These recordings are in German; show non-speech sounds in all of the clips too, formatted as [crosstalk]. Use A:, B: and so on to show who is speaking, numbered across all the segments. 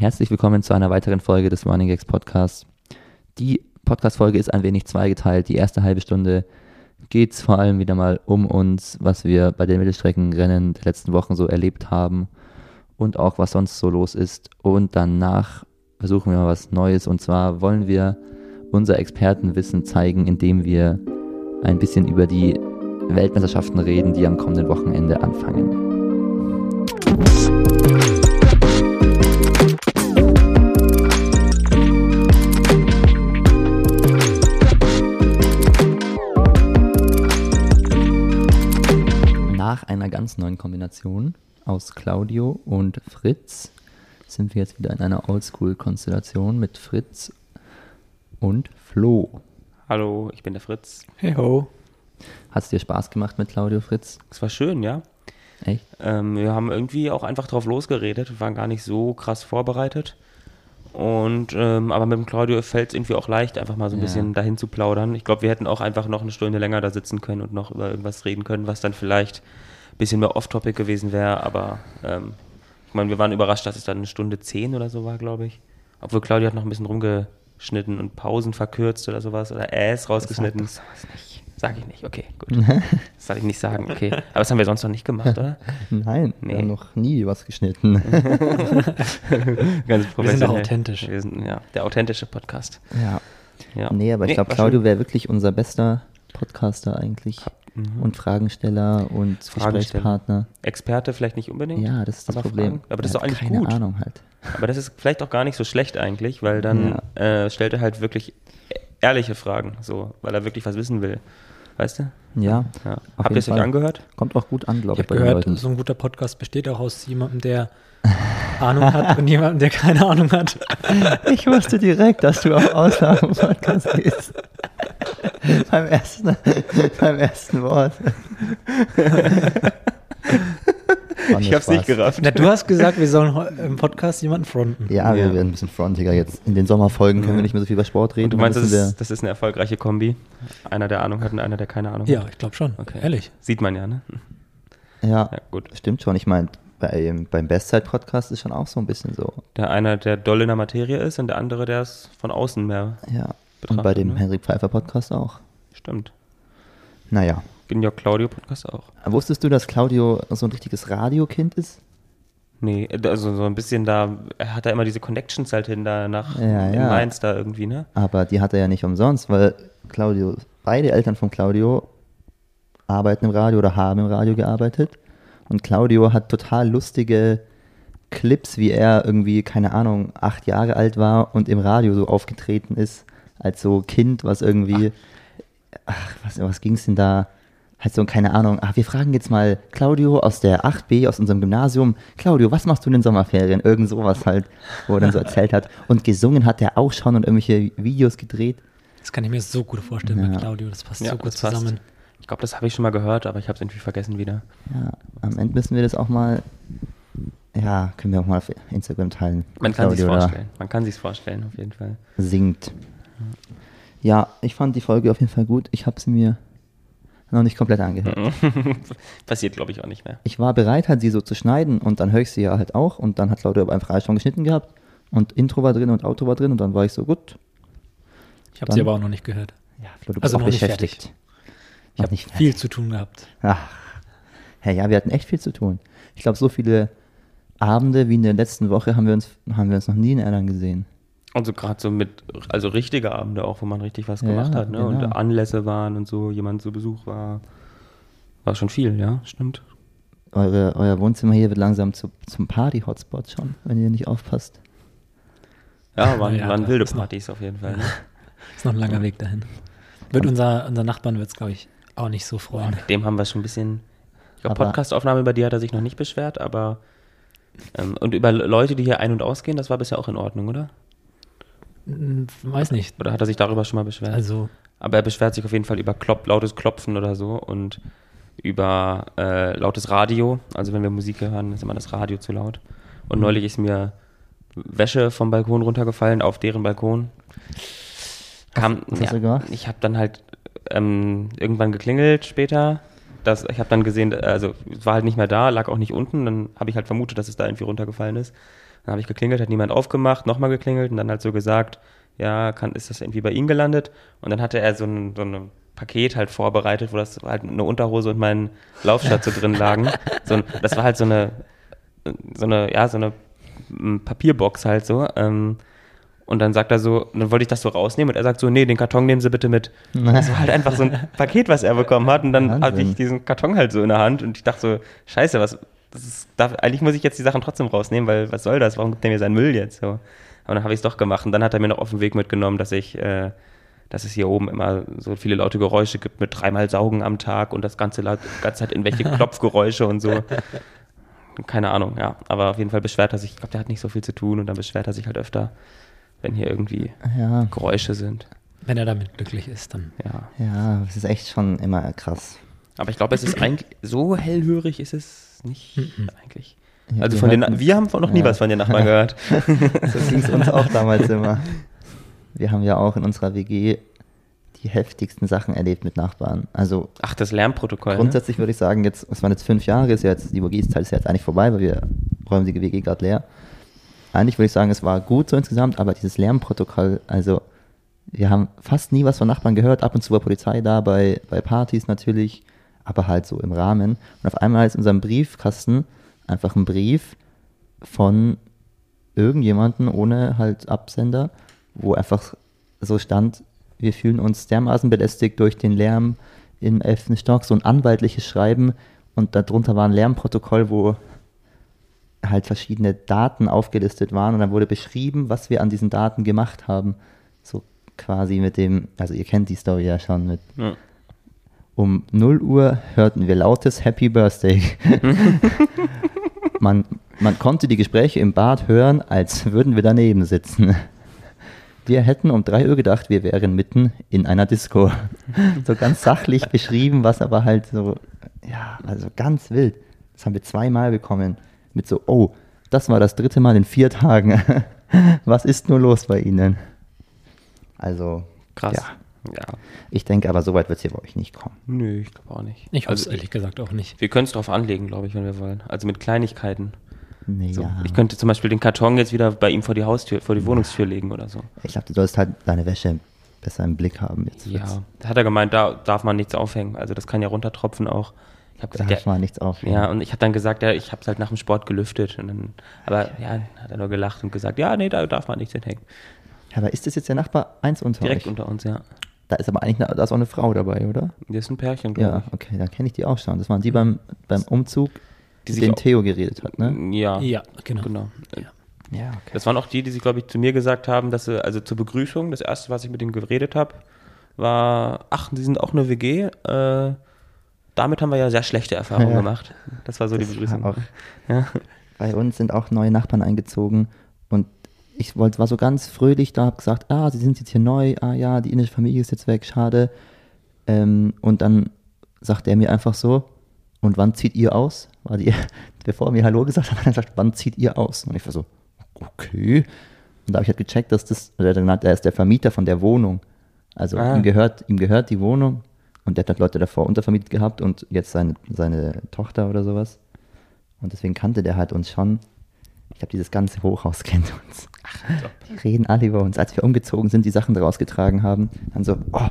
A: Herzlich willkommen zu einer weiteren Folge des Running Gags Podcasts. Die Podcast-Folge ist ein wenig zweigeteilt. Die erste halbe Stunde geht es vor allem wieder mal um uns, was wir bei den Mittelstreckenrennen der letzten Wochen so erlebt haben und auch was sonst so los ist. Und danach versuchen wir mal was Neues. Und zwar wollen wir unser Expertenwissen zeigen, indem wir ein bisschen über die Weltmeisterschaften reden, die am kommenden Wochenende anfangen. Nach einer ganz neuen Kombination aus Claudio und Fritz sind wir jetzt wieder in einer Oldschool-Konstellation mit Fritz und Flo.
B: Hallo, ich bin der Fritz.
C: Hey ho.
A: Hat es dir Spaß gemacht mit Claudio Fritz?
B: Es war schön, ja.
A: [laughs] Echt?
B: Ähm, wir haben irgendwie auch einfach drauf losgeredet und waren gar nicht so krass vorbereitet. Und ähm, aber mit dem Claudio fällt es irgendwie auch leicht, einfach mal so ein
A: Ja.
B: bisschen dahin zu plaudern. Ich glaube, wir hätten auch einfach noch eine Stunde länger da sitzen können und noch über irgendwas reden können, was dann vielleicht ein bisschen mehr off-topic gewesen wäre. Aber ähm, ich meine, wir waren überrascht, dass es dann eine Stunde zehn oder so war, glaube ich. Obwohl Claudio hat noch ein bisschen rumgeschnitten und Pausen verkürzt oder sowas oder Äs rausgeschnitten. Sag ich nicht, okay, gut. [laughs] Das soll ich nicht sagen, okay. Aber das haben wir sonst noch nicht gemacht,
C: [laughs]
B: oder?
A: Nein, wir
B: Nee.
A: haben noch nie was geschnitten. [laughs]
B: Ganz
C: Wir sind
B: professionell.
C: auch authentisch.
B: Wir sind, ja, der authentische Podcast.
A: ja.
B: Ja.
A: Nee, aber ich glaube,
B: war
A: Claudio
B: schön.
A: wäre wirklich unser bester Podcaster eigentlich. Und Ah, mhm. Fragensteller und
B: Fragensteller.
A: Gesprächspartner.
B: Experte vielleicht nicht unbedingt.
A: Ja, das ist das
B: aber
A: Problem.
B: Fragen- aber das ist
A: Er
B: doch
A: hat
B: eigentlich
A: keine
B: gut.
A: Ahnung halt.
B: Aber das ist vielleicht auch gar nicht so schlecht eigentlich, weil dann äh, stellt er halt wirklich ehrliche Fragen, so, weil er wirklich was wissen will. Weißt du?
A: Ja.
B: Ja.
A: auf
B: Habt ihr
A: jeden
B: es euch
A: Fall.
B: angehört?
A: Kommt auch gut an,
C: Ich
A: glaube ich,
C: habe
A: bei den
C: gehört,
A: Leuten.
C: so ein guter Podcast besteht auch aus
A: [laughs]
C: jemandem, der Ahnung hat und jemandem, der keine Ahnung hat.
A: Ich wusste direkt, dass du auf Ausnahme-Podcast [laughs] gehst. beim, ersten, beim ersten Wort.
B: ich hab's nicht gerafft.
C: Na, du hast gesagt, wir sollen heu- im Podcast jemanden fronten.
A: Ja, wir
B: Ja.
A: werden ein bisschen frontiger jetzt. In den Sommerfolgen können wir nicht mehr so viel über Sport reden.
B: Du meinst,
A: dann
B: das
A: müssen
B: ist, das ist eine erfolgreiche Kombi? Einer, der Ahnung hat und einer, der keine Ahnung
C: Ja,
B: hat.
C: ich glaube schon.
B: Okay.
C: Ehrlich.
B: Sieht man ja, ne?
A: wir, ja,
B: Ja, gut.
A: stimmt schon. Ich meine, bei, beim Bestzeit-Podcast ist schon auch so ein bisschen so.
B: Der einer, der doll in der Materie ist und der andere, der es von außen mehr
A: Ja. Und
B: Betrachtet,
A: bei dem
B: ne?
A: Henrik Pfeiffer-Podcast auch.
B: stimmt.
A: Naja.
B: Den Jörg Claudio Podcast auch.
A: Wusstest du, dass Claudio so ein richtiges Radiokind ist?
B: Nee, also so ein bisschen da, er hat da immer diese Connections halt hin da nach
A: Ja,
B: in
A: ja.
B: Mainz da irgendwie, ne?
A: Aber die hat er ja nicht umsonst, weil Claudio, beide Eltern von Claudio arbeiten im Radio oder haben im Radio gearbeitet. Und Claudio hat total lustige Clips, wie er irgendwie, keine Ahnung, acht Jahre alt war und im Radio so aufgetreten ist, als so Kind, was irgendwie, ach, was, um was ging es denn da? Halt so, keine Ahnung, ach, wir fragen jetzt mal Claudio aus der 8b aus unserem Gymnasium. Claudio, was machst du in den Sommerferien? Irgend sowas halt, wo er dann so erzählt hat. Und gesungen hat er auch schon und irgendwelche Videos gedreht.
C: Das kann ich mir so gut vorstellen
A: Ja.
C: bei Claudio. Das passt so gut
B: das passt.
C: zusammen.
B: Ich glaube, das habe ich schon mal gehört, aber ich habe es irgendwie vergessen wieder.
A: Ja, am Ende müssen wir das auch mal, ja, können wir auch mal auf Instagram teilen.
B: Man kann sich
A: Claudio da
B: vorstellen. Man kann sich vorstellen, auf
A: [laughs]
B: jeden Fall.
A: Singt. Ja, ich fand die Folge auf jeden Fall gut. Ich habe sie mir noch nicht komplett angehört.
B: Passiert, glaube ich, auch nicht mehr.
A: Ich war bereit, halt sie so zu schneiden und dann höre ich sie ja halt auch und dann hat Claudio beim Freischauen geschnitten gehabt und Intro war drin und Outro war drin und dann war ich so, gut.
C: Ich habe sie
A: Dann-
C: aber auch noch nicht gehört.
A: Ja, Flo, du
C: Also noch nicht
A: Noch
C: Ich habe
A: nicht
C: viel zu tun gehabt.
A: Ach, hey, ja, wir hatten echt viel zu tun. Ich glaube, so viele Abende wie in der letzten Woche haben wir uns, haben wir uns noch nie in Erlangen gesehen.
B: Und so gerade so mit, also richtige Abende auch, wo man richtig was
A: Ja,
B: gemacht hat, ne? Und
A: genau.
B: Anlässe waren und so, jemand zu Besuch war. War schon viel, ja, stimmt.
A: Eure, euer Wohnzimmer hier wird langsam zu, zum Party-Hotspot schon, wenn ihr nicht aufpasst.
B: Ja, waren,
C: [laughs] Ja,
B: waren
C: da
B: wilde
C: ist noch-
B: Partys auf jeden Fall. Ne?
C: Ist noch ein langer Weg dahin. Wird unser, unser Nachbarn wird es, glaube ich, auch nicht so freuen.
B: Dem haben wir schon ein bisschen. Ich glaube,
A: Aber-
B: Podcastaufnahme, über die hat er sich noch nicht beschwert, aber. Ähm, und über Leute, die hier ein- und ausgehen, das war bisher auch in Ordnung, oder?
C: Hm, Weiß nicht.
B: Oder hat er sich darüber schon mal beschwert?
C: Also,
B: aber er beschwert sich auf jeden Fall über Klop lautes Klopfen oder so und über äh, lautes Radio. Also, wenn wir Musik hören, ist immer das Radio zu laut. Und
C: Mhm.
B: neulich ist mir Wäsche vom Balkon runtergefallen, auf deren Balkon. Kam,
A: was hast du gemacht?
B: Ich habe dann halt ähm, irgendwann geklingelt später. Das, ich habe dann gesehen, also es war halt nicht mehr da, lag auch nicht unten. Dann habe ich halt vermutet, dass es da irgendwie runtergefallen ist. Dann habe ich geklingelt, hat niemand aufgemacht, nochmal geklingelt und dann halt so gesagt, ja, kann, ist das irgendwie bei Ihnen gelandet? Und dann hatte er so ein, so ein Paket halt vorbereitet, wo das halt eine Unterhose und mein Laufshirt so
A: [laughs]
B: drin lagen. So ein, das war halt so eine, so eine, ja, so eine mm, Papierbox halt so. Ähm, und dann sagt er so, dann wollte ich das so rausnehmen und er sagt so, nee, den Karton nehmen Sie bitte mit. Das war [laughs] halt einfach so ein Paket, was er bekommen hat. Und dann hatte
A: Wahnsinn.
B: ich diesen Karton halt so in der Hand und ich dachte so, scheiße, was, das ist, darf, eigentlich muss ich jetzt die Sachen trotzdem rausnehmen, weil was soll das? Warum gibt er mir seinen Müll jetzt? So. Aber dann habe ich es doch gemacht und dann hat er mir noch auf den Weg mitgenommen, dass ich, äh, dass es hier oben immer so viele laute Geräusche gibt mit dreimal Saugen am Tag und das ganze, laut, ganze Zeit irgendwelche Klopfgeräusche und so. Keine Ahnung, ja. Aber auf jeden Fall beschwert er sich. Ich glaube, der hat nicht so viel zu tun und dann beschwert er sich halt öfter, wenn hier irgendwie
A: Ja,
B: Geräusche sind.
C: Wenn er damit glücklich ist, dann.
B: Ja.
A: ja, es ist echt schon immer krass.
B: Aber ich glaube, es ist eigentlich so hellhörig ist es nicht eigentlich.
A: Ja,
B: Also
A: wir
B: von den,
A: hörten-
B: wir haben noch nie
A: Ja.
B: was von
A: [laughs]
B: den Nachbarn gehört.
A: So ging es uns auch damals immer. Wir haben ja auch in unserer WG die heftigsten Sachen erlebt mit Nachbarn. Also
B: Ach, das Lärmprotokoll. Ne?
A: grundsätzlich würde ich sagen, jetzt, es waren jetzt fünf Jahre, ist ja jetzt, die WG-Zeit ist ja jetzt eigentlich vorbei, weil wir räumen die WG gerade leer. Eigentlich würde ich sagen, es war gut so insgesamt, aber dieses Lärmprotokoll, also wir haben fast nie was von Nachbarn gehört, ab und zu war Polizei da, bei, bei Partys natürlich, aber halt so im Rahmen. Und auf einmal ist in unserem Briefkasten einfach ein Brief von irgendjemanden ohne halt Absender, wo einfach so stand, wir fühlen uns dermaßen belästigt durch den Lärm im 11. Stock, so ein anwaltliches Schreiben und darunter war ein Lärmprotokoll, wo halt verschiedene Daten aufgelistet waren und dann wurde beschrieben, was wir an diesen Daten gemacht haben. So quasi mit dem, also ihr kennt die Story ja schon, mit
B: Ja.
A: um 0 Uhr hörten wir lautes Happy Birthday. man, man konnte die Gespräche im Bad hören, als würden wir daneben sitzen. Wir hätten um 3 Uhr gedacht, wir wären mitten in einer Disco. So ganz sachlich beschrieben, was aber halt so, ja, also ganz wild. Das haben wir zweimal bekommen. Mit so, oh, das war das dritte Mal in vier Tagen. [laughs] Was ist nur los bei Ihnen? Also,
B: Krass.
A: Ja.
B: ja.
A: Ich denke aber, so weit wird es hier bei euch nicht kommen.
B: Nö, ich glaube auch nicht.
C: Ich hoffe es
B: also,
C: ehrlich gesagt auch nicht.
B: wir können es drauf anlegen, glaube ich, wenn wir wollen. Also mit Kleinigkeiten.
A: Naja.
B: So. Ich könnte zum Beispiel den Karton jetzt wieder bei ihm vor die Haustür, vor die Wohnungstür legen oder so.
A: Ich glaube, du sollst halt deine Wäsche besser im Blick haben jetzt. wird's-
B: Ja. Da hat er gemeint, da darf man nichts aufhängen. Also das kann ja runtertropfen auch. Ich habe
A: Da
B: gesagt,
A: darf
B: ja,
A: man nichts auf.
B: ja, und ich habe dann gesagt, ja, ich habe es halt nach dem Sport gelüftet. Und dann, aber ja, hat er nur gelacht und gesagt, ja, nee, da darf man nichts hinhängen.
A: Aber ist das jetzt der Nachbar eins unter
B: Direkt
A: euch?
B: unter uns, ja.
A: da ist aber eigentlich eine, da ist auch eine Frau dabei, oder?
B: Das ist ein Pärchen, glaub
A: Ja, okay, dann kenne ich die auch schon. Das waren die beim, beim Umzug,
B: Die
A: die
B: sich
A: mit dem
B: auch-
A: Theo geredet hat, ne?
B: ich. Ja.
C: Ja, genau.
B: Genau.
A: Ja, okay.
B: Das waren auch die, die sich, glaube ich, zu mir gesagt haben, dass sie, also zur Begrüßung, das erste, was ich mit denen geredet habe, war, ach, sie sind auch eine WG. Äh, damit haben wir ja sehr schlechte Erfahrungen
A: [laughs] Ja.
B: gemacht. Das war so die
A: Das
B: Begrüßung.
A: war auch-
B: ja.
A: Bei uns sind auch neue Nachbarn eingezogen und ich wollte, war so ganz fröhlich da, habe gesagt, ah, sie sind jetzt hier neu, ah ja, die indische Familie ist jetzt weg, schade. Ähm, und dann sagt er mir einfach so, und wann zieht ihr aus? War die, [laughs] bevor er mir Hallo gesagt hat, [laughs] hat er gesagt, wann zieht ihr aus? Und ich war so, okay. Und da habe ich halt gecheckt, dass das, oder er hat genannt, er ist der Vermieter von der Wohnung. Also
B: Ah.
A: ihm, gehört, ihm gehört die Wohnung und der hat halt Leute davor untervermietet gehabt und jetzt seine, seine Tochter oder sowas. Und deswegen kannte der halt uns schon. Ich glaube, dieses ganze Hochhaus kennt uns. Die reden alle über uns. Als wir umgezogen sind, die Sachen daraus getragen haben, dann so, oh,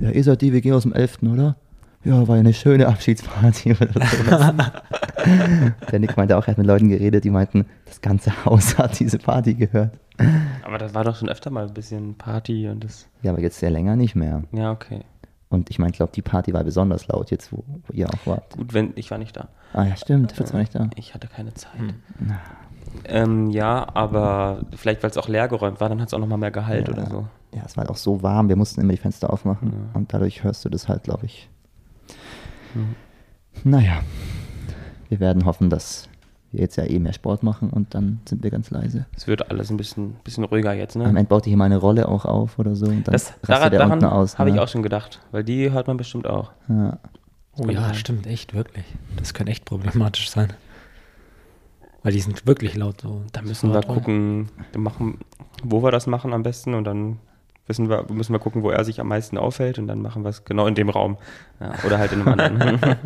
A: ja, ihr seid die WG aus dem 11., oder? Ja, war ja eine schöne Abschiedsparty oder sowas. Der Nick meinte auch, er hat mit Leuten geredet, die meinten, das ganze Haus hat diese Party gehört.
B: Aber das war doch schon öfter mal ein bisschen Party und das.
A: Ja, aber jetzt sehr länger nicht mehr.
B: Ja, okay.
A: Und ich meine, ich glaube, die Party war besonders laut jetzt, wo, wo ihr auch wart.
B: Gut, wenn ich war nicht da.
A: Ah ja, stimmt, das war nicht da.
B: Ich hatte keine Zeit.
A: Hm.
B: Ähm, ja, aber vielleicht, weil es auch leer geräumt war, dann hat es auch nochmal mehr Gehalt
A: ja.
B: oder so.
A: Ja, es war halt auch so warm, wir mussten immer die Fenster aufmachen. Und dadurch hörst du das halt, glaube ich. Naja, wir werden hoffen, dass wir jetzt ja eh mehr Sport machen und dann sind wir ganz leise.
B: Es wird alles ein bisschen, bisschen ruhiger jetzt, ne?
A: Am Ende baut ihr hier mal eine Rolle auch auf oder so und dann
B: Das,
A: rastet
B: daran
A: der
B: daran
A: unten aus.
B: habe ich
A: ne?
B: auch schon gedacht, weil die hört man bestimmt auch.
A: Ja.
C: Oh ja, stimmt, echt, wirklich. Das kann echt problematisch sein. Weil die sind wirklich laut so.
B: Da müssen wir gucken, dann machen, wo wir das machen am besten und dann wissen wir, müssen wir gucken, wo er sich am meisten aufhält und dann machen wir es genau in dem Raum. Ja, oder halt in einem
A: [laughs]
B: anderen.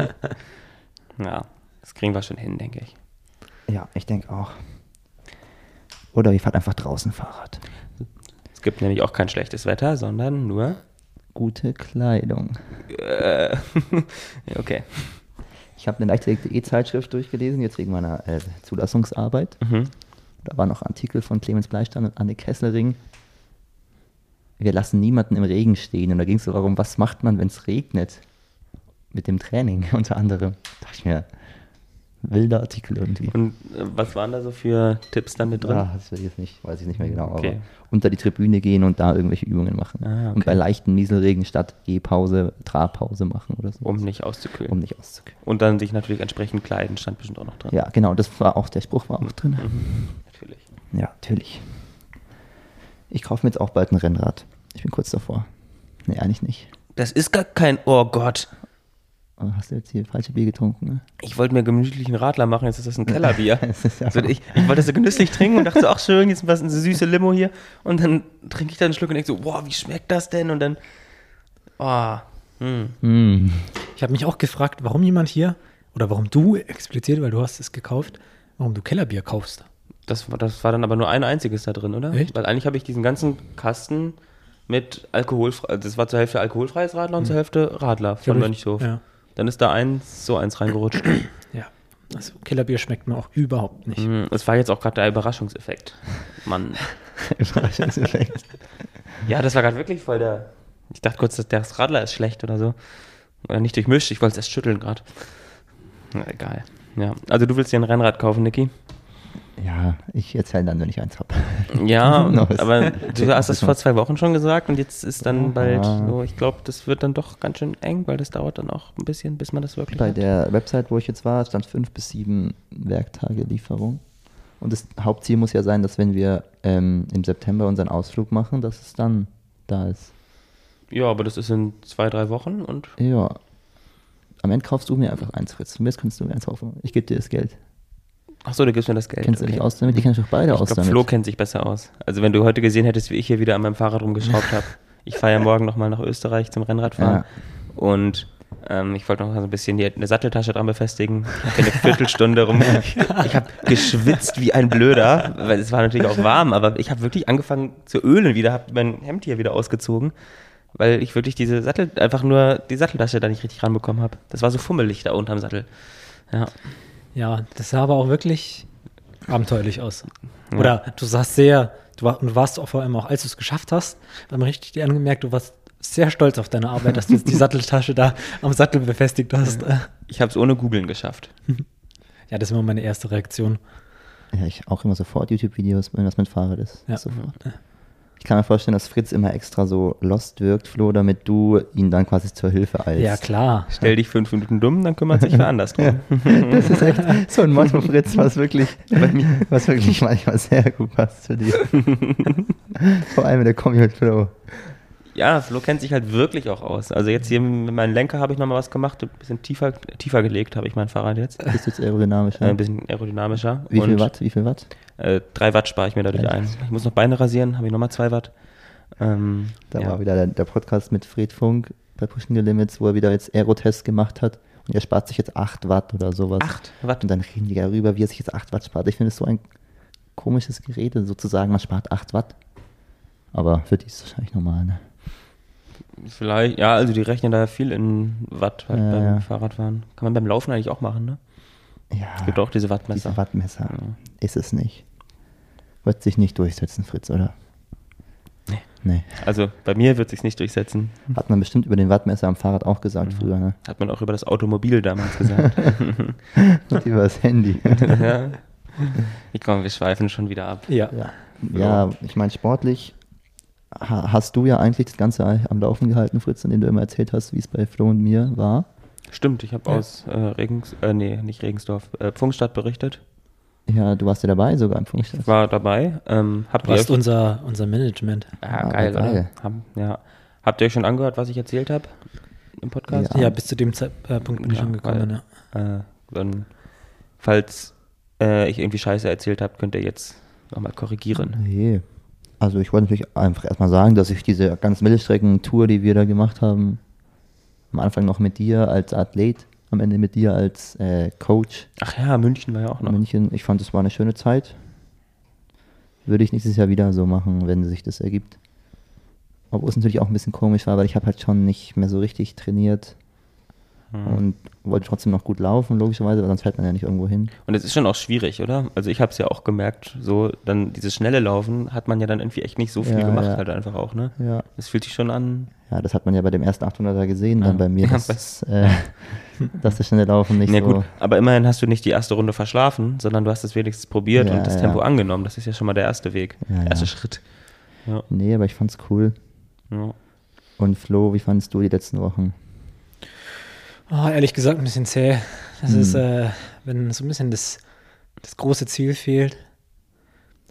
B: ja, das kriegen wir schon hin, denke ich.
A: ja, ich denke auch. Oder ihr fahrt einfach draußen Fahrrad.
B: Es gibt nämlich auch kein schlechtes Wetter, sondern nur.
A: Gute Kleidung.
B: Äh, okay.
A: Ich habe eine leichte E-Zeitschrift durchgelesen, jetzt wegen meiner äh, Zulassungsarbeit.
B: Mhm.
A: Da waren auch Artikel von Clemens Bleistein und Anne Kesslering. Wir lassen niemanden im Regen stehen. Und da ging es so darum, was macht man, wenn es regnet? Mit dem Training [laughs] unter anderem. Da dachte ich mir, wilder Artikel irgendwie.
B: Und äh, was waren da so für Tipps dann mit drin?
A: Ah, das will ich jetzt nicht, weiß ich nicht mehr genau.
B: Okay.
A: Aber unter die Tribüne gehen und da irgendwelche Übungen machen.
B: Ah, okay.
A: Und bei leichten Nieselregen statt Gehpause, Trabpause machen oder so.
B: Um nicht auszukühlen.
A: um nicht auszukühlen.
B: Und dann sich natürlich entsprechend kleiden, stand bestimmt auch noch dran.
A: Ja, genau, das war auch, der Spruch war auch drin.
B: Mhm. Natürlich.
A: Ja, natürlich. Ich kaufe mir jetzt auch bald ein Rennrad. Ich bin kurz davor. Nee, eigentlich nicht.
B: Das ist gar kein, oh Gott,
A: Aber hast du jetzt hier falsche Bier getrunken, ne?
B: ich wollte mir gemütlichen Radler machen, jetzt ist das
A: [laughs]
B: ein Kellerbier.
A: Es ist ja-
B: so, ich, ich wollte das so genüsslich trinken und dachte so, ach schön, jetzt was eine süße Limo hier. Und dann trinke ich da einen Schluck und denke so, boah, wie schmeckt das denn? Und dann, oh, hm.
A: Mm.
C: Ich habe mich auch gefragt, warum jemand hier, oder warum du explizit, weil du hast es gekauft, warum du Kellerbier kaufst.
B: Das, war- das war dann aber nur ein einziges da drin, oder?
C: Echt?
B: Weil eigentlich habe ich diesen ganzen Kasten mit alkoholfrei, also das war zur Hälfte alkoholfreies Radler und zur Hälfte Radler von
C: Hm. hab-
B: Mönchhof.
C: ja.
B: Dann ist da eins, so eins
C: [clears throat]
B: reingerutscht.
C: Ja. Also Kellerbier schmeckt mir auch überhaupt nicht.
B: Hm, Es war jetzt auch gerade der Überraschungseffekt. Mann.
A: Überraschungseffekt.
B: Ja, das war gerade wirklich voll der. Ich dachte kurz, dass der Radler ist schlecht oder so. Oder nicht durchmischt. Ich wollte es erst schütteln gerade. Na, egal. Ja. Also du willst dir ein Rennrad kaufen, Niki?
A: [laughs] ja, ich erzähle dann, wenn ich eins habe.
B: Ja,
A: [laughs] Nice.
B: aber du hast das vor zwei Wochen schon gesagt und jetzt ist dann bald
A: Aha.
B: so, ich glaube, das wird dann doch ganz schön eng, weil das dauert dann auch ein bisschen, bis man das wirklich
A: Bei
B: hat.
A: der Website, wo ich jetzt war, stand fünf bis sieben Werktage Lieferung. Und das Hauptziel muss ja sein, dass wenn wir ähm, im September unseren Ausflug machen, dass es dann da ist.
B: Ja, aber das ist in zwei, drei Wochen und
A: Ja. Am Ende kaufst du mir einfach eins, Fritz. Zumindest kannst du mir eins kaufen. Ich gebe dir das Geld.
B: achso, du gibst mir das Geld.
A: Kennst du dich aus damit? Die kennst du doch beide
B: Ich
A: aus
B: glaube,
A: damit.
B: Flo kennt sich besser aus. Also wenn du heute gesehen hättest, wie ich hier wieder an meinem Fahrrad rumgeschraubt habe. Ich fahre ja morgen nochmal nach Österreich zum
A: Ja.
B: Rennradfahren. Und ähm, ich wollte noch so ein bisschen hier eine Satteltasche dran befestigen. Ich bin eine Viertelstunde rum. Ich habe geschwitzt wie ein Blöder, weil es war natürlich auch warm, aber ich habe wirklich angefangen zu ölen wieder, habe mein Hemd hier wieder ausgezogen, weil ich wirklich diese Sattel, einfach nur die Satteltasche da nicht richtig ranbekommen habe. Das war so fummelig da unterm Sattel. Ja.
C: Ja, das sah aber auch wirklich abenteuerlich aus. Oder du sahst sehr, du, war, du warst auch vor allem auch, als du es geschafft hast, haben richtig dir angemerkt, du warst sehr stolz auf deine Arbeit, dass du
B: [laughs]
C: jetzt die Satteltasche da am Sattel befestigt hast.
B: Ich habe es ohne Googeln geschafft.
C: Ja, das ist immer meine erste Reaktion.
A: Ja, ich auch immer sofort YouTube-Videos, wenn was mit Fahrrad ist.
C: Ja.
A: Sofort. Ich kann mir vorstellen, dass Fritz immer extra so lost wirkt, Flo, damit du ihn dann quasi zur Hilfe eilst.
C: Ja, klar.
B: Stell dich fünf Minuten dumm, dann kümmert sich
A: [laughs]
B: wer anders drum.
A: Das ist echt so ein Motto, Fritz, was wirklich, bei mir- was wirklich manchmal sehr gut passt zu dir. Vor allem in der Kombi mit Flo.
B: Ja, Flo kennt sich halt wirklich auch aus. Also jetzt hier mit meinem Lenker habe ich nochmal was gemacht, ein bisschen tiefer, tiefer gelegt habe ich mein Fahrrad jetzt.
A: Bist du jetzt aerodynamisch?
B: Äh,
A: Ja?
B: ein bisschen aerodynamischer.
A: Wie viel
B: Und,
A: Watt? Wie viel Watt?
B: Äh, drei Watt spare ich mir dadurch
A: Drei
B: ein.
A: Watt.
B: Ich muss noch Beine rasieren, habe ich nochmal zwei Watt. Ähm,
A: Da
B: ja.
A: war wieder der, der Podcast mit Fred Funk bei Pushing the Limits, wo er wieder jetzt Aerotest gemacht hat. Und er spart sich jetzt 8 Watt oder sowas.
B: Acht Watt.
A: Und dann reden die darüber, wie er sich jetzt 8 Watt spart. Ich finde es so ein komisches Gerede, sozusagen, man spart 8 Watt. Aber für die ist es wahrscheinlich normal, ne?
B: Vielleicht, ja, also die rechnen da viel in Watt halt
A: Ja,
B: beim
A: ja.
B: Fahrradfahren. Kann man beim Laufen eigentlich auch machen, ne?
A: Ja.
B: Gibt auch diese Wattmesser.
A: Dieser Wattmesser.
B: Ja.
A: Ist es nicht. Wird sich nicht durchsetzen, Fritz, oder?
B: Nee.
A: Nee.
B: Also bei mir wird sich's nicht durchsetzen.
A: Hat man bestimmt über den Wattmesser am Fahrrad auch
B: Mhm.
A: gesagt früher, ne? [laughs]
B: Hat man auch über das Automobil damals gesagt. [laughs]
A: Und über das Handy.
B: ja. Ich komme, wir schweifen schon wieder ab.
C: Ja.
A: Ja, ja ich meine, sportlich ha- hast du ja eigentlich das Ganze am Laufen gehalten, Fritz, indem du immer erzählt hast, wie es bei Flo und mir war.
B: Stimmt, ich habe
C: Ja.
B: aus äh, Regens, äh, nee, nicht Regensdorf, äh, Pfungstadt berichtet.
A: Ja, du warst ja dabei sogar im Funkstadt.
B: Ich war dabei. Ähm, habt
C: Du warst
B: ihr euch,
C: unser, unser Management.
B: ah,
A: Ah,
B: geil,
A: geil.
B: Oder? Haben, ja. Habt ihr euch schon angehört, was ich erzählt habe im Podcast?
A: Ja.
C: Ja, bis zu dem Zeitpunkt bin ich
B: Ja,
C: angekommen. Ja.
B: Äh, dann, falls äh, ich irgendwie Scheiße erzählt habe, könnt ihr jetzt nochmal korrigieren.
A: Nee. Also ich wollte natürlich einfach erstmal sagen, dass ich diese ganz Mittelstrecken-Tour, die wir da gemacht haben, am Anfang noch mit dir als Athlet, am Ende mit dir als äh, Coach
B: Ach ja, München war ja auch
A: in
B: noch.
A: München, ich fand, es war eine schöne Zeit. würde ich nächstes Jahr wieder so machen, wenn sich das ergibt. Obwohl es natürlich auch ein bisschen komisch war, weil ich habe halt schon nicht mehr so richtig trainiert
B: Mhm. Hm.
A: und wollte trotzdem noch gut laufen, logischerweise, weil sonst fällt man ja nicht irgendwo hin.
B: Und es ist schon auch schwierig, oder? Also ich habe es ja auch gemerkt, so dann dieses schnelle Laufen hat man ja dann irgendwie echt nicht so viel
A: Ja,
B: gemacht,
A: ja.
B: halt einfach auch, ne?
A: Ja.
B: Das fühlt sich schon an.
A: Ja, das hat man ja bei dem ersten 800er gesehen, dann
B: Ja.
A: bei mir,
B: Ja,
A: dass, äh, dass das schnelle Laufen nicht
B: Na
A: so...
B: gut, aber immerhin hast du nicht die erste Runde verschlafen, sondern du hast es wenigstens probiert
A: Ja,
B: und das
A: ja.
B: Tempo angenommen. Das ist ja schon mal der erste Weg,
A: Ja,
B: der erste
A: ja.
B: Schritt. Ja,
A: Nee, aber ich fand's cool.
B: ja.
A: Und Flo, wie fandest du die letzten Wochen?
C: Oh, ehrlich gesagt, ein bisschen zäh. Das ist, äh, wenn so ein bisschen das, das große Ziel fehlt,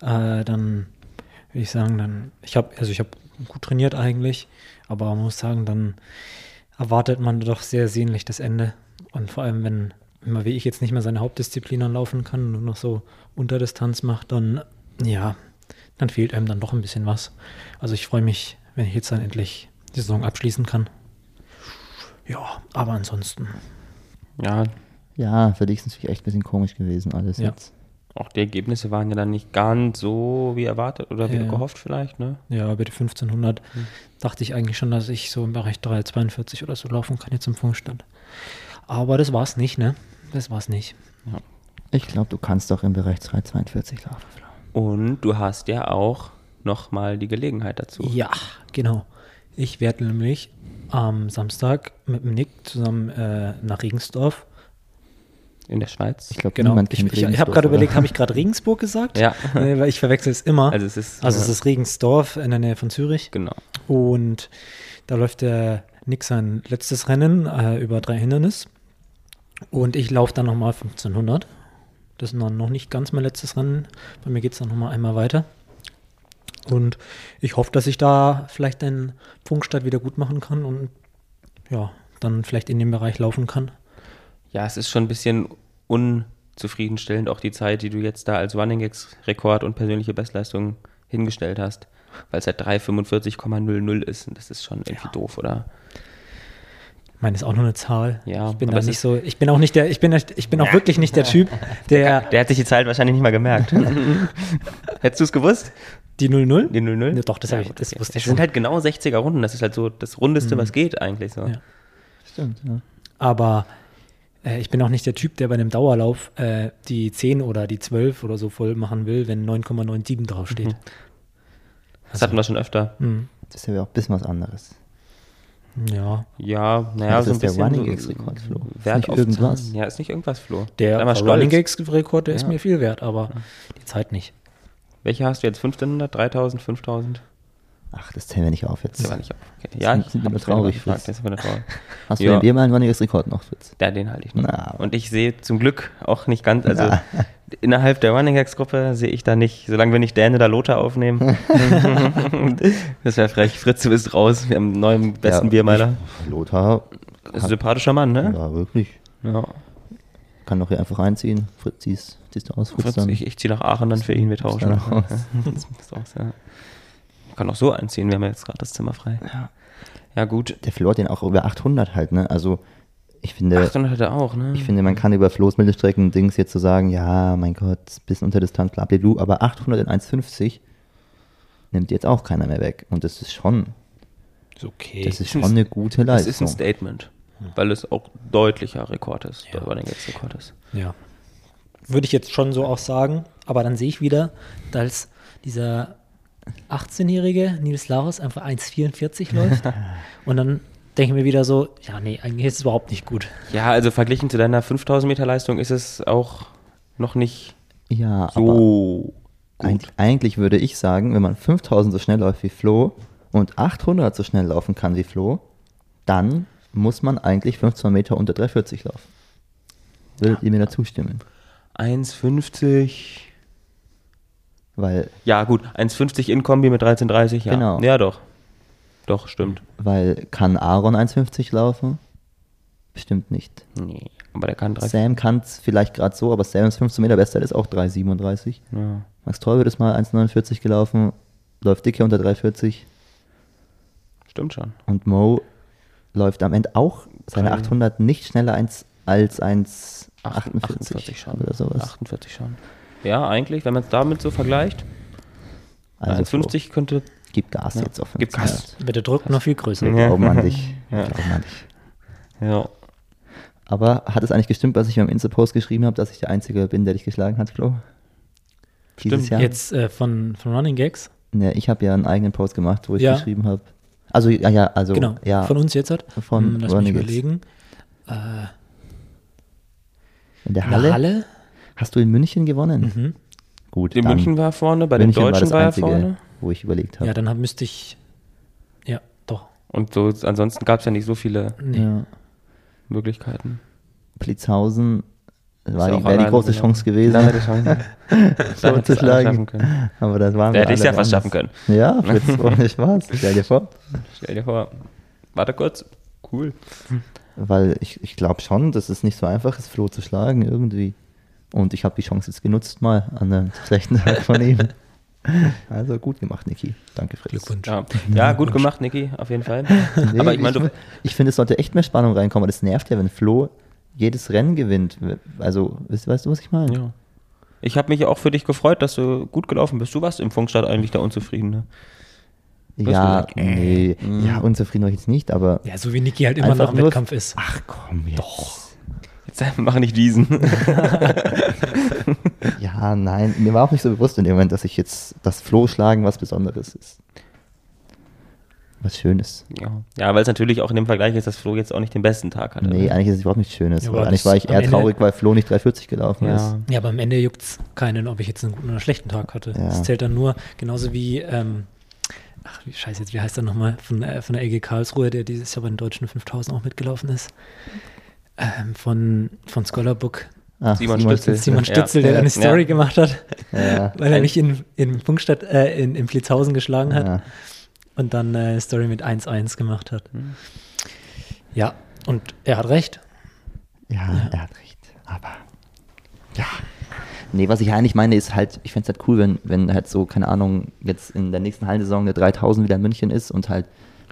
C: äh, dann würde ich sagen, dann, ich habe, also ich habe gut trainiert eigentlich, aber man muss sagen, dann erwartet man doch sehr sehnlich das Ende. Und vor allem, wenn immer wie ich jetzt nicht mehr seine Hauptdisziplin anlaufen kann und nur noch so Unterdistanz macht, dann ja, dann fehlt einem dann doch ein bisschen was. Also ich freue mich, wenn ich jetzt dann endlich die Saison abschließen kann. Ja, aber ansonsten.
B: ja,
A: Ja, für dich ist es natürlich echt ein bisschen komisch gewesen alles
C: Ja.
A: jetzt.
B: auch die Ergebnisse waren ja dann nicht ganz so wie erwartet oder wie
C: Ja.
B: gehofft vielleicht, ne?
C: Ja, über die 1500 dachte ich eigentlich schon, dass ich so im Bereich 342 oder so laufen kann jetzt im Funkstand. Aber das war's nicht, ne? Das war's nicht.
A: Ich glaube, du kannst doch im Bereich 342 laufen, Flo.
B: Und du hast ja auch nochmal die Gelegenheit dazu.
C: Ja, genau. Ich werde nämlich am Samstag mit dem Nick zusammen äh, nach Regensdorf.
B: In der Schweiz.
A: Ich glaube,
C: Genau.
A: niemand
C: ich
A: kennt
C: ich, ich habe
A: Regensburg,
C: gerade
A: oder? [laughs]
C: überlegt, habe ich gerade Regensburg gesagt?
B: Ja.
C: Nee, weil ich verwechsel es immer.
B: Also es ist-
C: also es
B: ja.
C: ist Regensdorf in der Nähe von Zürich.
B: Genau.
C: Und da läuft der Nick sein letztes Rennen äh, über drei Hindernis. Und ich laufe dann nochmal 1500. Das ist noch- noch nicht ganz mein letztes Rennen. Bei mir geht es dann nochmal einmal weiter. Und ich hoffe, dass ich da vielleicht den Funkstart wieder gut machen kann und ja, dann vielleicht in dem Bereich laufen kann.
B: Ja, es ist schon ein bisschen unzufriedenstellend, auch die Zeit, die du jetzt da als Running Gags Rekord und persönliche Bestleistung hingestellt hast, weil es halt 3,45,00 ist und das ist schon irgendwie
C: Ja.
B: doof, oder?
C: Ich meine, ist auch nur eine Zahl.
B: Ja,
C: ich bin
B: aber
C: da
B: es
C: nicht
B: ist-
C: so, ich bin auch nicht der, ich bin, echt- ich bin auch wirklich nicht
B: [laughs]
C: der Typ, der
B: Der hat sich die Zeit wahrscheinlich nicht mal gemerkt. [laughs] Hättest du es gewusst?
C: die 00.
B: Die 00?
C: Ja, doch, das hab ich-
B: gut,
C: das
B: okay.
C: wusste ich
B: Es sind
C: schon. Mhm.
B: halt genau 60er Runden, das ist halt so das Rundeste, was geht eigentlich so.
C: Ja.
A: Stimmt, ja.
C: Aber äh, ich bin auch nicht der Typ, der bei einem Dauerlauf äh, die 10 oder die 12 oder so voll machen will, wenn 9,97 draufsteht.
B: Das hatten wir schon öfter.
C: Mhm.
A: Das ist ja auch ein bisschen was anderes.
C: Ja,
B: Ja, naja,
A: das
B: so ein
A: ist der
B: bisschen.
A: Running
B: so-
A: Gags Rekord, Flo. Ist
B: Wert
A: nicht
B: auf
A: irgendwas.
B: Zahlen. Ja, ist nicht irgendwas, Flo.
C: der
B: Sei mal
C: Running
B: stolz.
C: Gags-Rekord, der ist
B: Ja.
C: mir viel wert, aber die Zeit nicht.
B: Welche hast du jetzt? 1500, 3000, 5000?
A: Ach, das zählen wir nicht auf jetzt.
B: Das war nicht auf. Okay. Ja,
A: sind-
B: ich
A: sind
B: hab
A: immer
B: das gerade
A: traurig,
B: gefragt,
A: Fritz.
B: das ist immer [laughs] traurig.
A: Hast du
B: Ja.
A: denn dir mal ein runniges Rekord noch, Fritz?
B: Ja, den halte ich nicht.
A: Na.
B: Und ich sehe zum Glück auch nicht ganz, also
A: Na.
B: innerhalb der Running Hacks Gruppe sehe ich da nicht, solange wir nicht Däne oder Lothar [laughs] aufnehmen. das wäre frech. Fritz, du bist raus. Wir haben einen neuen [laughs] besten
A: Ja,
B: Biermeiler.
A: ich- Lothar,
B: Das ist ein sympathischer Mann, ne?
A: ja, wirklich.
B: Ja.
A: Kann doch hier einfach reinziehen. Fritz, ziehst, ziehst du aus, Fritz,
B: Fritz,
A: dann.
B: ich, ich ziehe nach Aachen dann für ihn, wir tauschen.
A: dann raus.
B: [laughs] Das ist auch sehr- Ich kann auch so anziehen, wir haben ja jetzt gerade das Zimmer frei. Ja, gut.
A: Der Flo hat den auch über 800 halt, ne? Also, ich finde,
B: 800 hat er auch, ne?
A: ich finde, man kann über Flo's Mittelstrecken-Dings jetzt so sagen, ja, mein Gott, bisschen unterdistanz, bla, bla, bla, aber 800 in 1,50 nimmt jetzt auch keiner mehr weg. Und das ist schon,
C: Ist okay.
A: das ist
B: ein-
A: schon eine gute
B: Das
A: Leistung.
B: ist ein Statement, weil es auch deutlicher Rekord ist, der Running Gags Rekord ist.
C: ja. Würde ich jetzt schon so auch sagen, aber dann sehe ich wieder, dass dieser 18-jährige Nils Laros einfach 1,44 läuft. und dann denke ich mir wieder so, ja, nee, eigentlich ist es überhaupt nicht gut.
B: Ja, also verglichen zu deiner 5000 Meter Leistung ist es auch noch nicht
A: ja, aber
B: so
A: eigentlich, eigentlich würde ich sagen, wenn man 5000 so schnell läuft wie Flo und 800 so schnell laufen kann wie Flo, dann muss man eigentlich 15 Meter unter 340 laufen. Würdet ihr mir dazu stimmen?
B: 1,50.
A: Weil,
B: Ja, gut, 1,50 in Kombi mit 13,30. Ja.
A: Genau.
B: Ja, doch. Doch, stimmt.
A: weil kann Aaron 1,50 laufen? Bestimmt nicht.
B: Nee, aber der kann 3.
A: Sam kann es vielleicht gerade so, aber Sams 15 Meter Bestzeit ist auch 3,37.
B: Ja.
A: Max Troll wird es mal 1,49 gelaufen, läuft dicke unter 3,40
B: Stimmt schon.
A: und Mo läuft am Ende auch seine
B: Drei.
A: 800 nicht schneller eins, als 1,48
B: 48 schon.
A: oder sowas.
B: 48 schon. Ja, eigentlich, wenn man es damit so vergleicht,
A: Also Flo,
B: 1,50 könnte.
A: Gib Gas jetzt auf
B: Gib
A: 15
B: Gas.
A: Hertz.
C: Wird der Druck noch viel größer.
A: Wir
B: Ja.
A: glauben an dich. Wir
B: [laughs] Ja.
A: glauben an dich.
B: Ja.
A: Aber hat es eigentlich gestimmt, was ich beim Insta-Post geschrieben habe, dass ich der Einzige bin, der dich geschlagen hat, Flo? Dieses
B: Stimmt.
A: Jahr?
C: Jetzt äh, von, von Running Gags.
A: Ne, ich habe ja einen eigenen Post gemacht, wo ich
C: Ja.
A: geschrieben habe. Also, ja, ja, also,
C: genau.
A: ja.
C: Von uns jetzt hat.
A: Von
C: Hm, Lass mich
A: Running Gags.
C: überlegen. Äh, eine
A: in der Halle,
C: Halle?
A: hast du in München gewonnen.
C: Mhm.
A: Gut,
B: In
A: dann-
B: München war er vorne, bei den
A: München
B: Deutschen war, er
A: Einzige,
B: vorne.
A: wo ich überlegt
C: Ja,
A: habe.
C: dann hab, müsste ich. Ja, doch.
B: Und so, ansonsten gab es ja nicht so viele
C: Nee.
A: Ja.
B: Möglichkeiten.
A: Blitzhausen war
B: Ist
A: die,
B: auch
A: wäre die
B: alleine
A: große
B: gelaufen.
A: Chance
B: Da
A: gewesen,
B: hätte
A: [laughs]
B: ich schon- da
A: so
B: hätte
A: zu
B: es alle
A: schlagen.
B: schaffen können.
A: Aber das waren
B: Da
A: wir
B: hätte ich es
A: alle
B: ja
A: woanders.
B: fast schaffen können. [laughs]
A: Ja, Fritz, ohne Spaß. Stell dir vor.
B: Stell dir vor. Warte kurz. Cool.
A: Weil ich, ich glaube schon, dass es nicht so einfach ist, Flo zu schlagen irgendwie. Und ich habe die Chance jetzt genutzt mal an einem schlechten Tag von
B: [laughs]
A: ihm. Also gut gemacht, Niki. Danke, Fritz.
C: Glückwunsch.
A: [laughs]
C: Mhm.
B: Ja, ja gut gemacht, Niki, auf jeden Fall.
A: Nee,
B: Aber ich meine, du,
A: ich finde, es sollte echt mehr Spannung reinkommen. Das nervt ja, wenn Flo jedes Rennen gewinnt. Also, weißt, weißt du, was ich meine?
B: Ja. Ich habe mich auch für dich gefreut, dass du gut gelaufen bist. Du warst im Funkstart eigentlich der Unzufriedene. hast
A: Ja,
B: gesagt,
A: nee.
B: Mm.
A: Ja, unzufrieden war ich jetzt nicht, aber
C: Ja, so wie Niki halt immer nach dem
A: nur-
C: Wettkampf ist.
A: Ach komm, jetzt. Doch.
B: Jetzt [laughs] mach nicht diesen.
A: [laughs] Ja, nein. Mir war auch nicht so bewusst in dem Moment, dass ich jetzt das Flo schlagen was Besonderes ist. Was Schönes.
B: Ja, ja weil es natürlich auch in dem Vergleich ist, dass Flo jetzt auch nicht den besten Tag hatte. ne?
A: Nee, eigentlich ist es überhaupt nichts Schönes.
C: Ja,
A: weil
C: aber
A: eigentlich
C: das-
A: war ich
C: am
A: eher
C: Ende-
A: traurig, weil Flo nicht 340 gelaufen ist.
B: Ja.
C: Ja, aber am Ende juckt's keinen, ob ich jetzt einen guten oder schlechten Tag hatte.
A: Ja.
C: Das zählt dann nur, genauso wie, ähm, ach, wie scheiße, jetzt, wie heißt er nochmal, von, äh, von der EG Karlsruhe, der dieses Jahr bei den Deutschen 5000 auch mitgelaufen ist. Ähm, von, von Scholarbook,
A: Ach,
B: Simon Stützel.
C: Simon
B: Ja.
C: Stützel, der
A: Ja.
C: eine Story gemacht hat,
A: Ja.
C: weil er mich in, in Funkstadt, äh, in, in Blitzhausen geschlagen hat
A: Ja.
C: und dann äh, eine Story mit 1-1 gemacht hat.
A: Hm.
C: Ja, und er hat recht.
A: ja, er hat recht. Aber ja. Nee, was ich eigentlich meine, ist halt, ich fände es halt cool, wenn, wenn halt so, keine Ahnung, jetzt in der nächsten Hallensaison der 3000 wieder in München ist und halt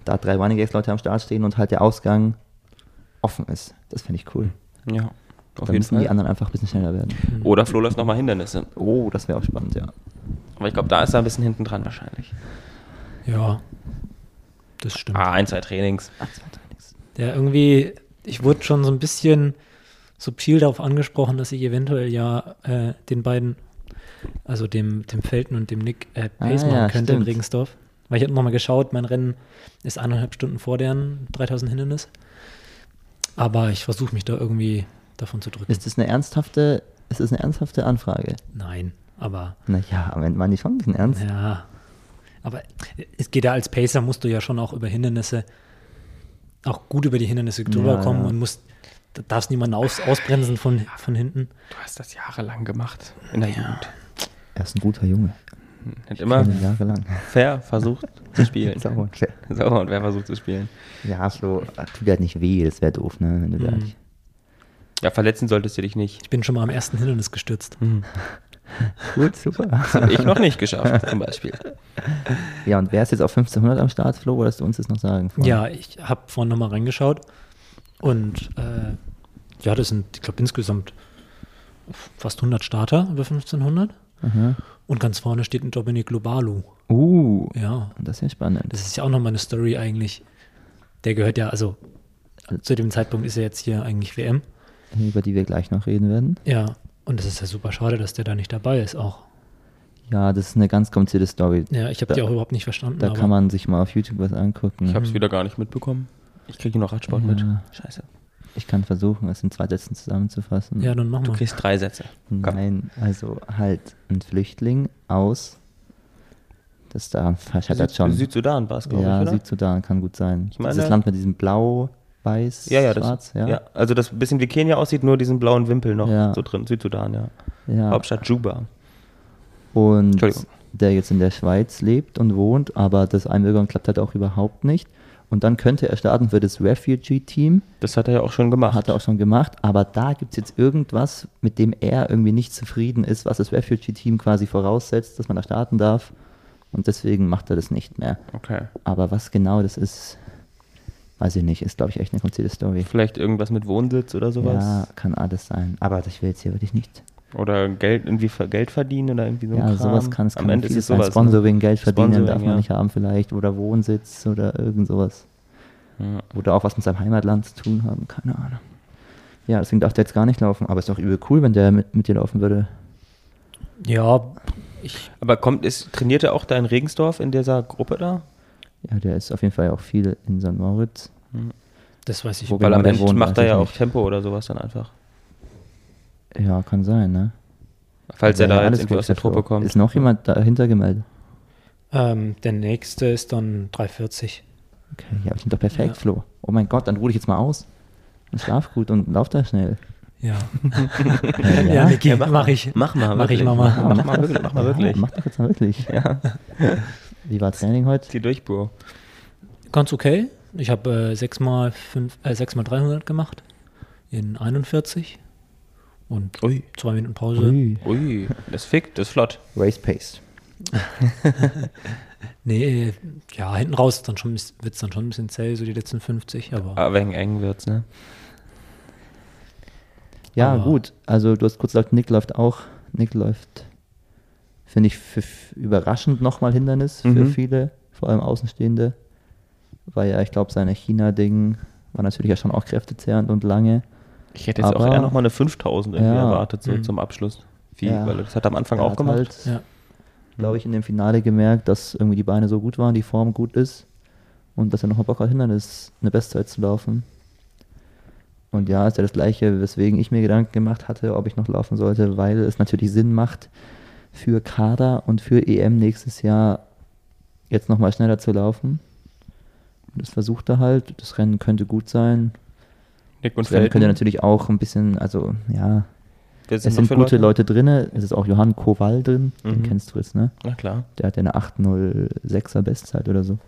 A: da drei Running Gags Leute am Start stehen und halt der Ausgang offen ist. Das fände ich cool.
B: Ja,
A: Dann
B: auf jeden
A: müssen die
B: Fall.
A: anderen einfach ein bisschen schneller werden.
B: Mhm. Oder Flo läuft nochmal Hindernisse.
A: Oh, das wäre auch spannend, ja.
B: Aber ich glaube, da ist er ein bisschen hinten dran wahrscheinlich.
C: Ja, das stimmt.
B: Ah, ein, zwei Trainings.
C: Ja, irgendwie, ich wurde schon so ein bisschen subtil darauf angesprochen, dass ich eventuell ja äh, den beiden, also dem, dem Felten und dem Nick, äh, Pace
A: Ah,
C: machen
A: ja,
C: könnte
A: stimmt.
C: in Regensdorf. Weil ich habe nochmal geschaut, mein Rennen ist eineinhalb Stunden vor deren 3000 Hindernis. Aber ich versuche mich da irgendwie davon zu drücken.
A: Ist das eine ernsthafte, ist das eine ernsthafte Anfrage?
C: Nein, aber
A: Naja, am Ende waren die schon ein bisschen ernst.
C: ja. Aber es geht ja als Pacer, musst du ja schon auch über Hindernisse, auch gut über die Hindernisse drüber
A: Ja,
C: kommen
A: ja.
C: und musst, da darfst niemanden aus, ausbremsen von, von hinten.
B: Du hast das jahrelang gemacht in der Jugend.
A: Er ist ein guter Junge.
B: Hat immer
A: Jahrelang.
B: fair versucht zu spielen.
A: [laughs] Sauer und fair.
B: Sauber und wer versucht zu spielen.
A: Ja, Flo, tut halt nicht weh, das wäre doof, ne? Wenn du
B: Mhm.
A: da nicht-
B: Ja, verletzen solltest du dich nicht.
C: Ich bin schon mal am ersten Hindernis gestürzt.
A: Mhm. Gut, super.
B: Das habe ich noch
A: [laughs]
B: nicht geschafft, zum Beispiel.
A: Ja, und wer ist jetzt auf 1500 am Start, Flo? Wolltest du uns das noch sagen? Flo?
C: Ja, ich habe vorhin nochmal reingeschaut und äh, ja, das sind, ich glaube, insgesamt fast 100 Starter über 1500. Und ganz vorne steht ein Dominik Lobalu.
A: Uh,
C: Ja,
A: das ist ja spannend.
C: das ist ja auch nochmal eine Story eigentlich. Der gehört ja, also zu dem Zeitpunkt ist er jetzt hier eigentlich WM.
A: über die wir gleich noch reden werden.
C: Ja, und es ist ja super schade, dass der da nicht dabei ist auch.
A: Ja, das ist eine ganz komplizierte Story.
C: Ja, ich habe die auch überhaupt nicht verstanden.
A: Da kann man sich mal auf YouTube was angucken. ne?
B: Ich habe es wieder gar nicht mitbekommen. Ich kriege noch Radsport mit.
A: Ja. Oh.
B: Scheiße.
A: Ich kann versuchen, es in zwei Sätzen zusammenzufassen.
C: ja, dann machen
B: Du
C: wir.
B: kriegst drei Sätze. Komm.
A: Nein, also halt ein Flüchtling aus. Das da
B: Süd
A: verscheitert schon.
B: Südsudan war es, glaube
A: ja,
B: ich, oder?
A: Südsudan kann gut sein.
B: Ich meine-
A: Dieses Land mit diesem Blau, Weiß,
B: ja, ja, das,
A: Schwarz,
B: ja. Also das ein bisschen wie Kenia aussieht, nur diesen blauen Wimpel noch
A: Ja.
B: so drin. Südsudan, ja.
A: Ja.
B: Hauptstadt Juba.
A: Und
B: Entschuldigung.
A: der jetzt in der Schweiz lebt und wohnt, aber das Einbürgern klappt halt auch überhaupt nicht. Und dann könnte er starten für das Refugee-Team,
B: Das hat er ja auch schon gemacht.
A: hat er auch schon gemacht, aber da gibt es jetzt irgendwas, mit dem er irgendwie nicht zufrieden ist, was das Refugee-Team quasi voraussetzt, dass man da starten darf. Und deswegen macht er das nicht mehr.
B: Okay.
A: Aber was genau das ist, weiß ich nicht. Ist, glaube ich, echt eine komplizierte Story.
B: Vielleicht irgendwas mit Wohnsitz oder sowas.
A: Ja, kann alles sein. Aber ich will jetzt hier wirklich nicht
B: Oder Geld, irgendwie ver- Geld verdienen oder irgendwie so ein
A: ja,
B: Kram.
A: sowas kann es
B: Am
A: kann
B: Ende
A: viel
B: ist es
A: sein.
B: sowas. ne?
A: Sponsoring, Geld verdienen
B: Sponsoring,
A: darf man
B: ja.
A: nicht haben vielleicht. Oder Wohnsitz oder irgend sowas.
B: Ne?
A: Oder auch was mit seinem Heimatland zu tun haben, keine Ahnung. Ja, deswegen darf der jetzt gar nicht laufen. Aber ist doch übel cool, wenn der mit, mit dir laufen würde.
C: Ja, ich,
B: Ja. Aber kommt, ist, trainiert er auch da in Regensdorf in dieser Gruppe da?
A: Ja, der ist auf jeden Fall auch viel in St. Moritz.
C: das weiß ich.
A: Wo
B: Weil
A: genau
B: am
A: der
B: Ende
A: wohnt,
B: macht
A: weiß
B: er
A: ich
B: ja auch
A: nicht.
B: Tempo oder sowas dann einfach.
A: Ja, kann sein, ne?
B: Falls er
A: Wäre
B: da
A: alles
B: jetzt irgendwie aus der
A: möglich dafür.
B: Truppe kommt. [laughs]
A: Ist noch jemand dahinter gemeldet?
C: Ähm, der nächste ist dann 340.
A: Okay, ja, ich bin doch perfekt,
C: Ja.
A: Flo. Oh mein Gott, dann ruh dich jetzt mal aus. Und schlaf gut und lauf da schnell.
C: Ja.
A: Ja,
C: ja,
A: ja.
C: Niki,
B: Ja,
C: mach,
B: mal.
C: ich.
B: Mach mal,
C: Mach ich,
B: wirklich.
C: mach mal.
B: [laughs] Mach mal wirklich. Mach mal
A: Ja,
B: wirklich.
A: mach doch jetzt mal wirklich.
B: Ja,
A: Wie war Training heute?
B: die Durchbuhr.
C: Ganz okay. Ich habe äh, 6 mal fünf- äh, sechs mal 300 gemacht in 41 und
B: Ui.
C: zwei Minuten Pause.
A: Ui.
B: Ui, das fickt, das ist flott.
A: Race Pace.
C: Nee, ja, hinten raus dann schon wird es dann schon ein bisschen zäh, so die letzten 50, aber
B: Aber wegen eng wird's, ne?
A: Ja,
C: Aber-
A: gut. Also du hast kurz gesagt, Nick läuft auch. Nick läuft, finde ich, für, f- überraschend nochmal Hindernis für
B: Mhm.
A: viele, vor allem Außenstehende. Weil ja, ich glaube, seine China-Ding war natürlich ja schon auch kräftezehrend und lange.
B: Ich hätte jetzt
A: Aber-
B: auch eher nochmal eine 5000 irgendwie
A: Ja.
B: erwartet, so
C: Mhm.
B: zum Abschluss. Viel,
A: Ja.
B: weil das hat er am Anfang
A: Er
B: auch
A: hat
B: gemacht.
A: Halt,
C: ja.
A: glaube ich, in dem Finale gemerkt, dass irgendwie die Beine so gut waren, die Form gut ist und dass er nochmal Bock hat, Hindernis eine Bestzeit zu laufen. Und ja, ist ja das Gleiche, weswegen ich mir Gedanken gemacht hatte, ob ich noch laufen sollte, weil es natürlich Sinn macht, für Kader und für EM nächstes Jahr jetzt nochmal schneller zu laufen. Und das versucht er halt. Das Rennen könnte gut sein.
B: Nick
A: Und das Rennen könnte natürlich auch ein bisschen, also ja,
B: Wer
A: es
B: noch
A: sind
B: für
A: gute Leute, drin. Es ist auch Johann Kowal drin. Den
B: Mhm.
A: kennst du jetzt, ne?
B: Na klar.
A: Der hat ja eine 8,06er Bestzeit oder so.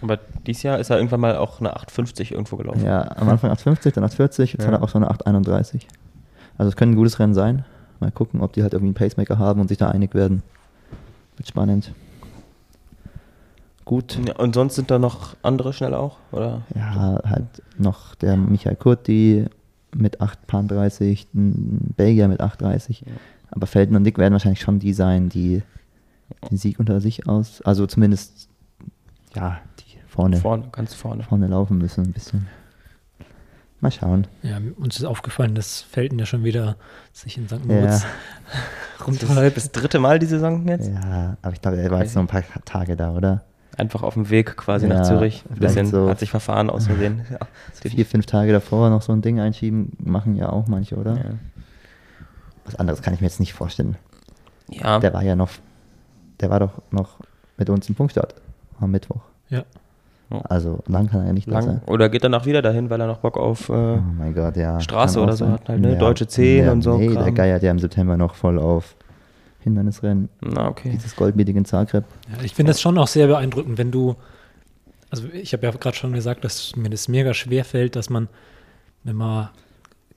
B: Aber dieses Jahr ist er irgendwann mal auch eine 850 irgendwo gelaufen.
A: Ja, am Anfang 8,50, dann 8,40, jetzt
B: Ja.
A: hat er auch so eine 8,31. Also es könnte ein gutes Rennen sein. Mal gucken, ob die halt irgendwie einen Pacemaker haben und sich da einig werden. Wird spannend. Gut.
B: Ja, Und sonst sind da noch andere schnell auch, oder?
A: Ja, halt noch der Michael Kurti mit 8,30, ein Belgier mit 8,30.
B: Ja.
A: Aber Felden und Dick werden wahrscheinlich schon die sein, die den Sieg unter sich aus, also zumindest ja, die vorne,
B: Vorne, ganz vorne.
A: vorne laufen müssen ein bisschen. Mal schauen.
C: ja, uns ist aufgefallen, dass Felten ja schon wieder sich in St. Moritz
B: Das,
C: rumtreibt.
B: das dritte Mal die Saison jetzt?
A: Ja, aber ich glaube, er war jetzt nur ein paar Tage da, oder?
B: Einfach auf dem Weg quasi
A: Ja,
B: nach Zürich. Ein
A: vielleicht
B: bisschen
A: so.
B: hat sich verfahren aus Versehen.
A: [laughs]
B: Ja,
A: Vier, fünf Tage davor noch so ein Ding einschieben, machen ja auch manche, oder?
B: ja.
A: Was anderes kann ich mir jetzt nicht vorstellen.
B: ja.
A: Der war ja noch, der war doch noch mit uns im Punktstart am Mittwoch.
C: Ja.
A: Also lang kann er ja nicht da
B: lang.
A: sein.
B: Oder geht danach wieder dahin, weil er noch Bock auf. Äh,
A: Oh mein Gott, ja.
B: Straße
A: Kann auch
B: oder so
A: sein.
B: hat halt, ne? Deutsche 10 und so
A: Nee, der
B: Kram.
A: geiert ja im September noch voll auf Hindernisrennen.
B: na, okay.
A: Dieses Goldmeeting in Zagreb.
C: Ja, ich finde das schon auch sehr beeindruckend, wenn du, also ich habe ja gerade schon gesagt, dass mir das mega schwer fällt, dass man, wenn man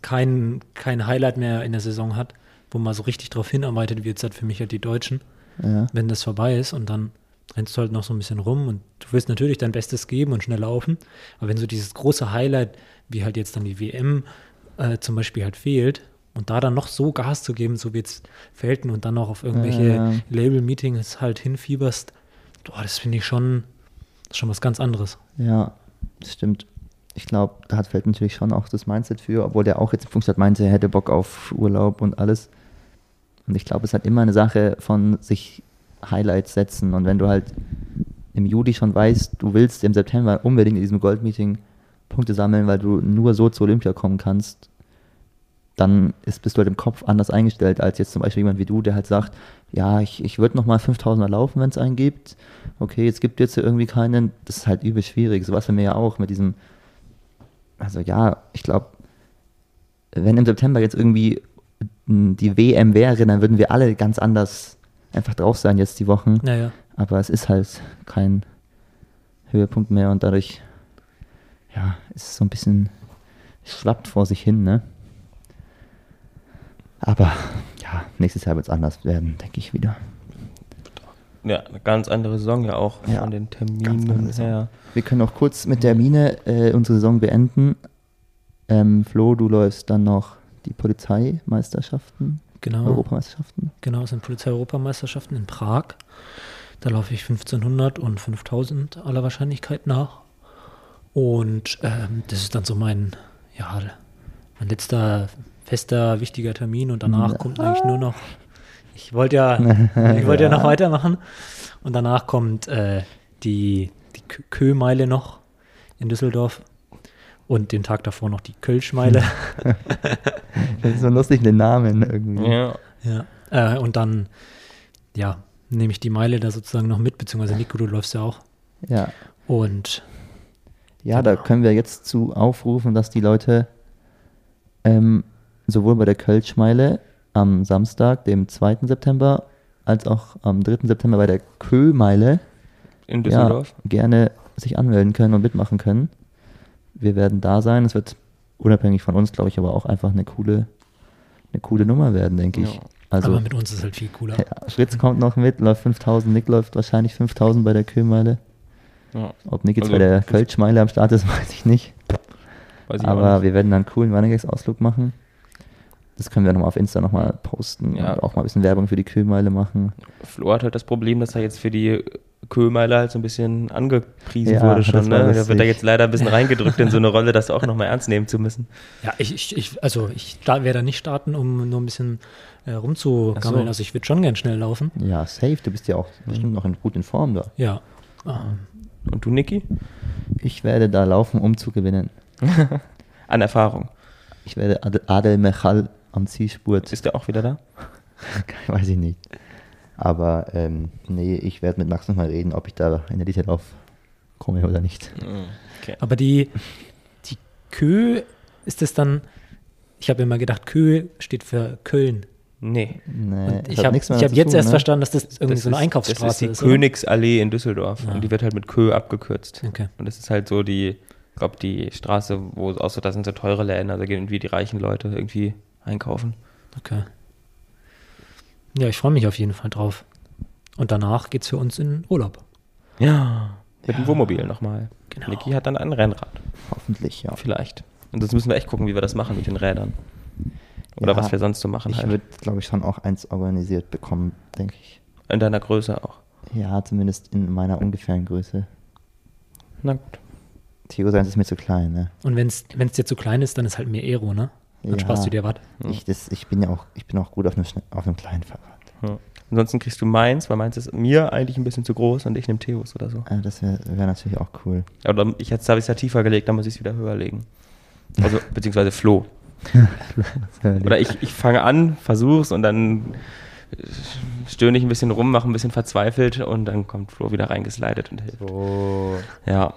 C: kein, kein Highlight mehr in der Saison hat, wo man so richtig drauf hinarbeitet, wie jetzt halt für mich halt die Deutschen,
A: Ja.
C: wenn das vorbei ist und dann rennst du halt noch so ein bisschen rum und du willst natürlich dein Bestes geben und schnell laufen, aber wenn so dieses große Highlight, wie halt jetzt dann die WM äh, zum Beispiel halt fehlt und da dann noch so Gas zu geben, so wie jetzt Felten und dann noch auf irgendwelche
A: Ja.
C: Label-Meetings halt hinfieberst, boah, das finde ich schon, das ist schon was ganz anderes.
A: Ja, das stimmt. Ich glaube, da hat Feld natürlich schon auch das Mindset für, obwohl der auch jetzt im Funkstadt meinte, er hätte Bock auf Urlaub und alles. Und ich glaube, es hat immer eine Sache von sich Highlights setzen. Und wenn du halt im Juli schon weißt, du willst im September unbedingt in diesem Goldmeeting Punkte sammeln, weil du nur so zu Olympia kommen kannst, dann ist, bist du halt im Kopf anders eingestellt als jetzt zum Beispiel jemand wie du, der halt sagt, ja, ich, ich würde nochmal 5000er laufen, wenn es einen gibt. Okay, jetzt gibt jetzt hier irgendwie keinen. Das ist halt übel schwierig. So war es bei mir ja auch mit diesem, also ja, ich glaube, wenn im September jetzt irgendwie m, die WM wäre, dann würden wir alle ganz anders einfach drauf sein jetzt die Wochen.
C: Naja,
A: Aber es ist halt kein Höhepunkt mehr und dadurch, ja, ist es so ein bisschen schwappt vor sich hin, ne? Aber ja, nächstes Jahr wird es anders werden, denke ich wieder.
B: Ja, eine ganz andere Saison ja auch
A: Ja,
B: von den
A: ganz andere
B: Terminen
A: Saison.
B: her.
A: Wir können auch kurz mit der Mine äh, unsere Saison beenden. Ähm, Flo, du läufst dann noch die Polizeimeisterschaften,
C: Genau.
A: Europameisterschaften.
C: Genau, es sind Polizei-Europameisterschaften in Prag. Da laufe ich 1500 und 5000 aller Wahrscheinlichkeit nach. Und ähm, das ist dann so mein, ja, mein letzter fester, wichtiger Termin. Und danach kommt eigentlich nur noch, ich wollte ja, ich wollte ja. noch weitermachen. Und danach kommt äh, die, die Kö- Köhmeile noch in Düsseldorf. Und den Tag davor noch die Kölschmeile.
A: Das ist so lustig, den Namen irgendwie.
B: Ja.
C: Ja, äh, und dann, ja, nehme ich die Meile da sozusagen noch mit, beziehungsweise Nico, du läufst ja auch.
A: Ja.
C: Und
A: Ja,
B: Genau.
A: da können wir jetzt zu aufrufen, dass die Leute ähm, sowohl bei der Kölschmeile am Samstag, dem 2. September, als auch am 3. September bei der Köhmeile
B: In
A: ja,
B: Düsseldorf.
A: gerne sich anmelden können und mitmachen können. Wir werden da sein. Es wird unabhängig von uns, glaube ich, aber auch einfach eine coole, eine coole Nummer werden, denke ich.
B: Ja.
A: Also
C: aber mit uns ist halt viel cooler.
A: ja, Fritz kommt noch mit, läuft 5000, Nick läuft wahrscheinlich 5000 bei der Köhmeile.
B: Ja.
A: Ob Nick jetzt
B: Also,
A: bei der
B: das-
A: Kölschmeile am Start ist, [laughs] weiß ich nicht.
B: Weiß ich auch
A: Aber
B: nicht.
A: wir werden dann einen coolen Runningags-Ausflug machen. Das können wir nochmal auf Insta nochmal posten
B: Ja.
A: und auch mal ein bisschen Werbung für die Kühlmeile machen.
B: Flo hat halt das Problem, dass er jetzt für die Köhmeile halt so ein bisschen angepriesen
A: Ja,
B: wurde
A: das
B: schon.
A: war
B: Ne? Da
A: lustig.
B: wird er jetzt leider ein bisschen reingedrückt in so eine Rolle, das auch nochmal ernst nehmen zu müssen.
C: Ja, ich, ich, ich also ich werde da nicht starten, um nur ein bisschen äh,
B: Ach
C: rumzugammeln.
B: so.
C: Also ich würde schon gern schnell laufen.
A: Ja, safe. Du bist ja auch bestimmt noch in, gut in Form da.
C: Ja. Ähm,
B: Und du, Niki?
A: Ich werde da laufen, um zu gewinnen.
B: An Erfahrung.
A: Ich werde Ad- Adel Mechal am Zielspurt.
B: Ist der auch wieder da?
A: [laughs] Weiß ich nicht. Aber ähm, nee, ich werde mit Max nochmal reden, ob ich da in der Detail aufkomme oder nicht.
B: Okay.
C: aber die, die Kö ist es dann, ich habe immer gedacht, Kö steht für Köln.
B: Nee.
A: Nee,
C: Und
A: das
C: ich
A: hat
C: habe
A: nichts mehr
C: ich hab
A: zu
C: jetzt
A: tun,
C: erst
A: ne?
C: verstanden, dass das irgendwie so eine Einkaufsstraße
B: Das ist die
C: ist. oder?
B: Königsallee in Düsseldorf
C: Ja.
B: und die wird halt mit Kö abgekürzt.
C: Okay.
B: Und das ist halt so die, ich glaube, die Straße, wo es auch so, da sind so teure Läden, also gehen irgendwie die reichen Leute irgendwie einkaufen.
C: Okay. Ja, ich freue mich auf jeden Fall drauf. Und danach geht's für uns in Urlaub.
B: Ja. Mit dem Wohnmobil nochmal.
C: Genau.
B: Niki hat dann ein Rennrad.
A: Hoffentlich, ja.
B: Vielleicht. Und sonst müssen wir echt gucken, wie wir das machen mit den Rädern. Oder
A: Ja,
B: was wir sonst so machen. halt.
A: Ich würde, glaube ich, schon auch eins organisiert bekommen, denke ich.
B: In deiner Größe auch.
A: Ja, zumindest in meiner ungefähren Größe.
B: Na gut.
A: Theo seins ist mir zu klein, ne?
C: Und wenn's wenn's dir zu klein ist, dann ist halt mehr Aero, ne? Dann
A: Ja.
C: sparst du dir was.
B: Hm.
A: Ich, das, ich bin ja auch, ich bin auch gut auf einem, schn- auf einem kleinen Fahrrad.
B: Ja. Ansonsten kriegst du meins, weil meins ist mir eigentlich ein bisschen zu groß und ich nehme Theos oder so.
A: Also das wäre wär natürlich auch cool.
B: Aber ich, jetzt habe ich es ja tiefer gelegt, dann muss ich es wieder höher legen. Also,
A: [laughs]
B: beziehungsweise Flo. Oder ich, ich fange an, versuch's und dann stöhne ich ein bisschen rum, mache ein bisschen verzweifelt und dann kommt Flo wieder reingeslidet und hilft. Ja.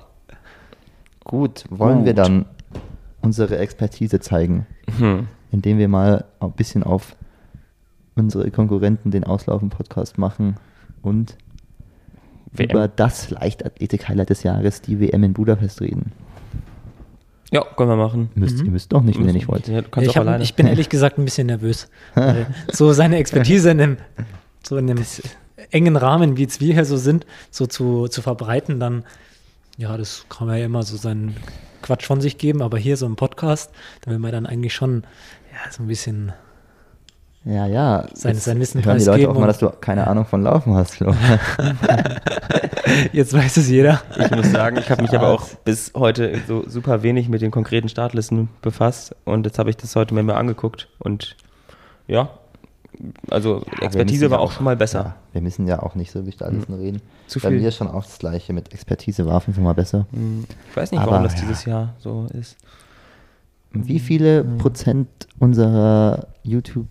A: Gut, wollen wir
B: Gut.
A: dann unsere Expertise zeigen,
B: Hm.
A: indem wir mal ein bisschen auf unsere Konkurrenten den Auslaufen-Podcast machen und
B: WM.
A: über das Leichtathletik-Highlight des Jahres, die WM in Budapest reden.
B: Ja, können wir machen.
A: Müsst, Ihr müsst doch nicht, wenn ihr nicht wollt.
B: Ja, du kannst
C: ich,
B: auch
C: hab-
B: alleine.
C: ich bin ehrlich gesagt ein bisschen nervös. weil
B: [laughs]
C: so seine Expertise in dem, so in dem engen Rahmen, wie es wir hier so sind, so zu, zu verbreiten, dann, ja, das kann man ja immer so seinen Quatsch von sich geben, aber hier so im Podcast, da will man dann eigentlich schon, ja, so ein bisschen,
A: Ja, ja.
C: Sein-
A: Jetzt
C: sein Wissen
A: hören die Leute
C: preisgeben
A: auch mal,
C: und-
A: dass du keine Ahnung von Laufen hast, Flo.
C: jetzt weiß es jeder.
B: Ich muss sagen, ich habe mich aber auch bis heute so super wenig mit den konkreten Startlisten befasst und jetzt habe ich das heute mir mal angeguckt und ja, also
A: Ja, wir
B: Expertise
A: müssen
B: war
A: ja
B: auch schon mal besser.
A: Ja, wir müssen ja auch nicht so über
C: Hm.
A: Stahlisten reden.
B: Zu
A: Bei
B: viel.
A: mir schon auch das Gleiche. Mit Expertise war auf jeden Fall mal besser.
B: Ich weiß nicht,
A: Aber
B: warum das
A: ja.
B: dieses Jahr so ist.
C: Hm.
A: Wie viele Prozent unserer YouTube,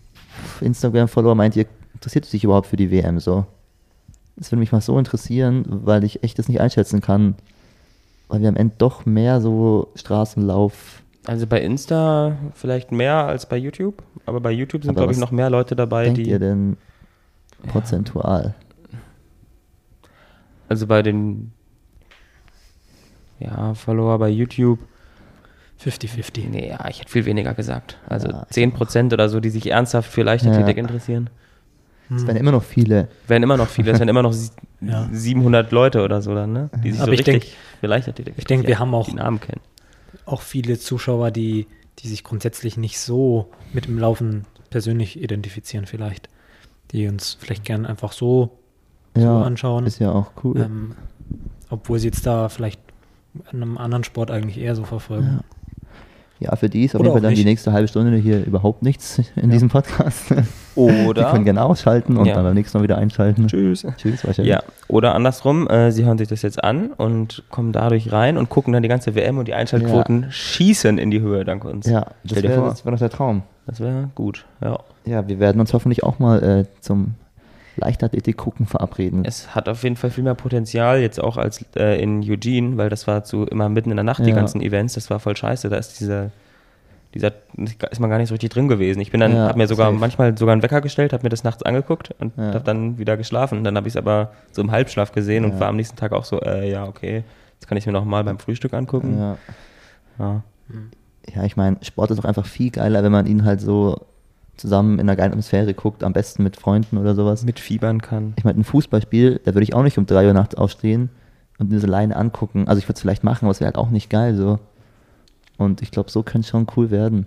A: Instagram-Follower meint ihr, interessiert sich überhaupt für die WM so? Das würde mich mal so interessieren, weil ich echt das nicht einschätzen kann. Weil wir am Ende doch mehr so Straßenlauf.
B: Also bei Insta vielleicht mehr als bei YouTube, aber bei YouTube sind,
A: Aber
B: glaube ich,
A: was
B: noch mehr Leute dabei,
A: Denkt ihr
B: die.
A: denn prozentual?
B: Also bei den ja, Follower bei YouTube.
C: 50-50.
B: Nee, ja, ich hätte viel weniger gesagt. Also
A: Ja, ich
B: 10% oder so, die sich ernsthaft für Leichtathletik
A: Ja.
B: interessieren.
C: Hm.
A: Es werden immer noch viele.
B: Wären immer noch viele, es wären immer noch sie-
C: [laughs] Ja.
B: 700 Leute oder so dann, ne? Die sich
C: Aber
B: so
C: ich
B: richtig für Leichtathletik
C: ich denk, wir
B: interessieren,
C: haben auch-
B: die Namen kennen.
C: Auch viele Zuschauer, die die sich grundsätzlich nicht so mit dem Laufen persönlich identifizieren vielleicht, die uns vielleicht gern einfach so, so
A: ja,
C: anschauen,
A: ist ja auch cool.
C: ähm, obwohl sie jetzt da vielleicht in einem anderen Sport eigentlich eher so verfolgen.
A: ja, für die ist auf
C: oder
A: jeden Fall
C: auch
A: dann die
C: nicht.
A: nächste halbe Stunde hier überhaupt nichts in diesem Podcast. Die
B: Oder.
A: können gerne ausschalten und
B: Ja.
A: dann beim nächsten Mal wieder einschalten.
B: Tschüss.
A: Tschüss, wahrscheinlich.
B: Ja, oder andersrum, äh, sie hören sich das jetzt an und kommen dadurch rein und gucken dann die ganze WM und die Einschaltquoten schießen in die Höhe dank uns.
A: Ja, das
B: Stell dir
A: wäre
B: vor.
A: das wär doch der Traum.
B: Das wäre gut. Ja.
A: Ja, wir werden uns hoffentlich auch mal äh, zum Leichtathletik gucken verabreden.
B: Es hat auf jeden Fall viel mehr Potenzial jetzt auch als äh, in Eugene, weil das war zu immer mitten in der Nacht die
A: Ja.
B: ganzen Events, das war voll scheiße. Da ist dieser dieser ist man gar nicht so richtig drin gewesen. Ich bin dann
A: Ja,
B: habe mir sogar
A: safe.
B: manchmal sogar einen Wecker gestellt, habe mir das nachts angeguckt und
A: Ja.
B: habe dann wieder geschlafen. Dann habe ich es aber so im Halbschlaf gesehen und
A: Ja.
B: war am nächsten Tag auch so äh, ja, okay, jetzt kann ich mir noch mal beim Frühstück angucken.
A: Ja.
B: Ja.
A: ja, ich meine, Sport ist doch einfach viel geiler, wenn man ihn halt so zusammen in einer geilen Atmosphäre guckt, am besten mit Freunden oder sowas.
B: mit fiebern kann.
A: Ich meine, ein Fußballspiel, da würde ich auch nicht um 3 Uhr nachts aufstehen und mir das alleine angucken. Also ich würde es vielleicht machen, aber es wäre halt auch nicht geil so. Und ich glaube, so könnte es schon cool werden.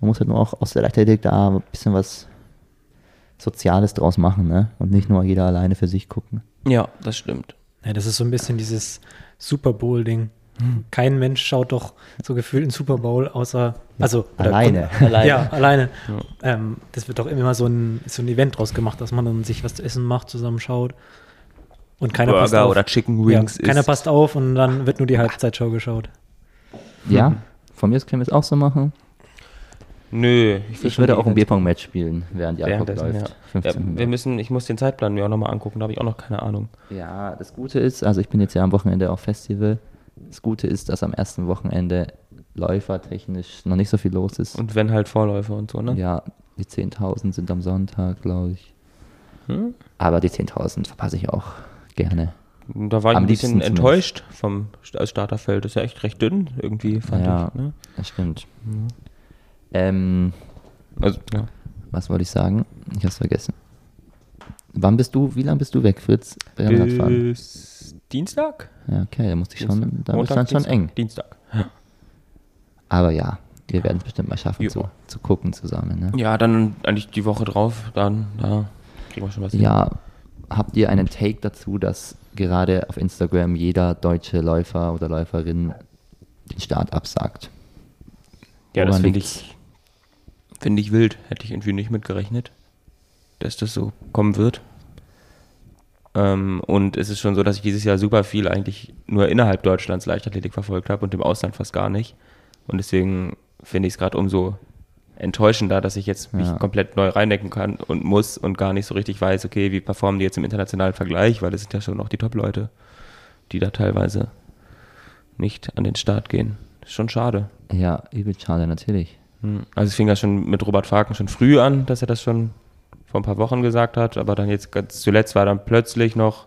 A: Man muss halt nur auch aus der Leichtathletik da ein bisschen was Soziales draus machen, ne? Und nicht nur jeder alleine für sich gucken.
B: Ja, das stimmt.
C: Ja, das ist so ein bisschen dieses Super Bowl-Ding.
A: Hm.
C: Kein Mensch schaut doch so gefühlt in Super Bowl, außer also oder-
A: Alleine.
B: Alleine.
C: [laughs] Ja,
B: [laughs]
C: alleine. Ähm, das wird doch immer so ein, so ein Event draus gemacht, dass man dann sich was zu essen macht, zusammenschaut. Und keiner passt
B: Burger
C: auf.
B: oder Chicken Wings
C: ja, keiner
B: isst.
C: passt auf und dann wird nur die Halbzeitshow geschaut.
A: Ja, von mir aus können wir es auch so machen.
B: Nö, will
A: Ich
B: schon
A: würde
B: die
A: auch ein
B: Events-
A: Bierpong-Match spielen, während Jakob
B: Währenddessen,
A: läuft.
B: ja.
A: 15
B: Ja, wir müssen, ich muss den Zeitplan mir auch nochmal angucken, da habe ich auch noch keine Ahnung.
A: Ja, das Gute ist, also ich bin jetzt ja am Wochenende auf Festival. Das Gute ist, dass am ersten Wochenende läufertechnisch noch nicht so viel los ist.
B: Und wenn halt Vorläufe und so, ne?
A: ja, die 10.000 sind am Sonntag, glaube ich.
B: Hm?
A: Aber die 10.000 verpasse ich auch gerne.
B: Und Da war ich
A: Am
B: ein bisschen
A: liebsten zumindest.
B: enttäuscht vom St- als Starterfeld. Das ist ja echt recht dünn, irgendwie, fand
A: ja,
B: ich. Ne?
A: das stimmt. Ähm,
B: Also, ja.
A: was wollte ich sagen? Ich habe es vergessen. Wann bist du, wie lange bist du weg, Fritz? Beim
B: Äh,
A: Radfahren?
B: Bis Dienstag?
A: Ja, okay, da musste ich schon,
B: Dienstag.
A: da ist dann schon
B: Dienstag.
A: eng.
B: Dienstag. Ja.
A: Aber ja, wir werden es bestimmt mal schaffen,
B: Jo.
A: zu, zu gucken zusammen. Ne?
B: ja, dann eigentlich die Woche drauf, dann, da kriegen wir schon was hin.
A: Ja, habt ihr einen Take dazu, dass gerade auf Instagram jeder deutsche Läufer oder Läuferin den Start absagt?
B: Ja, das
A: Woran
B: finde
A: liegt's?
B: ich, finde ich wild. Hätte ich irgendwie nicht mitgerechnet, dass das so kommen wird. Ähm, und es ist schon so, dass ich dieses Jahr super viel eigentlich nur innerhalb Deutschlands Leichtathletik verfolgt habe und im Ausland fast gar nicht. Und deswegen finde ich es gerade umso enttäuschender, dass ich jetzt mich
A: Ja.
B: komplett neu reindecken kann und muss und gar nicht so richtig weiß, okay, wie performen die jetzt im internationalen Vergleich, weil es sind ja schon noch die Top-Leute, die da teilweise nicht an den Start gehen. Ist schon schade.
A: Ja, übel schade, natürlich.
B: Hm. Also es fing ja schon mit Robert Faken schon früh an, dass er das schon vor ein paar Wochen gesagt hat, aber dann jetzt ganz zuletzt war dann plötzlich noch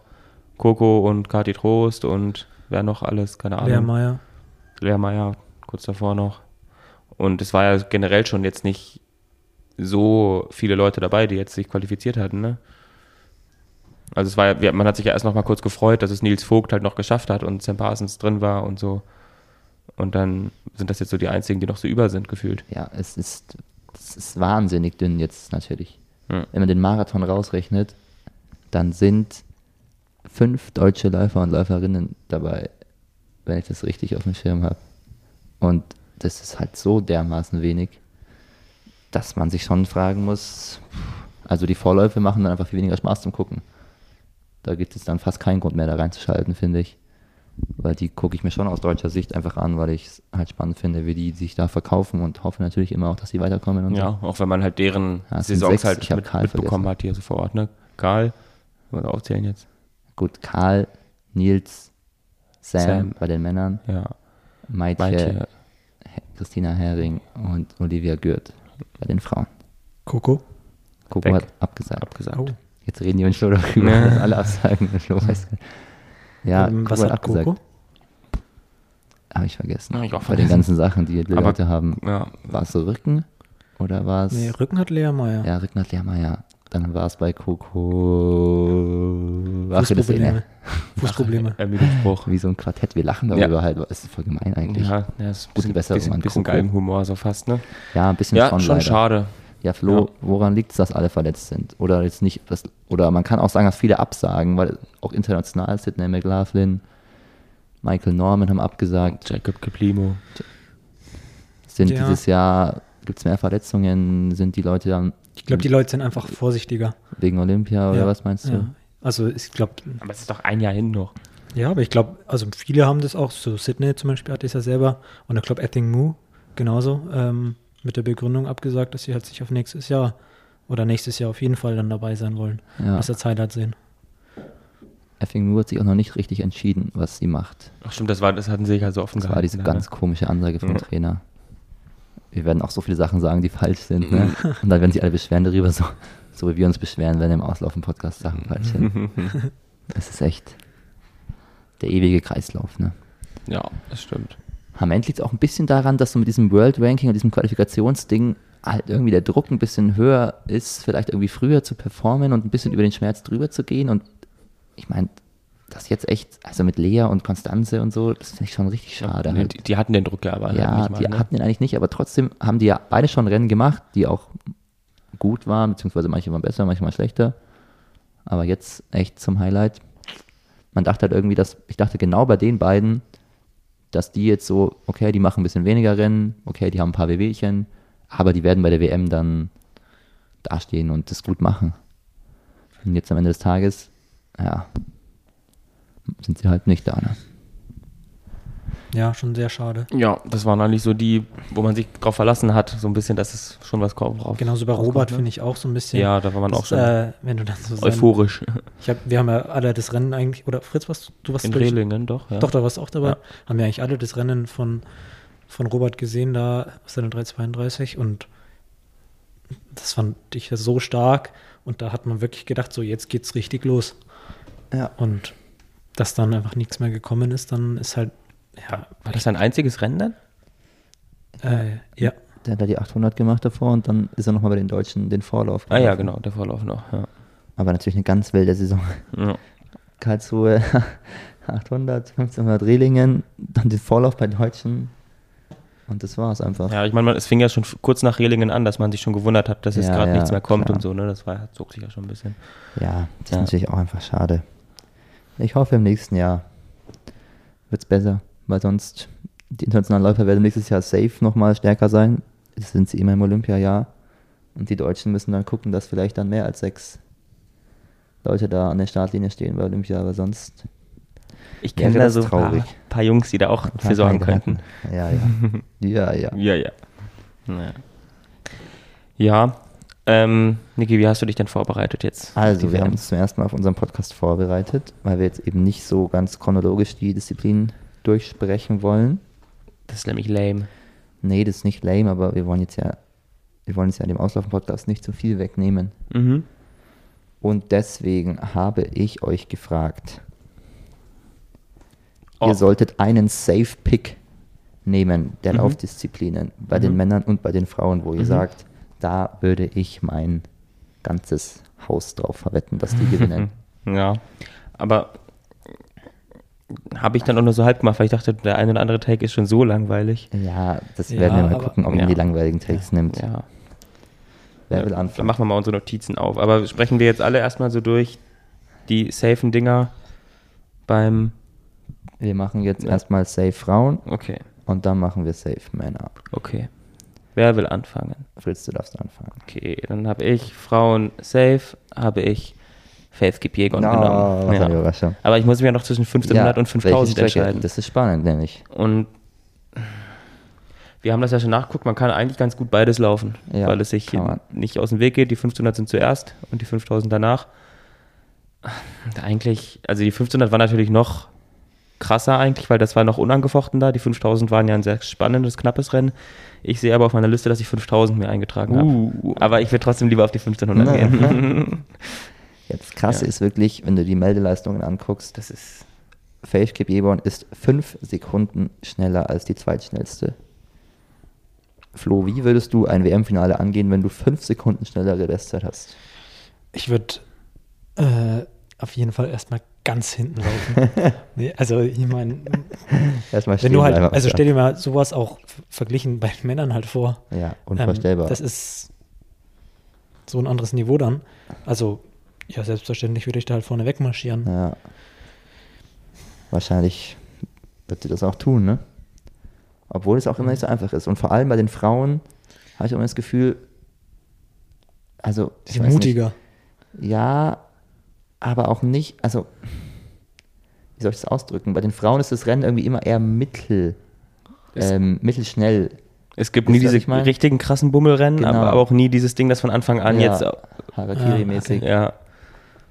B: Coco und Kati Trost und wer noch alles, keine Ahnung.
C: Lehrmeier.
B: Lehrmeier, kurz davor noch. Und es war ja generell schon jetzt nicht so viele Leute dabei, die jetzt sich qualifiziert hatten, ne? Also es war ja, wir- man hat sich ja erst noch mal kurz gefreut, dass es Nils Vogt halt noch geschafft hat und Sam Parsons drin war und so. Und dann sind das jetzt so die einzigen, die noch so über sind, gefühlt.
A: Ja, es ist, es ist wahnsinnig dünn jetzt natürlich.
B: Ja.
A: Wenn man den Marathon rausrechnet, dann sind fünf deutsche Läufer und Läuferinnen dabei, wenn ich das richtig auf dem Schirm habe. Und das ist halt so dermaßen wenig, dass man sich schon fragen muss, also die Vorläufe machen dann einfach viel weniger Spaß zum Gucken. Da gibt es dann fast keinen Grund mehr, da reinzuschalten, finde ich. Weil die gucke ich mir schon aus deutscher Sicht einfach an, weil ich es halt spannend finde, wie die sich da verkaufen und hoffe natürlich immer auch, dass sie weiterkommen. Und
B: Ja, auch wenn man halt deren
A: Ja, es sind
B: Saisons
A: sechs.
B: halt
A: Ich hab
B: mit,
A: Karl
B: mitbekommen
A: vergessen.
B: hat hier so vor Ort, ne? Karl, wollen wir aufzählen jetzt?
A: So. Gut, Karl, Nils, Sam,
B: Sam.
A: bei den Männern,
B: Ja.
A: Maite,
B: Maite,
A: He- Christina Hering und Olivia Gürt bei den Frauen.
C: Coco.
A: Coco
B: Weg.
A: hat abgesagt.
B: abgesagt.
C: Oh.
A: Jetzt reden die uns
B: [laughs]
A: schon darüber, dass alle absagen. Der Flo weiß gar nicht. Ja,
C: ähm,
A: Coco
C: was hat
A: abgesagt.
C: Coco?
A: Habe ich vergessen.
B: Hab ich auch
A: Bei den
B: vergessen.
A: ganzen Sachen, die die
B: Aber-
A: Leute haben.
B: Ja,
A: War es so Rücken oder war es...
C: Nee, Rücken hat Lehrmeier.
A: Ja, Rücken hat Lehrmeier. Dann war es bei Coco Achillessehne.
C: Fußprobleme. Fußprobleme.
B: Ermüdungsbruch.
A: Wie so ein Quartett. Wir lachen darüber halt. Es ist voll gemein eigentlich.
B: Ja,
A: Ja,
B: ja, ist ein
A: Gute
B: bisschen,
A: Besserung
B: bisschen,
A: an
B: bisschen
A: Coco.
B: geilen Humor, so fast, ne?
A: ein bisschen
B: Ja,
A: schon
B: schon
A: leider.
B: schade.
A: Ja, Flo,
B: Ja.
A: woran liegt es, dass alle verletzt sind? Oder jetzt nicht, dass, oder man kann auch sagen, dass viele absagen, weil auch international Sidney McLaughlin, Michael Norman haben abgesagt.
B: Jacob Kiplimo.
A: Sind
C: Ja.
A: dieses Jahr, gibt es mehr Verletzungen? Sind die Leute dann
C: Ich glaube, die Leute sind einfach vorsichtiger.
A: wegen Olympia oder
C: Ja,
A: was meinst du?
C: Ja. Also ich glaube,
B: Aber es ist doch ein Jahr hin noch.
C: ja, aber ich glaube, also viele haben das auch, so Sydney zum Beispiel hatte es ja selber und ich glaube Etting Mu genauso ähm, mit der Begründung abgesagt, dass sie halt sich auf nächstes Jahr oder nächstes Jahr auf jeden Fall dann dabei sein wollen,
A: Ja.
C: was der Zeit hat sehen.
A: Effing Moore hat sich auch noch nicht richtig entschieden, was sie macht.
B: Ach stimmt, das, war, das hatten sie ja so offen
A: Das war diese
B: gehalten,
A: ganz
B: ne?
A: komische Ansage vom
B: Ja.
A: Trainer. Wir werden auch so viele Sachen sagen, die falsch sind. Ne? Und dann werden sich alle beschweren darüber, so, so wie wir uns beschweren, wenn im Auslaufen-Podcast Sachen falsch sind. Das ist echt der ewige Kreislauf. Ne?
B: [laughs] Ja, das stimmt.
A: Am Ende liegt es auch ein bisschen daran, dass so mit diesem World Ranking und diesem Qualifikationsding halt irgendwie der Druck ein bisschen höher ist, vielleicht irgendwie früher zu performen und ein bisschen über den Schmerz drüber zu gehen. Und ich meine, das jetzt echt, also mit Lea und Konstanze und so, das finde ich schon richtig schade.
B: Nee,
A: halt.
B: die, die hatten den Druck ja aber.
A: Ja,
B: nicht mal,
A: die
B: ne?
A: hatten ihn eigentlich nicht, aber trotzdem haben die ja beide schon Rennen gemacht, die auch gut waren, beziehungsweise manche waren besser, manche waren schlechter. Aber jetzt echt zum Highlight. Man dachte halt irgendwie, dass, ich dachte genau bei den beiden, dass die jetzt so, okay, die machen ein bisschen weniger Rennen, okay, die haben ein paar WWchen, aber die werden bei der WM dann dastehen und das gut machen. Und jetzt am Ende des Tages, ja, sind sie halt nicht da, ne?
C: Ja, schon sehr schade.
B: Ja, das waren eigentlich so die, wo man sich drauf verlassen hat, so ein bisschen, dass es schon was kommt. Drauf.
C: Genauso bei
B: ne?
C: Robert finde ich auch so ein bisschen.
B: Ja, da war man
C: das,
B: auch schon
C: Äh, wenn du dann so sein-
B: euphorisch.
C: Ich hab, wir haben ja alle das Rennen eigentlich, oder Fritz, was, du warst
B: In
C: glaube ich,
B: Rehlingen, doch. Ja.
C: Doch, da warst du auch dabei.
B: Ja.
C: Haben wir eigentlich alle das Rennen von, von Robert gesehen, da aus der 332 und das fand ich ja so stark und da hat man wirklich gedacht, so jetzt geht's richtig los.
A: Ja.
C: Und dass dann einfach nichts mehr gekommen ist, dann ist halt, ja,
B: War das ein einziges Rennen dann?
C: äh, ja.
A: Der hat da die 800 gemacht davor und dann ist er nochmal bei den Deutschen den Vorlauf.
B: Ah ja,
A: gelaufen.
B: genau, der Vorlauf noch. Ja.
A: Aber natürlich eine ganz wilde Saison. [laughs]
B: Ja.
A: Karlsruhe [laughs] 800, 1500 Rehlingen, dann den Vorlauf bei Deutschen und das war's einfach.
B: Ja, ich meine, man- es fing ja schon f- kurz nach Rehlingen an, dass man sich schon gewundert hat, dass jetzt
A: Ja,
B: gerade
A: ja,
B: nichts mehr kommt
A: klar.
B: und so, ne? Das war, zog sich ja schon ein bisschen.
A: Ja, das ist
B: Ja.
A: natürlich auch einfach schade. Ich hoffe, im nächsten Jahr wird's besser, weil sonst die internationalen Läufer werden nächstes Jahr safe nochmal stärker sein. Jetzt sind sie immer im Olympiajahr und die Deutschen müssen dann gucken, dass vielleicht dann mehr als sechs Leute da an der Startlinie stehen bei Olympia, aber sonst
B: Ich
A: Ja,
B: kenne
A: das
B: da so
A: ist
B: ein paar,
A: traurig.
B: paar Jungs, die da auch für sorgen könnten.
A: Ja, ja. [laughs] ja, ja.
B: Ja, ja. Naja. Ja. Ähm, Niki, wie hast du dich denn vorbereitet jetzt?
A: Also,
B: Die
A: wir haben
B: WM?
A: uns zum ersten Mal auf unseren Podcast vorbereitet, weil wir jetzt eben nicht so ganz chronologisch die Disziplinen durchsprechen wollen.
B: Das ist nämlich lame.
A: Nee, das ist nicht lame, aber wir wollen jetzt ja, wir wollen jetzt ja dem Auslaufen-Podcast nicht zu viel wegnehmen.
B: Mhm.
A: Und deswegen habe ich euch gefragt,
B: Oh.
A: ihr solltet einen Safe Pick nehmen der
B: Mhm.
A: Laufdisziplinen bei den Männern und bei den Frauen, wo ihr sagt, da würde ich mein ganzes Haus drauf verwetten, dass
B: [laughs]
A: die gewinnen.
B: Ja. Aber habe ich dann auch nur so halb gemacht, weil ich dachte, der ein oder andere Take ist schon so langweilig.
A: Ja, das
C: Ja,
A: werden wir mal
C: aber-
A: gucken, ob man
B: Ja.
A: die langweiligen Takes nimmt.
B: Ja.
A: Wer will
B: Dann
A: anfangen?
B: machen wir mal unsere Notizen auf. Aber sprechen wir jetzt alle erstmal so durch die safen Dinger beim.
A: Wir machen jetzt
B: Ja.
A: erstmal Safe Frauen
B: Okay,
A: und dann machen wir Safe Männer.
B: okay. Wer will anfangen?
A: Fritz, du darfst anfangen.
B: Okay, dann habe ich Frauen safe, habe ich Faith Kipiegon
A: Na, was eine
B: genommen. Ja.
A: Überraschung.
B: Aber ich muss mich ja noch zwischen 1500 und
A: welche
B: 5000
A: Strecke?
B: um entscheiden.
A: Das ist spannend, nämlich.
B: Und wir haben das ja schon nachgeguckt, man kann eigentlich ganz gut beides laufen,
A: Ja,
B: weil es sich
A: kann man.
B: nicht aus dem Weg geht. Die 1500 sind zuerst und die 5000 danach. Und eigentlich, also die 1500 war natürlich noch krasser eigentlich, weil das war noch unangefochten da. Die 5000 waren ja ein sehr spannendes, knappes Rennen. Ich sehe aber auf meiner Liste, dass ich 5000 mir eingetragen
A: Uh.
B: habe. Aber ich will trotzdem lieber auf die 1500
A: [laughs]
B: gehen.
A: Jetzt krass
B: Ja.
A: ist wirklich, wenn du die Meldeleistungen anguckst,
B: das ist
A: Faith Kipjeborn ist fünf Sekunden schneller als die zweitschnellste. Flo, wie würdest du ein WM-Finale angehen, wenn du fünf Sekunden schnellere Bestzeit hast? [laughs]
C: Ich würde äh, auf jeden Fall erstmal ganz hinten [laughs] laufen. nee, also ich meine,
A: Erstmal
C: wenn du halt,
A: bleiben.
C: also stell dir mal sowas auch v- verglichen bei Männern halt vor.
A: Ja,
C: Ähm,
A: unvorstellbar.
C: das ist so ein anderes Niveau dann. Also, ja, selbstverständlich würde ich da halt vorne wegmarschieren.
A: ja. Wahrscheinlich wird sie das auch tun, ne? Obwohl es auch immer nicht so einfach ist. Und vor allem bei den Frauen habe ich immer das Gefühl, also.
C: Die
A: ich
C: sind
A: weiß nicht.
C: mutiger.
A: Ja, aber auch nicht, also, wie soll ich das ausdrücken? Bei den Frauen ist das Rennen irgendwie immer eher mittel,
B: Ist-
A: ähm, mittelschnell.
B: Es gibt
A: Wisst
B: nie
A: ihr, was
B: diese
A: ich meine?
B: richtigen krassen Bummelrennen,
A: Genau.
B: aber auch nie dieses Ding, das von Anfang an
A: Ja,
B: jetzt.
A: Harakiri-mäßig.
B: Ja,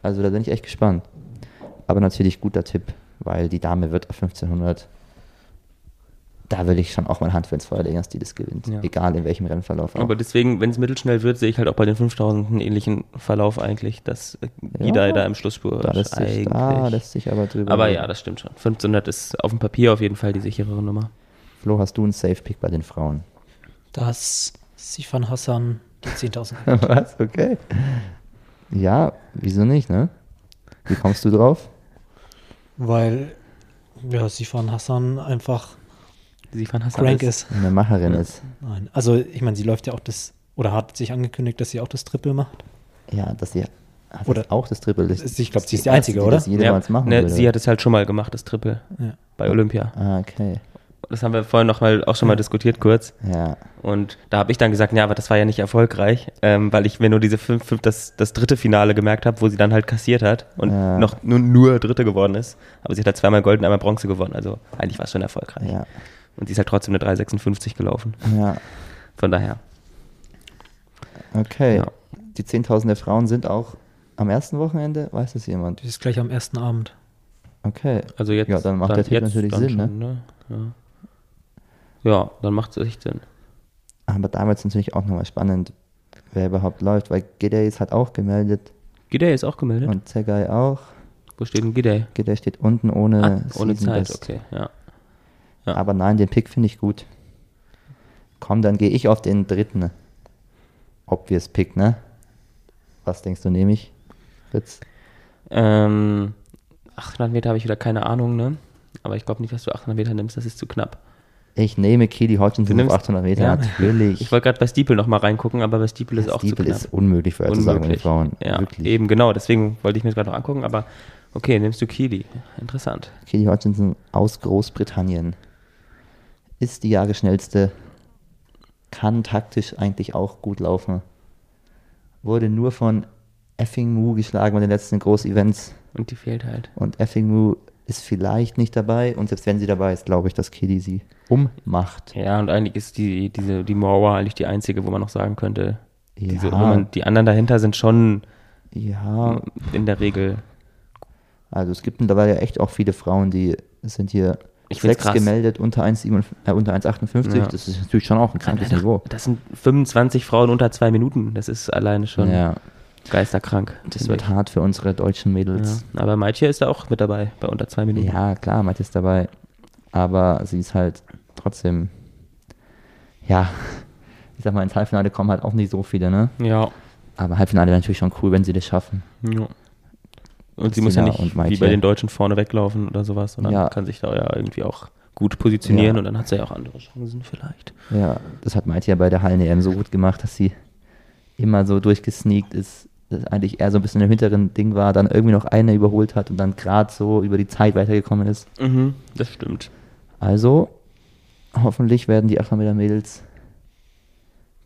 A: Also da bin ich echt gespannt. Aber natürlich guter Tipp, weil die Dame wird auf 1500. Da würde ich schon auch meine Hand für ins Feuer legen, dass die das gewinnt.
B: Ja.
A: Egal in welchem Rennverlauf. Auch.
B: aber deswegen, wenn es mittelschnell wird, sehe ich halt auch bei den 5000 einen ähnlichen Verlauf eigentlich, dass äh, Gidai
A: Ja.
B: da im Schlussspurt
A: da lässt sich, da lässt sich aber drüber.
B: aber
A: reden.
B: ja, das stimmt schon. 1500 ist auf dem Papier auf jeden Fall die sicherere Nummer.
A: Flo, hast du einen Safe-Pick bei den Frauen? [laughs]
C: Das Sifan Hassan, die 10.000.
A: Was? Okay. Ja, wieso nicht, ne? Wie kommst du drauf?
C: Weil, ja, Sifan Hassan einfach
B: Sie fand Hassan
C: crank
B: als-
C: ist.
A: Eine Macherin ist.
C: Nein. Also, ich meine, sie läuft ja auch das, oder hat sich angekündigt, dass sie auch das Triple macht.
A: Ja, dass sie hat das
C: Oder-
A: auch das Triple. Das
C: Ich glaube,
A: ist
C: sie ist die
A: erste,
C: Einzige,
A: die
C: oder?
A: Das jedermanns machen
B: ne,
A: würde.
B: sie hat es halt schon mal gemacht, das Triple
C: Ja.
B: bei Olympia.
A: ah, okay.
B: Das haben wir vorhin noch mal, auch schon mal diskutiert kurz.
A: Ja.
B: Und da habe ich dann gesagt, ja, aber das war ja nicht erfolgreich, ähm, weil ich mir nur diese fünf, fünf, das, das dritte Finale gemerkt habe, wo sie dann halt kassiert hat und
A: Ja.
B: noch nur, nur Dritte geworden ist. Aber sie hat halt zweimal Gold und einmal Bronze gewonnen. Also eigentlich war es schon erfolgreich.
A: Ja.
B: Und sie ist halt trotzdem eine 356 gelaufen.
A: Ja.
B: Von daher.
A: Okay.
B: Ja.
A: Die 10.000 der Frauen sind auch am ersten Wochenende? Weiß das jemand?
C: Die ist gleich am ersten Abend.
A: Okay.
B: Also jetzt,
A: Ja, dann macht der Tipp
B: jetzt
A: natürlich
B: dann
A: Sinn,
B: schon, ne? Ja. ja, dann macht es echt Sinn.
A: Aber damals natürlich auch nochmal spannend, wer überhaupt läuft, weil Gidey ist halt auch gemeldet
B: Gidey ist auch gemeldet.
A: und Zegai auch.
B: Wo steht denn Gidey?
A: Gidey steht unten ohne,
B: Ah, ohne
A: Season
B: Zeit,
A: Best.
B: okay, ja. ja.
A: Aber nein, den Pick finde ich gut. Komm, dann gehe ich auf den dritten. Obvious Pick, ne? Was denkst du, nehme ich? Fritz?
B: Ähm, 800 Meter habe ich wieder keine Ahnung, ne? Aber ich glaube nicht, dass du 800 Meter nimmst, das ist zu knapp.
A: Ich nehme Kelly Hodgson
B: Du
A: auf
B: nimmst-
A: 800 Meter,
B: Ja.
A: natürlich.
B: Ich wollte gerade bei Stiepel nochmal reingucken, aber bei Stiepel ist auch
A: Stiepel
B: zu knapp.
A: ist unmöglich für zu sagen,
B: Unmöglich.
A: Frauen.
B: Ja,
A: Wirklich.
B: eben genau, deswegen wollte ich mir das gerade noch angucken, aber okay, nimmst du Kili. Interessant.
A: Katie Hutchinson aus Großbritannien ist die jahreschnellste, kann taktisch eigentlich auch gut laufen. Wurde nur von Effingham geschlagen bei den letzten Groß-Events
B: Und die fehlt halt.
A: und Effingham ist vielleicht nicht dabei und selbst wenn sie dabei ist, glaube ich, dass Katie sie ummacht.
B: Ja, und eigentlich ist die, diese, die Mauer eigentlich die einzige, wo man noch sagen könnte, diese,
A: Ja.
B: wo man, die anderen dahinter sind schon
A: Ja,
B: in der Regel.
A: also es gibt mittlerweile echt auch viele Frauen, die sind hier
B: Ich find's
A: sechs
B: krass.
A: gemeldet unter 1,57, äh, unter 1,58.
B: Ja.
A: Das ist natürlich schon auch ein krankes Niveau.
B: Das sind 25 Frauen unter zwei Minuten. Das ist alleine schon
A: Ja,
B: geisterkrank.
A: das wird hart für unsere deutschen Mädels.
B: Ja, aber Maitje ist da auch mit dabei, bei unter zwei Minuten.
A: Ja, klar, Matt ist dabei. Aber sie ist halt trotzdem, ja, ich sag mal, ins Halbfinale kommen halt auch nicht so viele, ne?
B: Ja.
A: Aber Halbfinale wäre natürlich schon cool, wenn sie das schaffen.
B: ja. Und sie muss ja
A: Christina und
B: nicht wie
A: Maitje.
B: bei den Deutschen vorne weglaufen oder sowas, sondern
A: Ja.
B: kann sich da ja irgendwie auch gut positionieren
A: Ja.
B: und dann hat sie ja auch andere Chancen vielleicht.
A: Ja, das hat Maite ja bei der Hallen-EM so gut gemacht, dass sie immer so durchgesneakt ist, dass eigentlich eher so ein bisschen im hinteren Ding war, dann irgendwie noch eine überholt hat und dann gerade so über die Zeit weitergekommen ist.
B: Mhm, das stimmt.
A: Also, hoffentlich werden die 800 Meter Mädels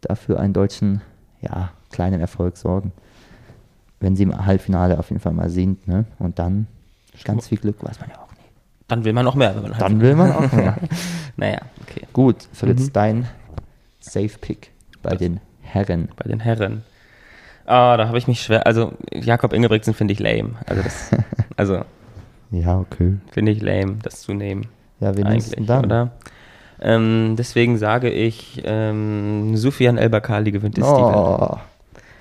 A: dafür einen deutschen, ja, kleinen Erfolg sorgen. Wenn sie im Halbfinale auf jeden Fall mal sind, ne? Und dann ganz viel Glück, weiß man ja auch nicht.
B: Dann will man noch mehr, wenn man halt
A: Dann will man
B: [laughs]
A: auch mehr.
B: Naja, okay.
A: Gut, Fritz,
B: Mhm.
A: dein Safe Pick bei den Herren.
B: Bei den Herren. Ah, da habe ich mich schwer. Also, Jakob Ingebrigtsen finde ich lame.
A: [laughs]
B: Also, das, also
A: Ja, okay.
B: finde ich lame, das zu nehmen.
A: Ja, wen nimmst du denn
B: eigentlich,
A: dann?
B: oder? Ähm, deswegen sage ich, ähm, Sufian Elbakali gewinnt das Steeple,
A: Oh,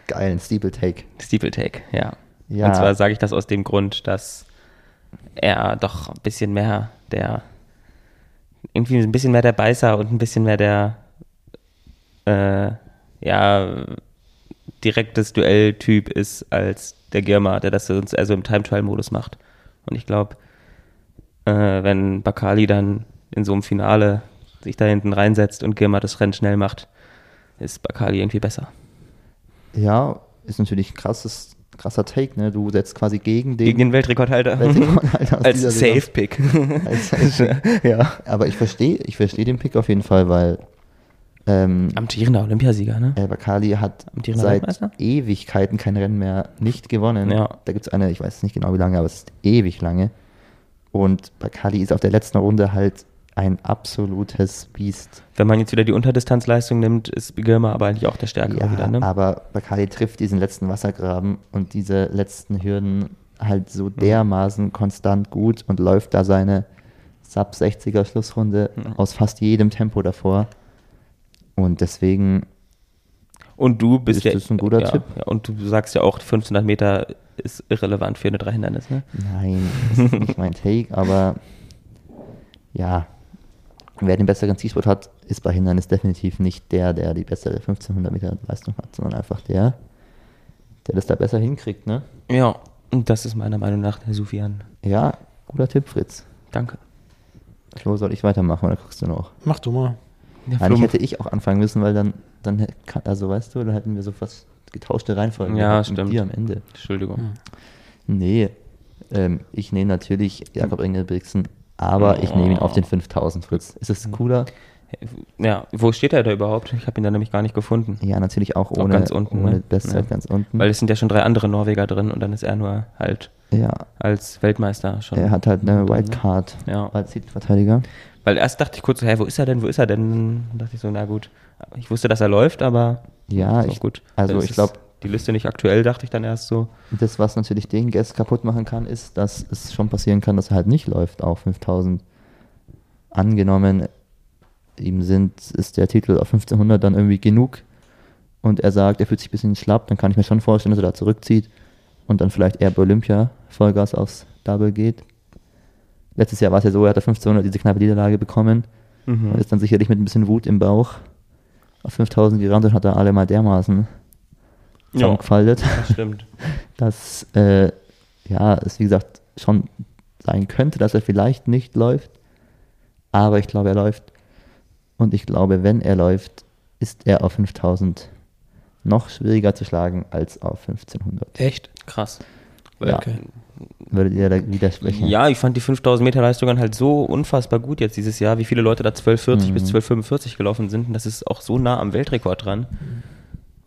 A: geilen Steeple Take.
B: Steeple Take, ja.
A: Ja.
B: Und zwar sage ich das aus dem Grund, dass er doch ein bisschen mehr der, irgendwie ein bisschen mehr der Beißer und ein bisschen mehr der, äh, ja, direktes Duelltyp ist als der Girma, der das sonst also im Time-Trial-Modus macht. Und ich glaube, äh, wenn Bakali dann in so einem Finale sich da hinten reinsetzt und Girma das Rennen schnell macht, ist Bakali irgendwie besser.
A: Ja, ist natürlich ein krasses, krasser Take, ne? Du setzt quasi gegen den,
B: Gegen den Weltrekordhalter.
A: Weltrekordhalter aus
B: [laughs] als
A: dieser Saison.
B: Safe-Pick.
A: [laughs]
B: [laughs]
A: Als-
B: ja.
A: Also, Aber ich verstehe, ich verstehe den Pick auf jeden Fall, weil ähm,
B: Amtierender Olympiasieger, ne?
A: El Bakali hat
B: Amtierender
A: seit
B: Weltmeister?
A: Ewigkeiten kein Rennen mehr nicht gewonnen.
B: Ja.
A: Da gibt es eine, ich weiß nicht genau wie lange, aber es ist ewig lange. Und Bakali ist auf der letzten Runde halt ein absolutes Biest.
B: Wenn man jetzt wieder die Unterdistanzleistung nimmt, ist Girma aber eigentlich auch der Stärkere
A: Ja,
B: wieder, ne?
A: aber Bakali trifft diesen letzten Wassergraben und diese letzten Hürden halt so
B: Mhm.
A: dermaßen konstant gut und läuft da seine Sub-60er Schlussrunde
B: Mhm.
A: aus fast jedem Tempo davor. Und deswegen,
B: Und du bist
A: Ist
B: ja,
A: das ein guter
B: ja,
A: Tipp?
B: Ja, und du sagst ja auch, 1500 Meter ist irrelevant für eine Dreihindernis, ne?
A: nein, das ist nicht mein Take, [laughs] aber ja, wer den besseren Zielsport hat, ist bei Hindernis definitiv nicht der, der die bessere 1500 Meter Leistung hat, sondern einfach der, der das da besser hinkriegt, ne?
B: Ja, und das ist meiner Meinung nach der Sufian.
A: Ja, guter Tipp, Fritz.
B: Danke.
A: Flo, soll ich weitermachen oder guckst du noch?
C: Mach du mal.
A: Eigentlich hätte ich auch anfangen müssen, weil dann, dann hä- kann- also weißt du, dann hätten wir so fast getauschte Reihenfolge
B: Ja,
A: gehabt
B: stimmt.
A: mit dir am Ende.
B: Entschuldigung.
A: Hm.
C: Ja.
A: Nee, ähm, ich nehme natürlich Jakob
B: Hm.
A: Engelbrigtsen, aber ich nehme ihn
B: Oh.
A: auf den 5000, Fritz. Ist
B: Hm.
A: das cooler?
B: Ja, wo steht er da überhaupt? Ich habe ihn da nämlich gar nicht gefunden.
A: Ja, natürlich auch
B: Auch
A: ohne,
B: ganz unten,
A: ohne
B: ne?
A: Bestzeit
B: Ja.
A: ganz unten.
B: Weil es sind ja schon drei andere Norweger drin und dann ist er nur halt
A: ja,
B: als Weltmeister schon.
A: er hat halt eine
B: drin, ne?
A: Wildcard
B: Ja.
A: als Titelverteidiger.
B: Weil erst dachte ich kurz so, hey, wo ist er denn, wo ist er denn? Dann dachte ich so, na gut. Ich wusste, dass er läuft, aber
A: Ja,
B: ist auch
A: ich,
B: gut.
A: also
B: Dann ist
A: ich
B: es-
A: glaube,
B: Die Liste nicht aktuell, dachte ich dann erst so.
A: das, was natürlich den Guest kaputt machen kann, ist, dass es schon passieren kann, dass er halt nicht läuft auf 5000. Angenommen, ihm sind, ist der Titel auf 1500 dann irgendwie genug und er sagt, er fühlt sich ein bisschen schlapp, dann kann ich mir schon vorstellen, dass er da zurückzieht und dann vielleicht eher bei Olympia Vollgas aufs Double geht. Letztes Jahr war es ja so, er hat auf 1500 diese knappe Niederlage bekommen und ist dann sicherlich mit ein bisschen Wut im Bauch auf 5000 gerannt und hat da alle mal dermaßen
B: Ja,
A: zusammengefaltet
B: das stimmt.
A: dass äh, ja, es wie gesagt schon sein könnte, dass er vielleicht nicht läuft, aber ich glaube, er läuft. Und ich glaube, wenn er läuft, ist er auf 5000 noch schwieriger zu schlagen als auf 1500.
C: Echt?
B: Krass.
A: Ja.
C: Okay.
A: Würdet ihr da widersprechen?
B: Ja, ich fand die 5000 Meter Leistungen halt so unfassbar gut jetzt dieses Jahr, wie viele Leute da 1240 bis 1245 gelaufen sind. Und das ist auch so nah am Weltrekord dran.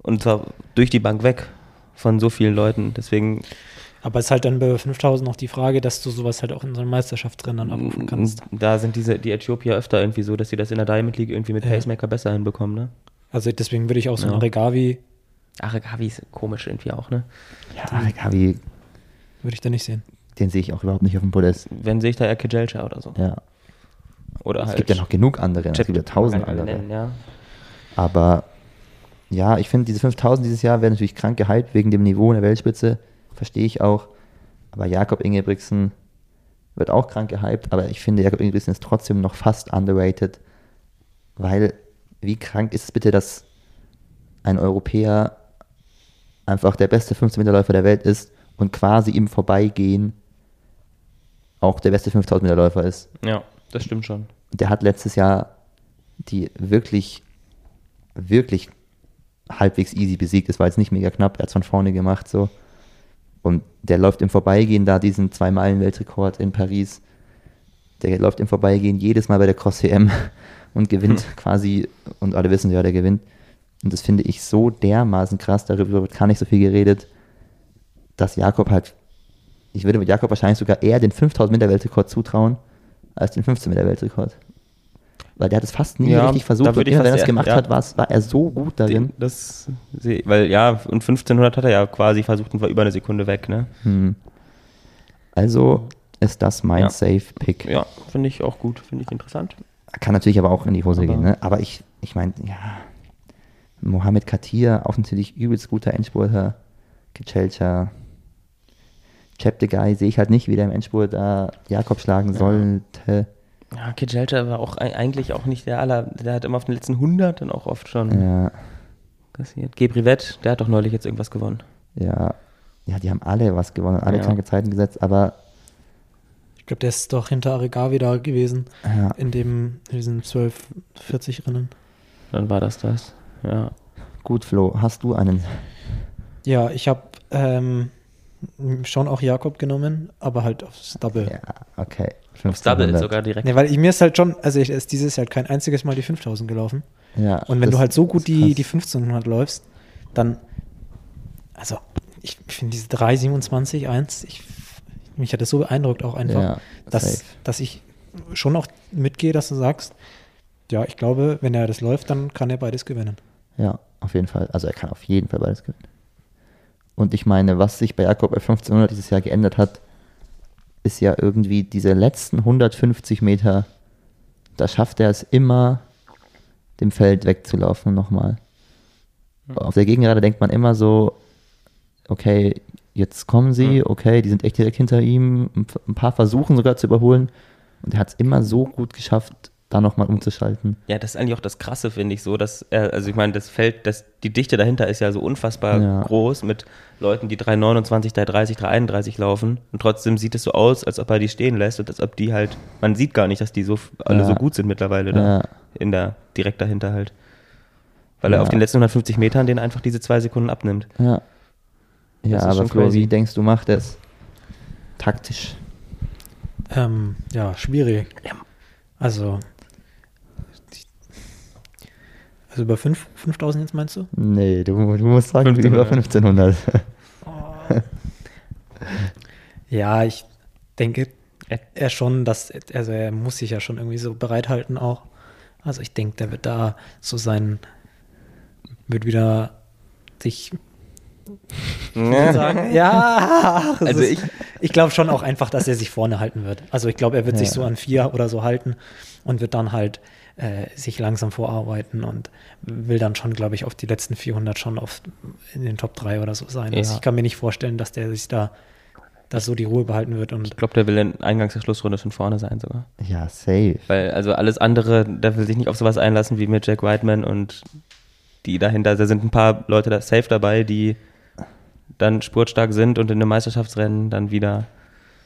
B: Und zwar durch die Bank weg von so vielen Leuten. Deswegen,
C: Aber es ist halt dann bei 5000 noch die Frage, dass du sowas halt auch in so einer Meisterschaft drin dann
B: Mm,
C: abrufen kannst.
B: da sind diese, die Äthiopier öfter irgendwie so, dass sie das in der Diamond League irgendwie mit
C: Ja.
B: Pacemaker besser hinbekommen, ne?
C: Also deswegen würde ich auch so
B: Ja.
C: einen Regavi,
B: Ach, Gavi ist komisch irgendwie auch, ne?
A: ja Gavi,
C: würde ich da nicht sehen.
A: den sehe ich auch überhaupt nicht auf dem Podest.
B: Wenn sehe ich da eher Kejelcha oder so.
A: Ja.
B: Oder
A: Es
B: halt.
A: gibt ja noch genug andere, es
B: Chat-
A: gibt ja tausend
B: kann ich alle
A: andere.
B: nennen, ja.
A: Aber ja, ich finde, diese 5000 dieses Jahr werden natürlich krank gehypt wegen dem Niveau in der Weltspitze. Verstehe ich auch. Aber Jakob Ingebrigtsen wird auch krank gehypt. Aber ich finde, Jakob Ingebrigtsen ist trotzdem noch fast underrated. Weil, wie krank ist es bitte, dass ein Europäer einfach der beste 15-Meter-Läufer der Welt ist und quasi ihm vorbeigehen auch der beste 5000-Meter-Läufer ist?
B: ja, das stimmt schon.
A: der hat letztes Jahr die wirklich, wirklich halbwegs easy besiegt. Es war jetzt nicht mega knapp, er hat es von vorne gemacht so. Und der läuft im Vorbeigehen da diesen Zwei-Meilen-Weltrekord in Paris. Der läuft im Vorbeigehen jedes Mal bei der Cross-CM [laughs] und gewinnt quasi. Und alle wissen ja, der gewinnt. Und das finde ich so dermaßen krass, darüber wird gar nicht so viel geredet, dass Jakob halt, ich würde mit Jakob wahrscheinlich sogar eher den 5000-Meter-Weltrekord zutrauen, als den 15-Meter-Weltrekord. Weil der hat es fast nie
B: Ja,
A: richtig
B: da
A: versucht. Und
B: würde ich
A: immer, wenn
B: fast
A: er es
B: eher-
A: gemacht
B: ja.
A: hat, war's- war er so gut darin.
B: Den- Das, seh- weil ja, und 1500 hat er ja quasi versucht und war über eine Sekunde weg, ne?
A: Hm. Also ist das mein
B: Ja.
A: Safe-Pick.
B: Ja, finde ich auch gut, finde ich interessant.
A: Kann natürlich aber auch in die Hose
B: Aber-
A: gehen, ne? Aber ich, ich meine, ja, Mohamed Katir, auch natürlich übelst guter Endspurter, Kechelcha, Chapdegei sehe ich halt nicht, wie der im Endspurt da Jakob schlagen sollte.
B: Ja, Kijelta war auch ei- eigentlich auch nicht der aller, der hat immer auf den letzten 100 dann auch oft schon
A: Ja.
B: kassiert. Gebrivet, der hat doch neulich jetzt irgendwas gewonnen.
A: Ja, ja, die haben alle was gewonnen, alle
B: Ja.
A: kranke Zeiten gesetzt, aber
C: Ich glaube, der ist doch hinter Aregawi da gewesen,
A: ja,
C: in dem, in diesen 12-40 Rennen.
B: Dann war das das. Ja.
A: gut, Flo, hast du einen?
C: Ja, ich habe ähm, schon auch Jakob genommen, aber halt aufs Double.
A: Ja, okay.
B: Aufs Double
A: 1500.
B: sogar direkt.
C: Ne, weil ich, mir ist halt schon, also ich ist dieses Jahr kein einziges Mal die 5000 gelaufen.
A: Ja,
C: Und wenn
A: das
C: du halt so gut
A: ist
C: die,
A: krass.
C: die 1500 läufst, dann, also ich finde diese 3,27,1, ich, mich hat das so beeindruckt auch einfach,
A: Ja,
C: dass,
A: safe.
C: dass ich schon auch mitgehe, dass du sagst, ja, ich glaube, wenn er das läuft, dann kann er beides gewinnen.
A: Ja, auf jeden Fall. Also er kann auf jeden Fall beides gewinnen. Und ich meine, was sich bei Jakob bei 1500 dieses Jahr geändert hat, ist ja irgendwie diese letzten 150 Meter, da schafft er es immer, dem Feld wegzulaufen nochmal. Auf der Gegengerade denkt man immer so, okay, jetzt kommen sie, okay, die sind echt direkt hinter ihm, ein p- ein paar versuchen sogar zu überholen. Und er hat es immer so gut geschafft, da nochmal umzuschalten.
B: Ja, das ist eigentlich auch das Krasse, finde ich so, dass, äh, also ich meine, das Feld, das, die Dichte dahinter ist ja so unfassbar
A: Ja.
B: groß mit Leuten, die 329, 330, 331 laufen und trotzdem sieht es so aus, als ob er die stehen lässt und als ob die halt, man sieht gar nicht, dass die so f- alle
A: Ja.
B: so gut sind mittlerweile da,
A: Ja.
B: in der, direkt dahinter halt. Weil er
A: Ja.
B: auf den letzten 150 Metern den einfach diese zwei Sekunden abnimmt.
A: Ja. Ja,
B: ist
A: aber
B: schon
A: Flo,
B: crazy.
A: wie denkst du, macht er es? Taktisch.
C: Ähm, ja, schwierig. Also, die- also über fünf- 5000 jetzt meinst du?
A: Nee, du, du musst sagen,
B: 1500.
A: über 1500.
B: [laughs]
C: Ja, ich denke
B: Er-
C: er schon, dass, also er muss sich ja schon irgendwie so bereithalten auch. Also ich denke, der wird da so sein, wird wieder sich [laughs]
B: [laughs]
C: sagen, ja, es
B: Also
C: ist-
B: ich-
C: ich glaube schon auch einfach, dass er sich vorne halten wird. Also ich glaube, er wird sich
A: Ja.
C: so an vier oder so halten und wird dann halt äh, sich langsam vorarbeiten und will dann schon, glaube ich, auf die letzten 400 schon auf, in den Top 3 oder so sein. Also
B: Ja.
C: ich kann mir nicht vorstellen, dass der sich da dass so die Ruhe behalten wird und
B: Ich glaube, der will in Eingangs der Schlussrunde schon vorne sein sogar.
A: ja, safe.
B: Weil also alles andere, da will sich nicht auf sowas einlassen wie mit Jack Whiteman und die dahinter. Da sind ein paar Leute da safe dabei, die dann spurtstark sind und in einem Meisterschaftsrennen dann wieder.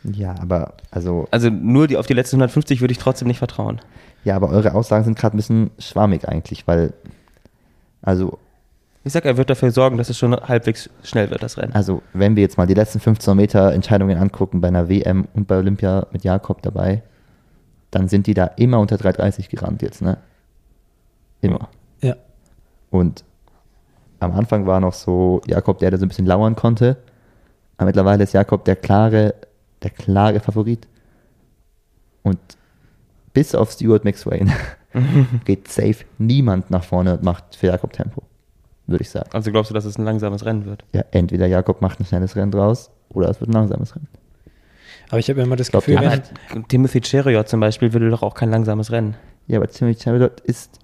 A: Ja, aber also,
B: Also nur die auf die letzten 150 würde ich trotzdem nicht vertrauen.
A: ja, aber eure Aussagen sind gerade ein bisschen schwammig eigentlich, weil also,
B: Ich sag, er wird dafür sorgen, dass es schon halbwegs schnell wird, das Rennen.
A: also wenn wir jetzt mal die letzten 15 Meter Entscheidungen angucken bei einer WM und bei Olympia mit Jakob dabei, dann sind die da immer unter 330 gerannt jetzt, ne? Immer.
C: ja,
A: Und am Anfang war noch so Jakob, der da so ein bisschen lauern konnte. Aber mittlerweile ist Jakob der klare, der klare Favorit. Und bis auf Stuart McSwain [laughs] geht safe niemand nach vorne und macht für Jakob Tempo, würde ich sagen.
B: Also glaubst du, dass es ein langsames Rennen wird?
A: Ja, entweder Jakob macht ein schnelles Rennen draus oder es wird ein langsames Rennen.
C: aber ich habe immer das
A: glaub,
C: Gefühl,
A: die
C: wenn,
B: Aber Timothy Cheriot zum Beispiel würde doch auch kein langsames Rennen.
A: Ja, aber Timmy Chariot ist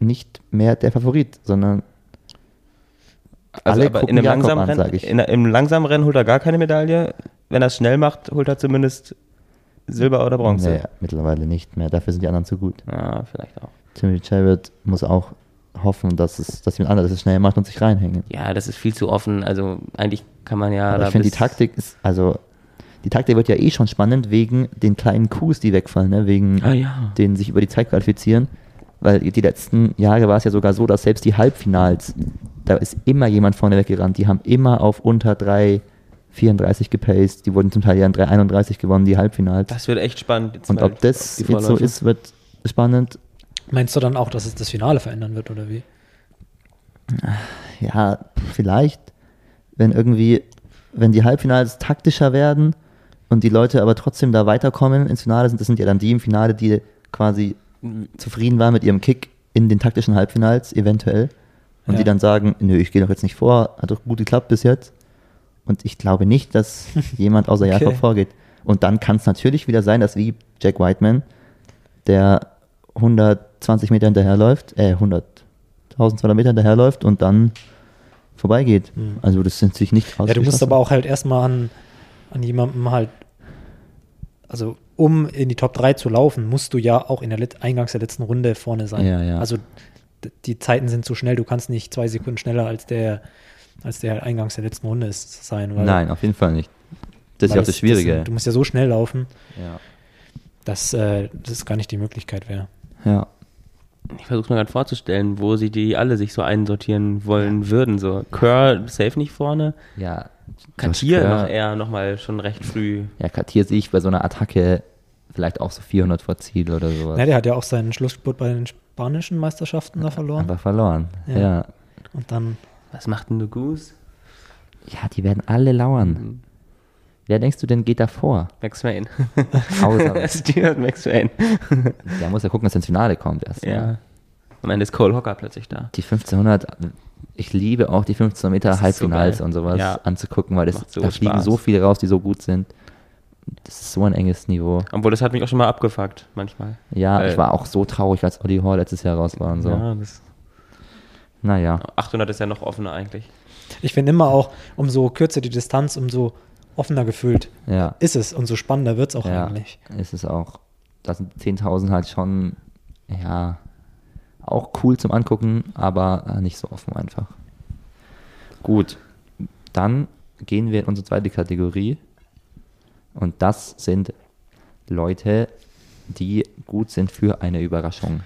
A: nicht mehr der Favorit, sondern
B: Also
A: Alle
B: aber
A: gucken
B: in einem
A: Jakob
B: langsamen
A: an,
B: Rennen,
A: sag ich.
B: in, im langsamen Rennen holt er gar keine Medaille. Wenn er es schnell macht, holt er zumindest Silber oder Bronze.
A: Nee, mittlerweile nicht mehr. Dafür sind die anderen zu gut.
B: Ja, vielleicht auch.
A: Timothy Chariot muss auch hoffen, dass es, dass jemand anderes es schnell macht und sich reinhängen.
B: Ja, das ist viel zu offen. Also eigentlich kann man ja.
A: Aber
B: da
A: ich finde, die
B: bis-
A: Taktik ist, also die Taktik wird ja eh schon spannend wegen den kleinen Coups, die wegfallen, ne? wegen
B: Ah, ja.
A: denen sich über die Zeit qualifizieren. Weil die letzten Jahre war es ja sogar so, dass selbst die Halbfinals, da ist immer jemand vorne weggerannt. Die haben immer auf unter 3,34 gepaced. Die wurden zum Teil ja in 3,31 gewonnen, die Halbfinals.
B: Das wird echt spannend. Jetzt
A: und
B: mal
A: ob das
B: die
A: jetzt so
B: Vorläufe.
A: ist, wird spannend.
C: meinst du dann auch, dass es das Finale verändern wird oder wie?
A: ja, vielleicht, wenn irgendwie, wenn die Halbfinals taktischer werden und die Leute aber trotzdem da weiterkommen ins Finale sind, das sind ja dann die im Finale, die quasi zufrieden waren mit ihrem Kick in den taktischen Halbfinals, eventuell. Und
C: Ja.
A: die dann sagen, nö, ich gehe doch jetzt nicht vor, hat doch gut geklappt bis jetzt. Und ich glaube nicht,
C: [laughs]
A: dass jemand außer Jakob
C: Okay.
A: vorgeht. Und dann kann es natürlich wieder sein, dass wie Jack Whiteman, der 120 Meter hinterherläuft, äh, 100, 1200 Meter hinterherläuft und dann vorbeigeht. Also das sind sich nicht
C: Mhm. Ja, du musst
A: ausgeschlossen.
C: aber auch halt erstmal an, an jemandem halt, also um in die Top 3 zu laufen, musst du ja auch in der Let Eingangs der letzten Runde vorne sein.
A: Ja, ja.
C: Also die Zeiten sind zu schnell. Du kannst nicht zwei Sekunden schneller als der, als der eingangs der letzten Runde ist sein. weil-
A: Nein, auf jeden Fall nicht. Das ist ja
C: weil
A: auch das Schwierige.
C: du musst ja so schnell laufen,
A: ja.
C: dass äh, das gar nicht die Möglichkeit wäre.
A: ja.
B: Ich versuche mir gerade vorzustellen, wo sie die alle sich so einsortieren wollen würden. So Kerr safe nicht vorne,
A: Ja.
B: Katir
A: Josh Kerr-
B: noch eher nochmal schon recht früh.
A: Ja, Katir sehe ich bei so einer Attacke vielleicht auch so 400 vor Ziel oder sowas.
C: Na, der hat ja auch seinen Schlussspurt bei den spanischen Meisterschaften da verloren.
A: Einfach verloren. Ja.
C: Ja.
A: ja.
C: Und dann,
B: Was macht denn der Goose?
A: die werden alle lauern. Wer denkst du denn geht da vor?
B: Hm,
A: [laughs]
B: Max Wayne.
A: Hauser.
B: [laughs] Stuart
A: [laughs]
B: Max Wayne.
A: der muss ja gucken, dass er ins Finale kommt erst.
B: Ja.
A: ne?
B: Am Ende ist Cole Hocker plötzlich da.
A: Die 1500, ich liebe auch die 1500 Meter
B: Das ist
A: Halbfinals
B: so geil.
A: und sowas
B: Ja.
A: anzugucken, weil das,
B: Macht so
A: da fliegen
B: Spaß.
A: so viele raus, die so gut sind. Das ist so ein enges Niveau.
B: Obwohl, das hat mich auch schon mal abgefuckt, manchmal.
A: Ja,
B: Weil-
A: ich war auch so traurig, als Olli Hall letztes Jahr raus war und so.
B: Ja, das
A: Naja.
B: 800 ist ja noch offener eigentlich.
C: ich finde immer auch, umso kürzer die Distanz, umso offener gefühlt
A: Ja.
C: ist es und so spannender wird es auch
A: ja,
C: eigentlich.
A: Ist es auch. Das sind 10.000 halt schon, ja, auch cool zum Angucken, aber äh, nicht so offen einfach. Gut, dann gehen wir in unsere zweite Kategorie. Und das sind Leute, die gut sind für eine Überraschung.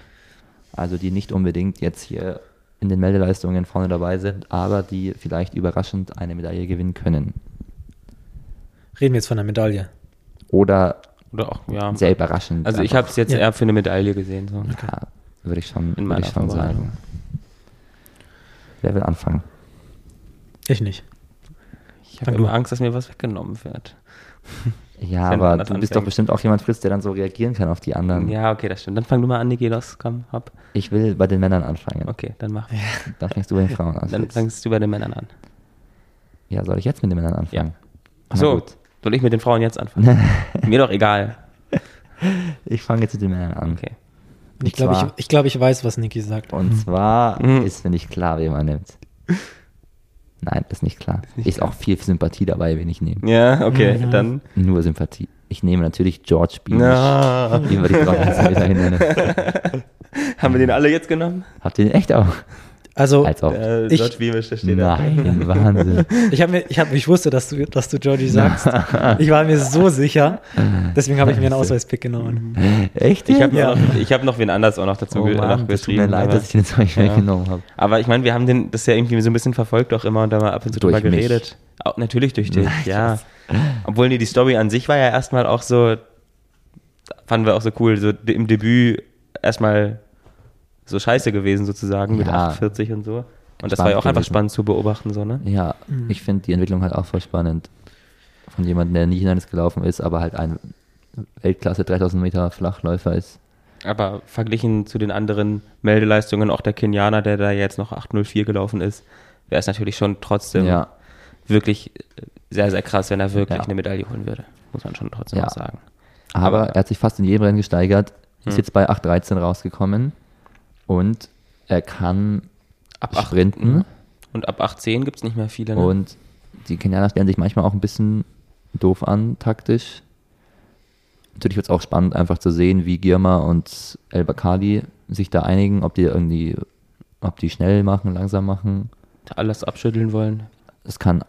A: Also die nicht unbedingt jetzt hier in den Meldeleistungen vorne dabei sind, aber die vielleicht überraschend eine Medaille gewinnen können.
C: Reden wir jetzt von der Medaille.
A: Oder
B: Oder auch, ja.
A: sehr überraschend.
B: Also ich
A: einfach.
B: habe es jetzt
C: Ja.
B: eher für eine Medaille gesehen. So.
A: Ja, würde ich schon,
B: In
A: würde ich
B: meiner
A: schon sagen.
B: Vorbereitung.
A: Wer will anfangen?
C: Ich nicht.
B: Ich habe
C: Fang du
B: immer
C: an.
B: Angst, dass mir was weggenommen wird.
A: Ja,
B: Wenn
A: aber
B: anders
A: du bist
B: anfängt.
A: doch bestimmt auch jemand Fritz, der dann so reagieren kann auf die anderen.
B: Ja, okay, das stimmt. Dann fang du mal an, Niki, los, komm, hopp.
A: Ich will bei den Männern anfangen.
B: Okay, dann mach.
A: Dann fängst du bei den Frauen an.
B: [laughs] Dann
A: Fritz.
B: fängst du bei den Männern an.
A: ja, soll ich jetzt mit den Männern anfangen? Na
B: So,
A: gut. [laughs] Ne.
B: soll ich mit den Frauen jetzt anfangen? mir doch egal.
A: Ich fange jetzt mit den Männern an.
B: Okay.
C: Und ich
A: Und
C: glaube, ich,
A: zwar-
C: ich, glaub, ich weiß, was Niki sagt.
A: Und zwar
B: [laughs] Mhm.
A: ist mir nicht klar, wen man
B: [laughs]
A: nimmt. Nein, ist nicht klar. Ist, auch viel Sympathie dabei, wen ich nehme.
B: Ja, okay, dann.
A: Nur Sympathie. Ich nehme natürlich George Beamish.
B: Na.
A: Über Hm. die 300 Meter Hindernis.
B: [laughs] Haben wir den alle jetzt genommen?
A: Habt ihr den echt auch?
C: Also,
A: Als ob.
B: Äh,
C: Ich-
B: George Beamish, der steht da.
A: Oh. Nein, Wahnsinn.
B: [laughs]
C: ich, hab mir, ich, hab, ich wusste, dass du, dass du
A: [laughs]
C: Georgie sagst. ich war mir so sicher. Deswegen habe ich mir einen Ausweispick genommen.
A: Echt?
B: Ich habe
C: Ja.
B: noch, ich hab noch wen anders auch noch dazu
A: oh
B: ge-
A: Mann,
B: noch
A: das tut mir
B: geschrieben.
A: leid,
B: aber,
A: dass ich den jetzt euch
B: Ja.
A: weggenommen habe.
B: aber ich meine, wir haben den, das ja irgendwie so ein bisschen verfolgt auch immer und da mal ab und zu
A: Durch
B: drüber
A: mich.
B: geredet. Auch, natürlich durch
A: [laughs]
B: dich,
A: Nein,
B: ja. Obwohl, nee, die Story an sich war ja erstmal auch so, fanden wir auch so cool, so de- im Debüt erstmal so scheiße gewesen sozusagen mit
A: Ja.
B: 48 und so. Und das
A: Spannend
B: war ja auch einfach
A: gewesen.
B: spannend zu beobachten, so, ne?
A: Ja, ich finde die Entwicklung halt auch voll spannend. Von jemandem, der nie hineines gelaufen ist, aber halt ein Weltklasse 3000 Meter Flachläufer ist.
B: Aber verglichen zu den anderen Meldeleistungen, auch der Kenianer, der da jetzt noch 8.04 gelaufen ist, wäre es natürlich schon trotzdem
A: Ja,
B: wirklich äh, sehr, sehr krass, wenn er wirklich
A: Ja.
B: eine Medaille holen würde. Muss man schon trotzdem
A: Ja.
B: auch sagen.
A: aber,
B: Aber-
A: er hat sich fast in jedem Rennen gesteigert, ist
B: Hm.
A: jetzt bei 8.13 rausgekommen und er kann sprinten
B: Und ab 8.10 gibt es nicht mehr viele. Ne?
A: ne? und die Kenianer stellen sich manchmal auch ein bisschen doof an, taktisch. Natürlich wird es auch spannend, einfach zu sehen, wie Girma und El Bakali sich da einigen, ob die irgendwie, ob die schnell machen, langsam machen.
B: alles abschütteln wollen.
A: Es kann.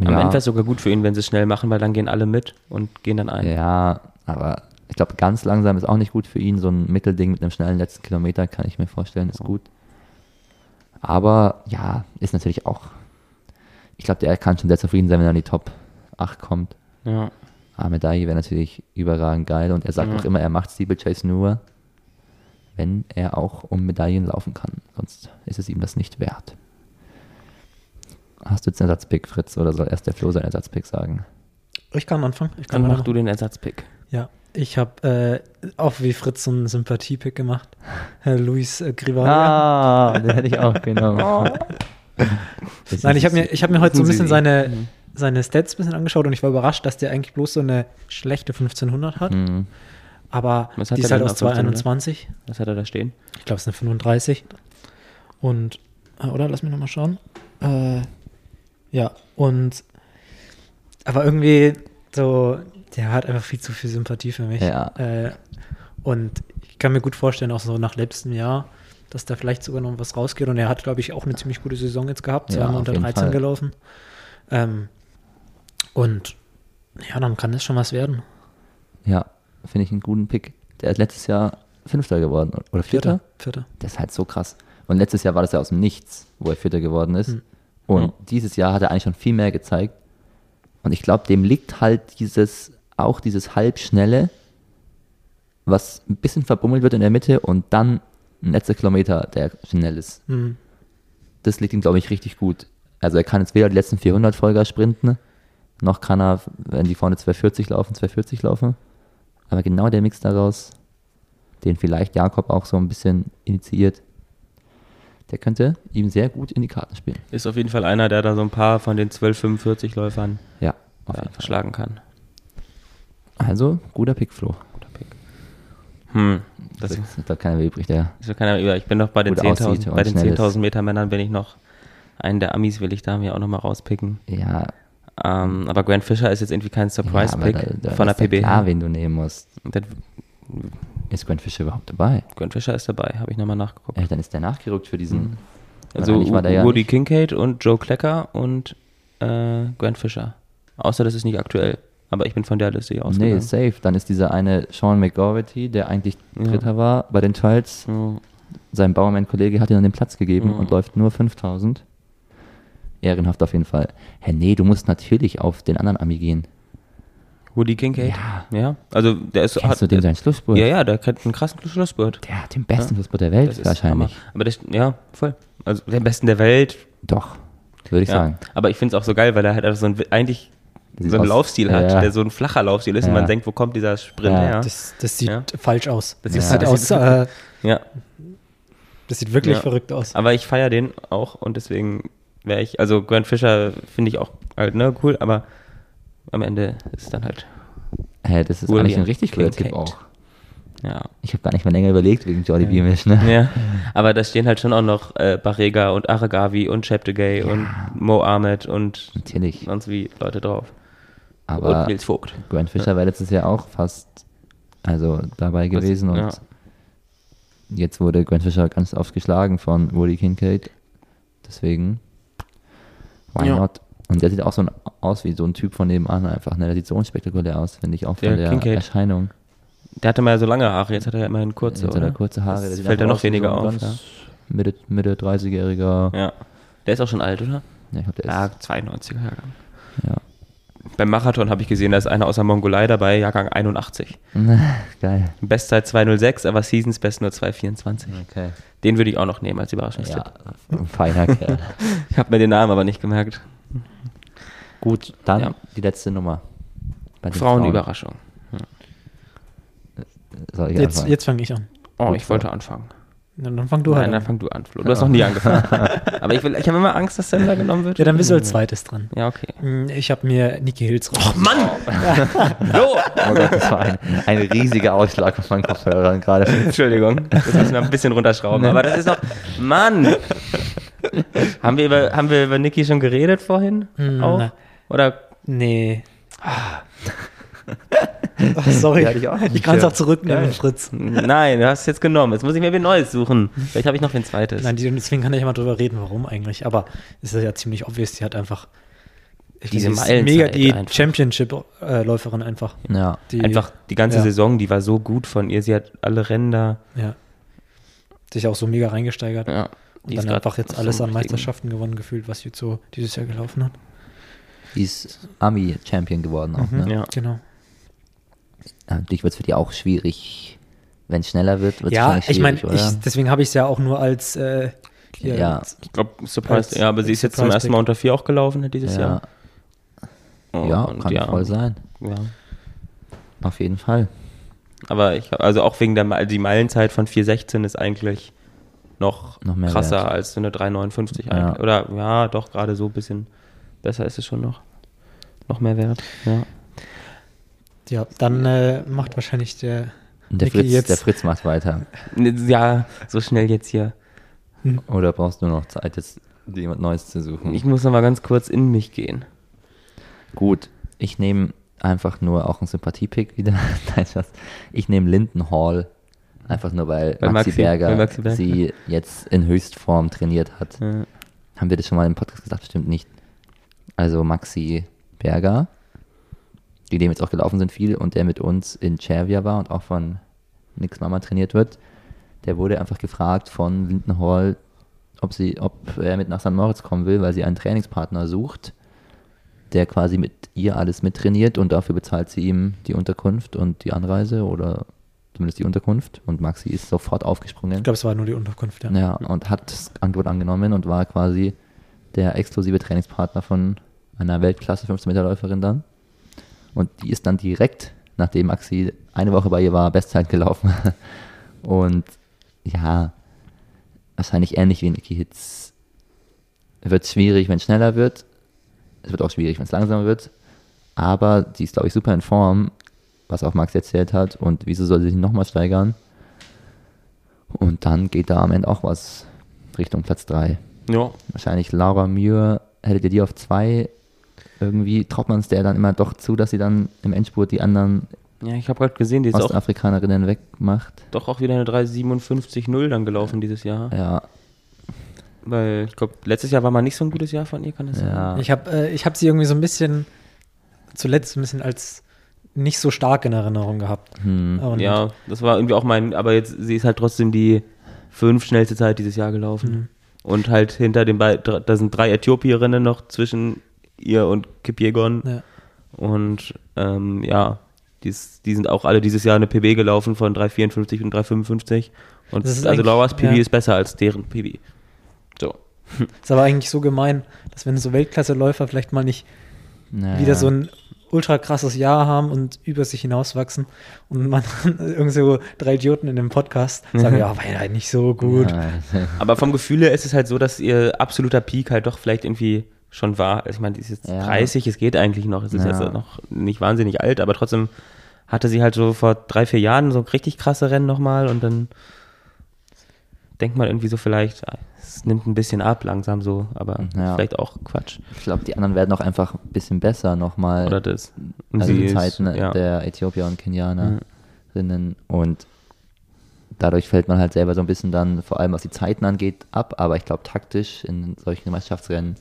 B: Am
A: ja,
B: Ende wäre es sogar gut für ihn, wenn sie es schnell machen, weil dann gehen alle mit und gehen dann ein.
A: Ja, aber ich glaube, ganz langsam ist auch nicht gut für ihn. So ein Mittelding mit einem schnellen letzten Kilometer kann ich mir vorstellen, ist gut. Aber ja, ist natürlich auch. Ich glaube, der kann schon sehr zufrieden sein, wenn er in die Top 8 kommt.
B: Ja.
A: Ah, Medaille wäre natürlich überragend geil. Und er sagt
B: Ja.
A: auch immer, er macht Steeplechase nur, wenn er auch um Medaillen laufen kann. Sonst ist es ihm das nicht wert. Hast du jetzt einen Ersatzpick, Fritz, oder soll erst der Flo seinen Ersatzpick sagen?
C: Ich kann anfangen. Ich
B: Dann
C: kann
B: mach
C: anfangen.
B: du den Ersatzpick.
C: Ja, ich habe äh, auch wie Fritz so einen Sympathiepick gemacht. Herr Luis äh, Grivalia.
A: Ah, den hätte ich auch
C: [laughs]
A: genommen. Das
C: Oh. Nein,
A: ist
C: ich habe mir, ich hab mir heute so ein
B: Sie-
C: bisschen seine,
B: Mhm.
C: seine Stats ein bisschen angeschaut und ich war überrascht, dass der eigentlich bloß so eine schlechte 1500 hat.
A: Mhm.
C: Aber
B: Was hat
C: die
B: der
C: ist halt
B: denn
C: aus
B: auf 1500?
C: 221.
B: Was hat er da stehen?
C: Ich glaube, es sind 35. Und, äh, oder? Lass mich nochmal schauen. Äh, ja, und, aber irgendwie, so, der hat einfach viel zu viel Sympathie für mich.
A: Ja.
C: Äh, und ich kann mir gut vorstellen, auch so nach letztem Jahr,
D: dass da vielleicht sogar noch was rausgeht. Und er hat, glaube ich, auch eine ziemlich gute Saison jetzt gehabt.
A: Ja,
D: Zweimal
A: auf
D: unter
A: jeden
D: 13
A: Fall.
D: gelaufen. Ähm, und ja, dann kann das schon was werden.
A: Ja, finde ich einen guten Pick. Der ist letztes Jahr Fünfter geworden oder Vierter.
D: Vierter.
A: Das ist halt so krass. Und letztes Jahr war das ja aus dem Nichts, wo er Vierter geworden ist. Und
B: Ja.
A: dieses Jahr hat er eigentlich schon viel mehr gezeigt. Und ich glaube, dem liegt halt dieses, auch dieses Halbschnelle, was ein bisschen verbummelt wird in der Mitte und dann ein letzter Kilometer, der schnell ist.
D: Mhm.
A: Das liegt ihm, glaube ich, richtig gut. Also er kann jetzt weder die letzten 400 Vollgas sprinten, noch kann er, wenn die vorne 240 laufen, 240 laufen. Aber genau der Mix daraus, den vielleicht Jakob auch so ein bisschen initiiert, der könnte ihm sehr gut in die Karten spielen.
B: Ist auf jeden Fall einer, der da so ein paar von den 12-45-Läufern
A: Ja, auf
B: ja,
A: jeden Fall.
B: äh, schlagen kann.
A: Also, guter Pick, Flo.
B: Guter Pick. Hm,
A: Das
B: das ist
A: ist da keiner mehr übrig, der.
B: ist ja keiner über. Ich bin noch bei den
A: Gut
B: 10.000
A: aussieht
B: bei
A: und
B: den
A: schnell
B: 10.000 Meter Männern bin ich noch einen der Amis will ich da mir auch nochmal rauspicken.
A: Ja,
B: Ähm, aber Grant Fisher ist jetzt irgendwie kein
A: ja aber
B: Surprise-Pick
A: da, da
B: von der
A: ist ja
B: PB.
A: klar, wen du nehmen musst.
B: Das-
A: Ist Grant Fischer überhaupt dabei?
B: Grant Fisher ist dabei, habe ich nochmal nachgeguckt.
A: Ja, dann ist der nachgerückt für diesen.
B: Also
A: eigentlich war der ja
B: Woody
A: nicht.
B: Kincaid und Joe Klecker und äh, Grant Fisher. Außer das ist nicht aktuell. Aber ich bin von der Liste hier ausgegangen.
A: Nee, safe. Dann ist dieser eine Sean McGoverty, der eigentlich
B: Ja.
A: Dritter war bei den Trials.
B: Ja.
A: Sein Bauermann-Kollege hat ihm dann den Platz gegeben
B: Ja.
A: und läuft nur 5000. Ehrenhaft auf jeden Fall. Hä, nee, du musst natürlich auf den anderen Ami gehen.
B: Woody Kincaid?
A: Ja.
B: ja. Also der ist
A: Kennst du dem seinen Schlussspurt?
B: Ja, ja, der kennt einen krassen Schlussspurt.
A: Der hat den besten Schlussspurt der Welt wahrscheinlich.
B: Hammer. Aber das, ja, voll. Also den besten der Welt.
A: Doch, würde ich
B: Ja.
A: sagen.
B: Aber ich finde es auch so geil, weil er halt einfach so ein, eigentlich
A: Sieht
B: so einen
A: aus-
B: Laufstil hat,
A: ja.
B: der so ein flacher Laufstil ist und
A: Ja.
B: man denkt, wo kommt dieser Sprint
A: Ja,
B: her?
D: Das, das sieht
B: Ja.
D: falsch aus.
B: Das
D: Das,
B: sieht-
D: sieht,
B: das
D: aus,
B: sieht-
D: äh,
B: ja.
D: das sieht wirklich
B: Ja.
D: verrückt aus.
B: Aber ich feiere den auch und deswegen wäre ich, also Grant Fischer finde ich auch halt, ne, cool, aber am Ende ist dann halt,
A: Hä, das ist
B: William
A: eigentlich ein richtig guter
B: Kincaid.
A: Tipp auch.
B: ja.
A: Ich habe gar nicht mehr länger überlegt wegen Jordi Beamish, ne? [laughs]
B: Ja, aber da stehen halt schon auch noch äh, Barrega und Aragavi und Cheptegei und Mo Ahmed und
A: Natürlich.
B: sonst wie Leute drauf.
A: Aber
B: und Nils Vogt.
A: Grant Fischer war letztes Jahr auch fast also dabei
B: Das-
A: gewesen und
B: ja.
A: jetzt wurde Grant Fischer ganz oft geschlagen von Woody Kincaid. Deswegen, why
B: Ja.
A: not? Und der sieht auch so ein, aus wie so ein Typ von nebenan einfach. Ne? Der sieht so unspektakulär aus, finde ich auch von
B: Der
A: der
B: Kincaid.
A: Erscheinung.
B: Der hatte mal so lange Haare, jetzt hat er ja immerhin kurze.
A: Jetzt hat er
B: oder?
A: kurze Haare. der
B: Das
A: sieht
B: fällt
A: einfach
B: er
A: aus
B: noch
A: wie
B: weniger
A: so ein
B: auf. Ja.
A: ganz Mitte, Mitte 30-jähriger. Ja.
B: ja. Der ist auch schon alt, oder?
A: ich glaube, der
B: Ja,
A: ist.
B: 92er Jahrgang.
A: Ja. [laughs]
B: Beim Marathon habe ich gesehen, da ist einer aus der Mongolei dabei, Jahrgang 81.
A: Geil.
B: Bestzeit 206, aber Seasons Best nur 224.
A: Okay.
B: Den würde ich auch noch nehmen als Überraschungstipp.
A: Ja, ein feiner
B: [laughs]
A: Kerl.
B: Ich habe mir den Namen aber nicht gemerkt.
A: Gut, dann
B: Ja.
A: die letzte Nummer. Bei den
B: Frauenüberraschung.
A: Soll ich
D: Jetzt,
A: anfangen?
D: jetzt fange ich an.
B: Oh, ich wollte anfangen.
D: Na, dann fang du
B: Nein,
D: halt
B: dann
D: an.
B: fang du an, Flo. Du hast noch nie
D: [laughs]
B: angefangen.
A: [laughs]
B: Aber ich, will- ich Hm. habe immer Angst, dass Sender genommen wird.
D: Ja, dann bist du als zweites dran.
B: Ja, okay.
D: Hm, Ich habe mir Niki Hills raus. [laughs]
B: Oh, Mann! [laughs] Flo!
A: Oh Gott, das war ein, ein riesiger Ausschlag auf meinen Kopfhörern gerade. Ne?
B: Entschuldigung, das müssen wir ein bisschen runterschrauben. Aber das ist noch.
A: [laughs]
B: Mann! haben, wir über, haben wir über Niki schon geredet vorhin?
A: Hm,
D: Mm,
B: auch?
D: nein.
A: ne.
B: Oder [laughs]
D: Nee. Ah, sorry.
A: Ja, ich auch nicht.
D: ich kann es auch zurücknehmen,
A: Geil.
D: Fritz.
B: nein, du hast es jetzt genommen. Jetzt muss ich mir wieder Neues suchen. Vielleicht habe ich noch ein zweites.
D: Nein, die, deswegen kann ich mal drüber reden, warum eigentlich. Aber es ist ja ziemlich obvious, die hat einfach ich
B: Diese
D: weiß nicht,
B: Meilenzeit
D: mega die
B: einfach.
D: Championship-Läuferin einfach.
A: Ja.
D: Die,
B: Einfach die ganze
D: ja.
B: Saison, die war so gut von ihr. Sie hat alle Ränder.
D: Ja. Sich auch so mega reingesteigert.
B: Ja.
D: und dann einfach jetzt alles an Meisterschaften gewonnen gefühlt, was jetzt so dieses Jahr gelaufen hat.
A: Die ist Army-Champion geworden auch.
D: Mhm,
A: Ne?
B: ja.
D: Genau.
A: Natürlich wird es für die auch schwierig. Wenn es schneller wird, wird es
D: Ja, ich meine,
A: schwierig, oder?
D: ich- deswegen habe ich es ja auch nur als äh, hier
A: Ja.
B: Ich glaube, Surprise.
D: Als-
B: ja, aber sie
D: als
B: ist jetzt zum
D: Surprise
B: ersten Mal unter vier auch gelaufen ne, dieses
A: ja,
B: Jahr. Oh,
A: ja
B: und
A: kann voll sein.
B: Ja.
A: Auf jeden Fall.
B: Aber ich, hab- also auch wegen der Me- die Meilenzeit von 4,16 ist eigentlich noch,
A: Noch mehr
B: krasser
A: wert.
B: als so eine 3,59
A: Ja.
B: eigentlich. Oder ja, doch gerade so ein bisschen besser ist es schon noch. Noch mehr wert. Ja.
D: Ja, dann äh, macht wahrscheinlich der.
A: Und der
D: Niki
A: Fritz,
D: jetzt-
A: der Fritz macht weiter.
B: ja, so schnell jetzt hier.
A: Oder brauchst du noch Zeit, jetzt dir jemand Neues zu suchen?
B: Ich muss noch mal ganz kurz in mich gehen.
A: Gut, ich [laughs] nehme einfach nur auch einen Sympathiepick wieder. Nein, Spaß. Ich nehme Linden Hall Einfach nur, weil
B: Weil
A: Maxi,
B: Maxi-
A: Berger
B: weil Maxi Berger.
A: sie jetzt in Höchstform trainiert hat.
B: Ja.
A: Haben wir das schon mal im Podcast gesagt? Bestimmt nicht. Also Maxi Berger, die dem jetzt auch gelaufen sind viel und der mit uns in Cervia war und auch von Nix Mama trainiert wird, der wurde einfach gefragt von Lindenhall, ob, sie, ob er mit nach St. Moritz kommen will, weil sie einen Trainingspartner sucht, der quasi mit ihr alles mittrainiert und dafür bezahlt sie ihm die Unterkunft und die Anreise oder zumindest die Unterkunft. Und Maxi ist sofort aufgesprungen.
C: Ich glaube, es war nur die Unterkunft, ja.
A: Ja, und hat das Angebot angenommen und war quasi der exklusive Trainingspartner von einer Weltklasse 15-Meter-Läuferin dann. Und die ist dann direkt, nachdem Maxi eine Woche bei ihr war, Bestzeit gelaufen. [laughs] Und ja, wahrscheinlich ähnlich wie Niki Hitz. Wird schwierig, wenn es schneller wird. Es wird auch schwierig, wenn es langsamer wird. Aber die ist, glaube ich, super in Form, was auch Max erzählt hat. Und wieso soll sie sich nochmal steigern? Und dann geht da am Ende auch was Richtung Platz 3.
B: Ja,
A: Wahrscheinlich Laura Muir, hättet ihr die auf 2 irgendwie, traut man es der dann immer doch zu, dass sie dann im Endspurt die anderen
B: ja ich habe gerade gesehen, die ist auch,
A: Ostafrikanerinnen wegmacht.
B: doch auch wieder eine 3,57,0 dann gelaufen dieses Jahr.
A: Ja,
B: Weil ich glaube, letztes Jahr war mal nicht so ein gutes Jahr von ihr, kann das sein?
A: ja.
C: Ich habe äh, ich hab sie irgendwie so ein bisschen, zuletzt ein bisschen als nicht so stark in Erinnerung gehabt.
A: Hm.
C: Und
B: Ja, das war irgendwie auch mein, aber jetzt, sie ist halt trotzdem die fünf schnellste Zeit dieses Jahr gelaufen. Und halt hinter den beiden, da sind drei Äthiopierinnen noch zwischen ihr und Kipiegon.
C: Ja.
B: Und ähm, ja, die, ist, die sind auch alle dieses Jahr eine PB gelaufen von 3,54 und 3,55. Und
C: Das ist
B: also
C: eigentlich-
B: Lauras PB
C: ja.
B: ist besser als deren PB. So.
C: Ist aber eigentlich so gemein, dass wenn so Weltklasse-Läufer vielleicht mal nicht
A: Naja.
C: wieder so ein ultra krasses Jahr haben und über sich hinauswachsen und man [laughs] irgend so drei Idioten in dem Podcast sagen,
B: Mhm.
C: ja, war ja nicht so gut.
A: Ja, [laughs]
B: Aber vom Gefühl her ist es halt so, dass ihr absoluter Peak halt doch vielleicht irgendwie schon war. Also ich meine, die ist jetzt
A: Ja.
B: 30, es geht eigentlich noch. Es ist
A: Ja.
B: jetzt noch nicht wahnsinnig alt, aber trotzdem hatte sie halt so vor drei, vier Jahren so richtig krasse Rennen nochmal und dann denkt man irgendwie so vielleicht, ah, es nimmt ein bisschen ab langsam so, aber
A: Ja.
B: vielleicht auch Quatsch.
A: ich glaube, die anderen werden auch einfach ein bisschen besser nochmal.
B: Oder das. Und
A: also
B: sie
A: in
B: ist-
A: Zeiten
B: ja.
A: der Äthiopier und Kenianerinnen. Und dadurch fällt man halt selber so ein bisschen dann, vor allem was die Zeiten angeht, ab. Aber ich glaube, taktisch in solchen Meisterschaftsrennen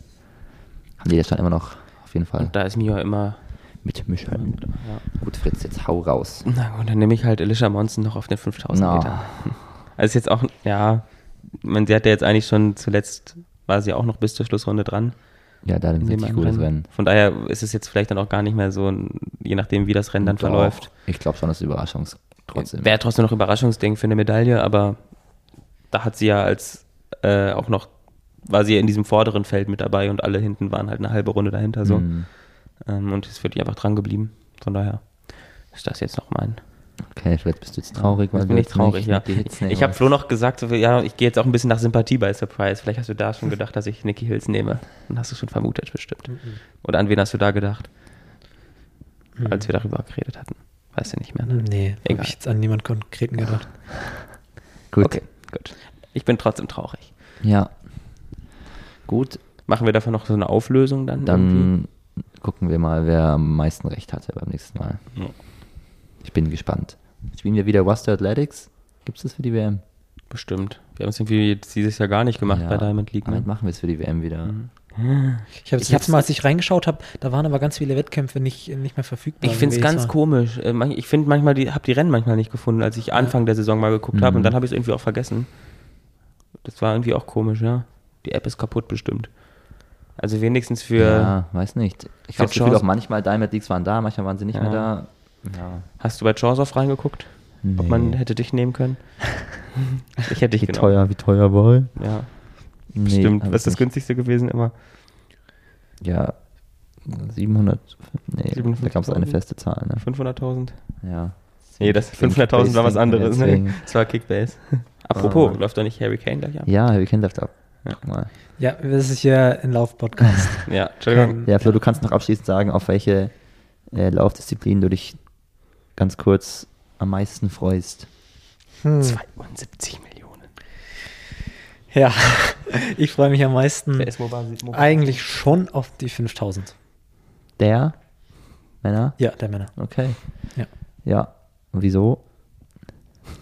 A: haben die das dann immer noch auf jeden Fall
B: Und da ist mir ja immer.
A: mitmischen.
B: Ja.
A: Gut, Fritz, jetzt hau raus.
B: Na gut, dann nehme ich halt Elisha Monson noch auf den 5000
A: Na.
B: Meter. [laughs] Also ist jetzt auch, ja, man, sie hat ja jetzt eigentlich schon zuletzt, war sie auch noch bis zur Schlussrunde dran.
A: Ja, da ein
B: in dem
A: richtig gutes
B: anderen.
A: Rennen.
B: Von daher ist es jetzt vielleicht dann auch gar nicht mehr so, ein- je nachdem, wie das Rennen dann
A: Doch,
B: verläuft.
A: Ich glaube schon, das ist Überraschungs trotzdem.
B: Wäre trotzdem noch Überraschungsding für eine Medaille, aber da hat sie ja als äh, auch noch, war sie ja in diesem vorderen Feld mit dabei und alle hinten waren halt eine halbe Runde dahinter so.
A: Hm,
B: Ähm, und ist für die einfach dran geblieben. Von daher ist das jetzt noch mein.
A: Okay, vielleicht bist du jetzt traurig, weil du
B: Jetzt bin ich
A: jetzt
B: traurig,
A: nicht
B: ja.
A: Nicky Hitz nehmen
B: Ich habe
A: wirst.
B: Flo noch gesagt, so, viel- ja, ich gehe jetzt auch ein bisschen nach Sympathie bei Surprise. Vielleicht hast du
A: [laughs]
B: da schon gedacht, dass ich Nicky Hills nehme. Dann hast du schon vermutet, bestimmt.
A: Mhm.
B: Oder an wen hast du da gedacht? Als wir darüber geredet hatten. Weißt du nicht mehr, ne?
C: Nee, habe
B: Egal.
C: ich jetzt an niemand Konkreten gedacht.
A: Gut.
B: Okay, gut. Ich bin trotzdem traurig.
A: Ja. Gut,
B: Machen wir davon noch so eine Auflösung dann? irgendwie?
A: Dann gucken wir mal, wer am meisten recht hatte beim nächsten Mal.
B: Ja.
A: Ich bin gespannt. Spielen wir wieder Worcester Athletics? Gibt es das für die WM?
B: Bestimmt. Wir haben es irgendwie jetzt dieses Jahr gar nicht gemacht
A: Ja,
B: bei Diamond League.
A: Damit
B: Ne? Mhm.
A: machen wir es für die WM wieder.
C: Ich habe das
B: Ich hab's-
C: letzte Mal, als ich reingeschaut habe, da waren aber ganz viele Wettkämpfe nicht, nicht mehr verfügbar.
B: Ich finde es
C: irgendwie.
B: ganz
C: war-
B: komisch. Äh, man- Ich finde manchmal, die, habe die Rennen manchmal nicht gefunden, als ich Anfang der Saison mal geguckt habe
A: Mhm.
B: und dann habe ich es irgendwie auch vergessen. Das war irgendwie auch komisch, ja. Die App ist kaputt bestimmt. Also wenigstens für,
A: Ja, weiß nicht. Ich
B: Für
A: glaube, Gefühl
B: Chance-
A: auch manchmal Diamond Leagues waren da, manchmal waren sie nicht
B: Ja.
A: mehr da. Ja.
B: hast du bei Chorsoff reingeguckt? Ob man hätte dich nehmen können?
A: [laughs]
B: ich hätte dich
A: wie
B: genommen.
A: teuer, wie teuer war?
B: Ja,
A: Nee,
B: bestimmt.
A: hab
B: Was ist das
A: ich nicht.
B: günstigste gewesen immer?
A: Ja, 700. Nee, da gab es eine
B: 57.000?
A: feste Zahl.
B: 500.000?
A: Ne? Ja.
B: Nee, das
A: Deswegen
B: 500.000 war was
A: Kickbase
B: anderes.
A: denken wir
B: Ne?
A: deswegen.
B: Das
A: [laughs]
B: war Kickbase. Apropos,
A: Ah.
B: läuft doch nicht Harry Kane gleich ab?
A: Ja, wir kennen das ab.
B: Ja.
A: Guck mal.
C: Ja, das ist ja
B: [laughs]
C: ein Lauf-Podcast.
B: Ja, Entschuldigung.
A: Ja, Flo, du kannst noch abschließend sagen, auf welche äh, Laufdisziplin du dich ganz kurz am meisten freust.
C: Hm.
B: 72 Millionen.
C: Ja, [laughs] ich freue mich am meisten
B: Wer ist Mobile? Mobile?
C: eigentlich schon auf die 5000.
A: Der? Männer?
C: Ja, der Männer.
A: Okay.
C: Ja.
A: Ja. Und wieso?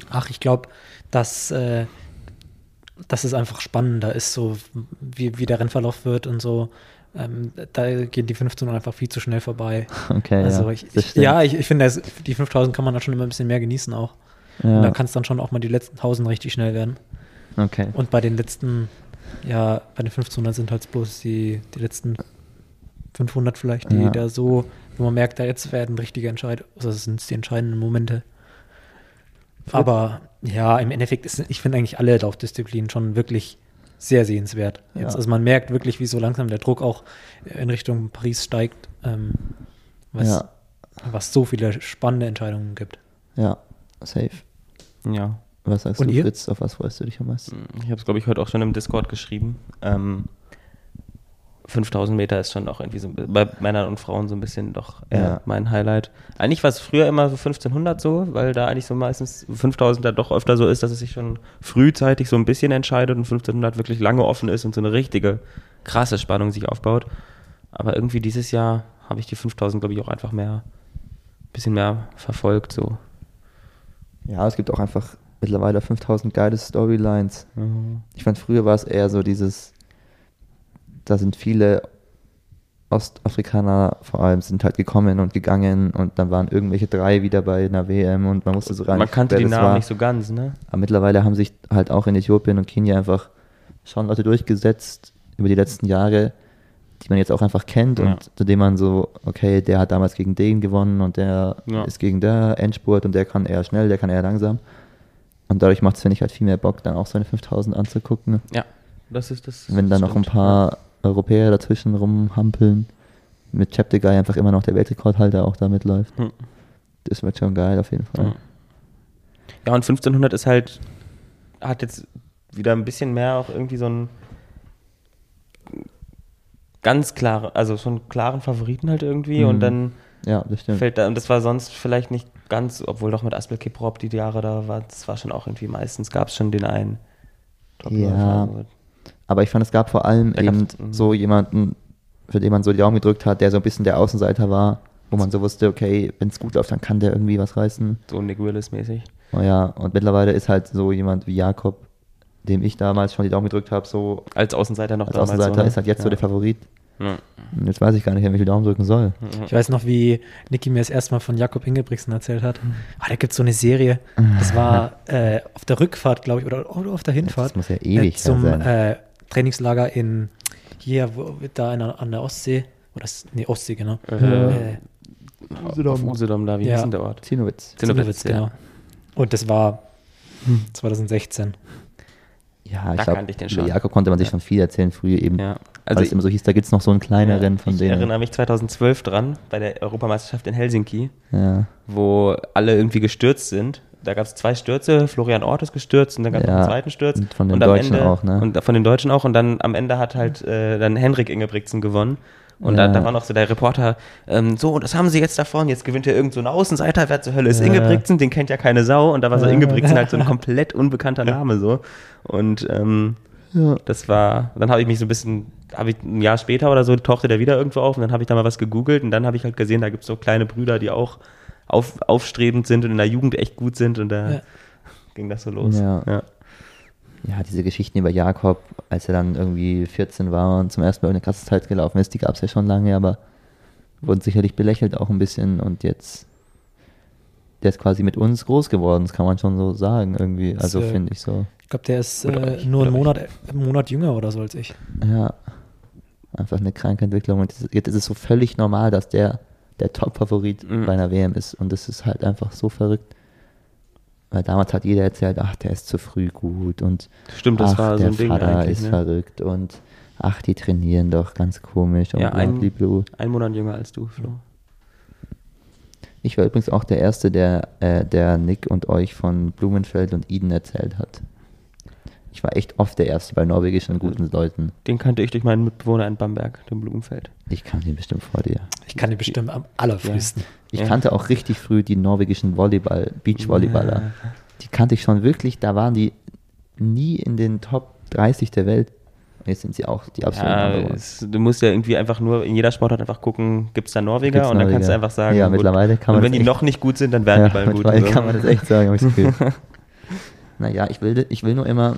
C: Ach, ich glaube, dass, äh, dass es einfach spannender ist, so wie, wie der Rennverlauf wird und so. Ähm, da gehen die 15 einfach viel zu schnell vorbei.
A: Okay,
C: also
A: ja.
C: ich,
A: das
C: ich,
A: stimmt.
C: ja, ich, ich finde, das- die 5000 kann man dann schon immer ein bisschen mehr genießen auch. Und da
A: ja.
C: kann es dann schon auch mal die letzten 1000 richtig schnell werden.
A: Okay.
C: Und bei den letzten, ja, bei den 1500 sind halt bloß die, die letzten 500 vielleicht, die
A: Ja.
C: da so, wo man merkt, da jetzt werden richtige Entscheidungen, also das sind die entscheidenden Momente. Aber ja, im Endeffekt ist, ich finde eigentlich alle Laufdisziplinen schon wirklich sehr sehenswert. Jetzt,
A: Ja.
C: Also man merkt wirklich, wie so langsam der Druck auch in Richtung Paris steigt, ähm, was,
A: Ja.
C: was so viele spannende Entscheidungen gibt.
A: Ja, safe.
B: Ja.
A: Was sagst
C: Und
A: du,
C: ihr?
A: Fritz? Auf was freust du dich am meisten?
B: Ich habe es, glaube ich, heute auch schon im Discord geschrieben. Ähm, 5000 Meter ist schon auch irgendwie so bei Männern und Frauen so ein bisschen doch eher
A: Ja.
B: mein Highlight. Eigentlich war es früher immer so 1500 so, weil da eigentlich so meistens 5000 da doch öfter so ist, dass es sich schon frühzeitig so ein bisschen entscheidet und 1500 wirklich lange offen ist und so eine richtige krasse Spannung sich aufbaut. Aber irgendwie dieses Jahr habe ich die 5000, glaube ich, auch einfach mehr, ein bisschen mehr verfolgt so.
A: Ja, es gibt auch einfach mittlerweile 5000 geile Storylines. Ich fand, früher war es eher so dieses, da sind viele Ostafrikaner vor allem sind halt gekommen und gegangen und dann waren irgendwelche drei wieder bei einer WM und man musste so rein.
B: Man kannte die Namen nicht so ganz, ne?
A: Aber mittlerweile haben sich halt auch in Äthiopien und Kenia einfach schon Leute durchgesetzt über die letzten Jahre, die man jetzt auch einfach kennt
B: Ja.
A: und zu denen man so, okay, der hat damals gegen den gewonnen und der
B: Ja.
A: ist gegen der Endspurt und der kann eher schnell, der kann eher langsam. Und dadurch macht es, finde ich, halt viel mehr Bock, dann auch so eine 5000 anzugucken.
B: Ja, das ist das.
A: Wenn dann noch ein
B: stimmt.
A: paar Europäer dazwischen rumhampeln, mit Chapter Guy einfach immer noch der Weltrekordhalter auch da mitläuft.
B: Hm.
A: Das wird schon geil auf jeden Fall.
B: Ja. Ja, und 1500 ist halt, hat jetzt wieder ein bisschen mehr auch irgendwie so einen ganz klaren, also so einen klaren Favoriten halt irgendwie
A: Mhm.
B: und dann
A: Ja, das stimmt.
B: fällt da, und das war sonst vielleicht nicht ganz, obwohl doch mit Aspel Kiprop die Jahre da war, das war schon auch irgendwie meistens, gab es schon den einen.
A: Ja. Aber ich fand, es gab vor allem
B: Da
A: eben
B: gab's- mhm.
A: so jemanden, für den man so die Daumen gedrückt hat, der so ein bisschen der Außenseiter war, wo man so wusste, okay, wenn es gut läuft, dann kann der irgendwie was reißen.
B: So Nick Willis mäßig.
A: Oh ja, und mittlerweile ist halt so jemand wie Jakob, dem ich damals schon die Daumen gedrückt habe, so
B: Als Außenseiter noch
A: als Außenseiter
B: ne?
A: ist halt jetzt so der Favorit.
B: Favorit.
A: Und jetzt weiß ich gar nicht, wer mich die Daumen drücken soll.
C: Ich weiß noch, wie Niki mir das erstmal von Jakob Ingebrigtsen erzählt hat.
B: Mhm.
C: Ah, da gibt es so eine Serie. Das war äh, auf der Rückfahrt, glaube ich, oder, oder auf der Hinfahrt.
A: Das muss Mhm. ja ewig
C: äh, zum
A: her sein.
C: Äh, Trainingslager in hier, wo, da in, an der Ostsee. Oder s- nee, Ostsee, genau.
B: Äh,
C: Äh,
B: Usedom. Auf Usedom da, wie
C: Ja.
B: hieß denn der Ort?
A: Zinnowitz.
C: Zinnowitz,
B: ja. Hm.
C: genau. Und das war 2016.
A: Ja, ich
B: Da
A: glaube,
B: kannte ich den
A: über
B: schon.
A: Jakob konnte man sich schon viel erzählen, früher eben.
B: Ja.
A: Also weil es immer so hieß, da gibt es noch so einen kleineren
B: Ja,
A: von
B: ich
A: denen.
B: erinnere mich 2012 dran, bei der Europameisterschaft in Helsinki,
A: Ja.
B: wo alle irgendwie gestürzt sind. Da gab es zwei Stürze, Florian Ort ist gestürzt und dann gab es
A: Ja,
B: einen zweiten Sturz.
A: und von den
B: und am
A: Deutschen
B: Ende,
A: auch, ne?
B: Und von den Deutschen auch. Und dann am Ende hat halt äh, dann Henrik Ingebrigtsen gewonnen. Und da,
A: Ja.
B: da war noch so der Reporter, ähm, so, das haben sie jetzt davon, jetzt gewinnt hier irgend so ein Außenseiter, wer zur Hölle ist
A: Ja.
B: Ingebrigtsen, den kennt ja keine Sau. Und da war so
A: Ja.
B: Ingebrigtsen halt
A: [laughs]
B: so ein komplett unbekannter Name so. Und ähm,
A: ja.
B: das war, dann habe ich mich so ein bisschen, habe ich ein Jahr später oder so, tauchte der wieder irgendwo auf und dann habe ich da mal was gegoogelt und dann habe ich halt gesehen, da gibt es so kleine Brüder, die auch auf, aufstrebend sind und in der Jugend echt gut sind und da
C: Ja.
B: ging das so los.
A: Ja. Ja, diese Geschichten über Jakob, als er dann irgendwie 14 war und zum ersten Mal eine krasse Zeit gelaufen ist, die gab es ja schon lange, aber wurden sicherlich belächelt auch ein bisschen und jetzt, der ist quasi mit uns groß geworden, das kann man schon so sagen irgendwie, also
C: Sehr.
A: finde ich so.
C: Ich glaube, der ist
B: Oder
C: äh,
B: ich,
C: nur
B: oder
C: einen Monat, einen Monat jünger oder so als ich.
A: Ja, einfach eine kranke Entwicklung und jetzt ist es so völlig normal, dass der der Top-Favorit
B: Mhm.
A: bei einer WM ist und das ist halt einfach so verrückt. Weil damals hat jeder erzählt, ach, der ist zu früh gut und
B: Stimmt, das
A: ach,
B: war so
A: der
B: ein Ding
A: Vater
B: eigentlich.
A: ist halt
B: Ne?
A: verrückt und ach, die trainieren doch ganz komisch und
B: Ja, ein-
A: die Blue.
B: Ein Monat jünger als du, Flo.
A: Ich war übrigens auch der Erste, der, äh, der Nick und euch von Blumenfeld und Eden erzählt hat. Ich war echt oft der Erste bei norwegischen guten Leuten.
B: Den kannte ich durch meinen Mitbewohner in Bamberg, dem Blumenfeld.
A: Ich kannte ihn bestimmt vor dir.
C: Ich kann die bestimmt am allerfrühesten.
A: Ich
B: Ja.
A: kannte auch richtig früh die norwegischen Volleyball, Beachvolleyballer.
B: Ja.
A: Die kannte ich schon wirklich, da waren die nie in den Top 30 der Welt. Und jetzt sind sie auch die absoluten
B: Ja,
A: Number One.
B: es, du musst ja irgendwie einfach nur in jeder Sportart einfach gucken, gibt es da Norweger
A: Gibt's
B: und dann kannst du
A: Norweger.
B: einfach sagen,
A: Ja,
B: gut.
A: mittlerweile kann man
B: und wenn
A: das
B: die
A: echt-
B: noch nicht gut sind, dann werden die
A: ja,
B: beiden gut.
A: mittlerweile
B: so. [laughs]
A: kann man das echt sagen, habe ich das Gefühl. Naja, ich will, ich will nur immer,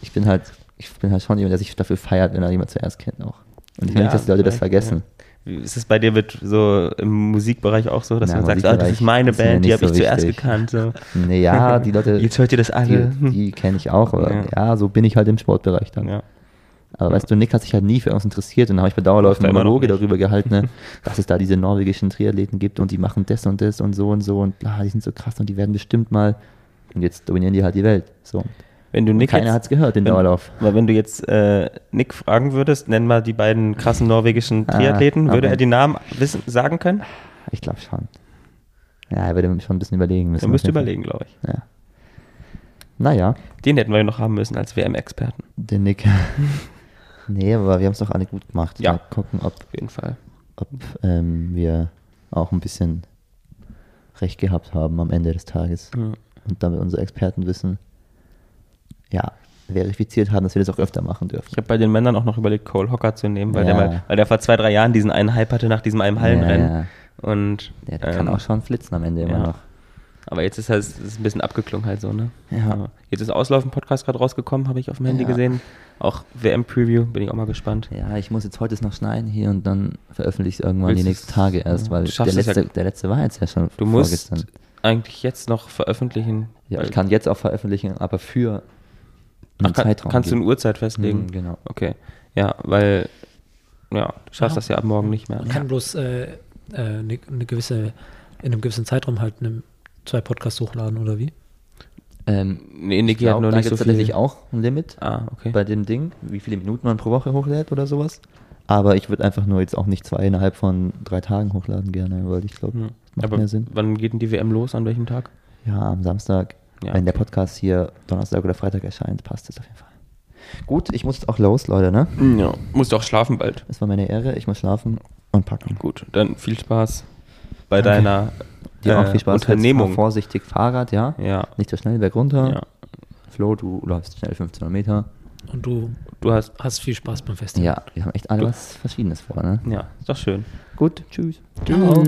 A: ich bin halt, ich bin halt schon jemand, der sich dafür feiert, wenn er jemand zuerst kennt auch. Und ich will
B: Ja,
A: nicht, dass die Leute das
B: vielleicht,
A: vergessen.
B: Wie Ist es bei dir mit so im Musikbereich auch so, dass
A: Na,
B: man sagt, ah, das
A: Musikbereich
B: ist meine
A: ist mir
B: Band, die
A: nicht
B: habe
A: so
B: ich zuerst
A: wichtig. Hm.
B: gekannt. So.
A: Naja, die Leute,
B: [laughs] Jetzt hört ihr das alle.
A: die, die kenne ich auch, aber ja.
B: Ja.
A: so bin ich halt im Sportbereich dann.
B: Ja.
A: Aber weißt du, Nick hat sich halt nie für irgendwas interessiert und dann habe ich bei Dauerläufen
B: Macht er immer
A: Monologe
B: noch nicht.
A: darüber gehalten,
B: [laughs]
A: ne, dass es da diese norwegischen Triathleten gibt und die machen das und das und so und so und ah, die sind so krass und die werden bestimmt mal und jetzt dominieren die halt die Welt. So.
B: Wenn du Nick
A: Keiner
B: jetzt-
A: hat es gehört, den
B: wenn,
A: Dauerlauf.
B: Aber wenn du jetzt äh, Nick fragen würdest, nenn mal die beiden krassen norwegischen
A: Ah,
B: Triathleten,
A: aber-
B: würde er die Namen wissen, sagen können?
A: Ich glaube schon. Ja, er würde schon ein bisschen überlegen müssen.
B: Er müsste
A: auf jeden
B: überlegen, glaube ich.
A: Fall. Ja. Naja,
B: Den hätten wir noch haben müssen als WM-Experten.
A: den Nick. [laughs] nee, aber wir haben es doch alle gut gemacht.
B: Ja.
A: Mal gucken, ob,
B: Auf jeden Fall.
A: ob ähm, wir auch ein bisschen recht gehabt haben am Ende des Tages. Und damit unser Expertenwissen ja, verifiziert haben, dass wir das auch öfter machen dürfen.
B: Ich habe bei den Männern auch noch überlegt, Cole Hocker zu nehmen, weil,
A: Ja.
B: der mal, weil der vor zwei, drei Jahren diesen einen Hype hatte nach diesem einen Hallenrennen.
A: Ja, ja.
B: Und,
A: Der kann
B: ähm,
A: auch schon flitzen am Ende immer
B: ja.
A: noch.
B: Aber jetzt ist es ist ein bisschen abgeklungen halt so, ne?
A: Ja.
B: Aber Jetzt ist Auslaufen-Podcast gerade rausgekommen, habe ich auf dem Handy
A: Ja.
B: gesehen. Auch WM-Preview, bin ich auch mal gespannt.
A: Ja, ich muss jetzt heute es noch schneiden hier und dann veröffentliche ich es irgendwann
B: Willst
A: die
B: du
A: nächsten
B: es-
A: Tage erst,
B: ja.
A: weil
B: Du schaffst
A: der
B: es ja-
A: letzte, der letzte war jetzt ja schon
B: Du musst
A: vorgestern.
B: eigentlich jetzt noch veröffentlichen.
A: Ja,
B: weil-
A: ich kann jetzt auch veröffentlichen, aber für
B: Ach,
A: einen
B: kann,
A: Zeitraum.
B: Kannst du
A: geben.
B: eine Uhrzeit festlegen?
A: Mhm, genau.
B: Okay. Ja, weil, ja, du schaffst das ja ab morgen nicht mehr. ne?
D: Man kann bloß äh, äh, eine, eine gewisse, in einem gewissen Zeitraum halt eine, zwei Podcasts hochladen oder wie?
A: Ähm,
B: Nee, Niki
A: ich
B: hat
A: glaub,
B: nur
A: da
B: nicht
A: gibt's
B: so
A: tatsächlich
B: viel.
A: auch ein Limit
B: Ah, okay.
A: bei dem Ding, wie viele Minuten man pro Woche hochlädt oder sowas. Aber ich würde einfach nur jetzt auch nicht zwei innerhalb von drei Tagen hochladen gerne, weil ich glaube,
B: Hm.
A: macht
B: Aber
A: mehr Sinn.
B: wann geht denn die WM los? An welchem Tag?
A: Ja, am Samstag.
B: Ja.
A: Wenn der Podcast hier Donnerstag oder Freitag erscheint, passt es auf jeden Fall. Gut, ich muss jetzt auch los, Leute, ne?
B: Hm, Ja, musst auch schlafen bald.
A: Es war meine Ehre, ich muss schlafen und packen.
B: Hm. Gut, dann viel Spaß bei
A: Danke.
B: deiner
A: Dir
B: äh,
A: auch viel Spaß. Jetzt
B: Unternehmung.
A: fahr vorsichtig Fahrrad, ja?
B: Ja.
A: Nicht so schnell bergunter.
B: ja.
A: Flo, du läufst schnell 15 Meter.
D: Und du
B: Du hast,
D: hast viel Spaß beim Festival.
A: Ja, wir haben echt alle
B: Du-
A: was Verschiedenes vor, ne?
B: ja, ist doch schön.
A: Gut, tschüss.
D: Ciao.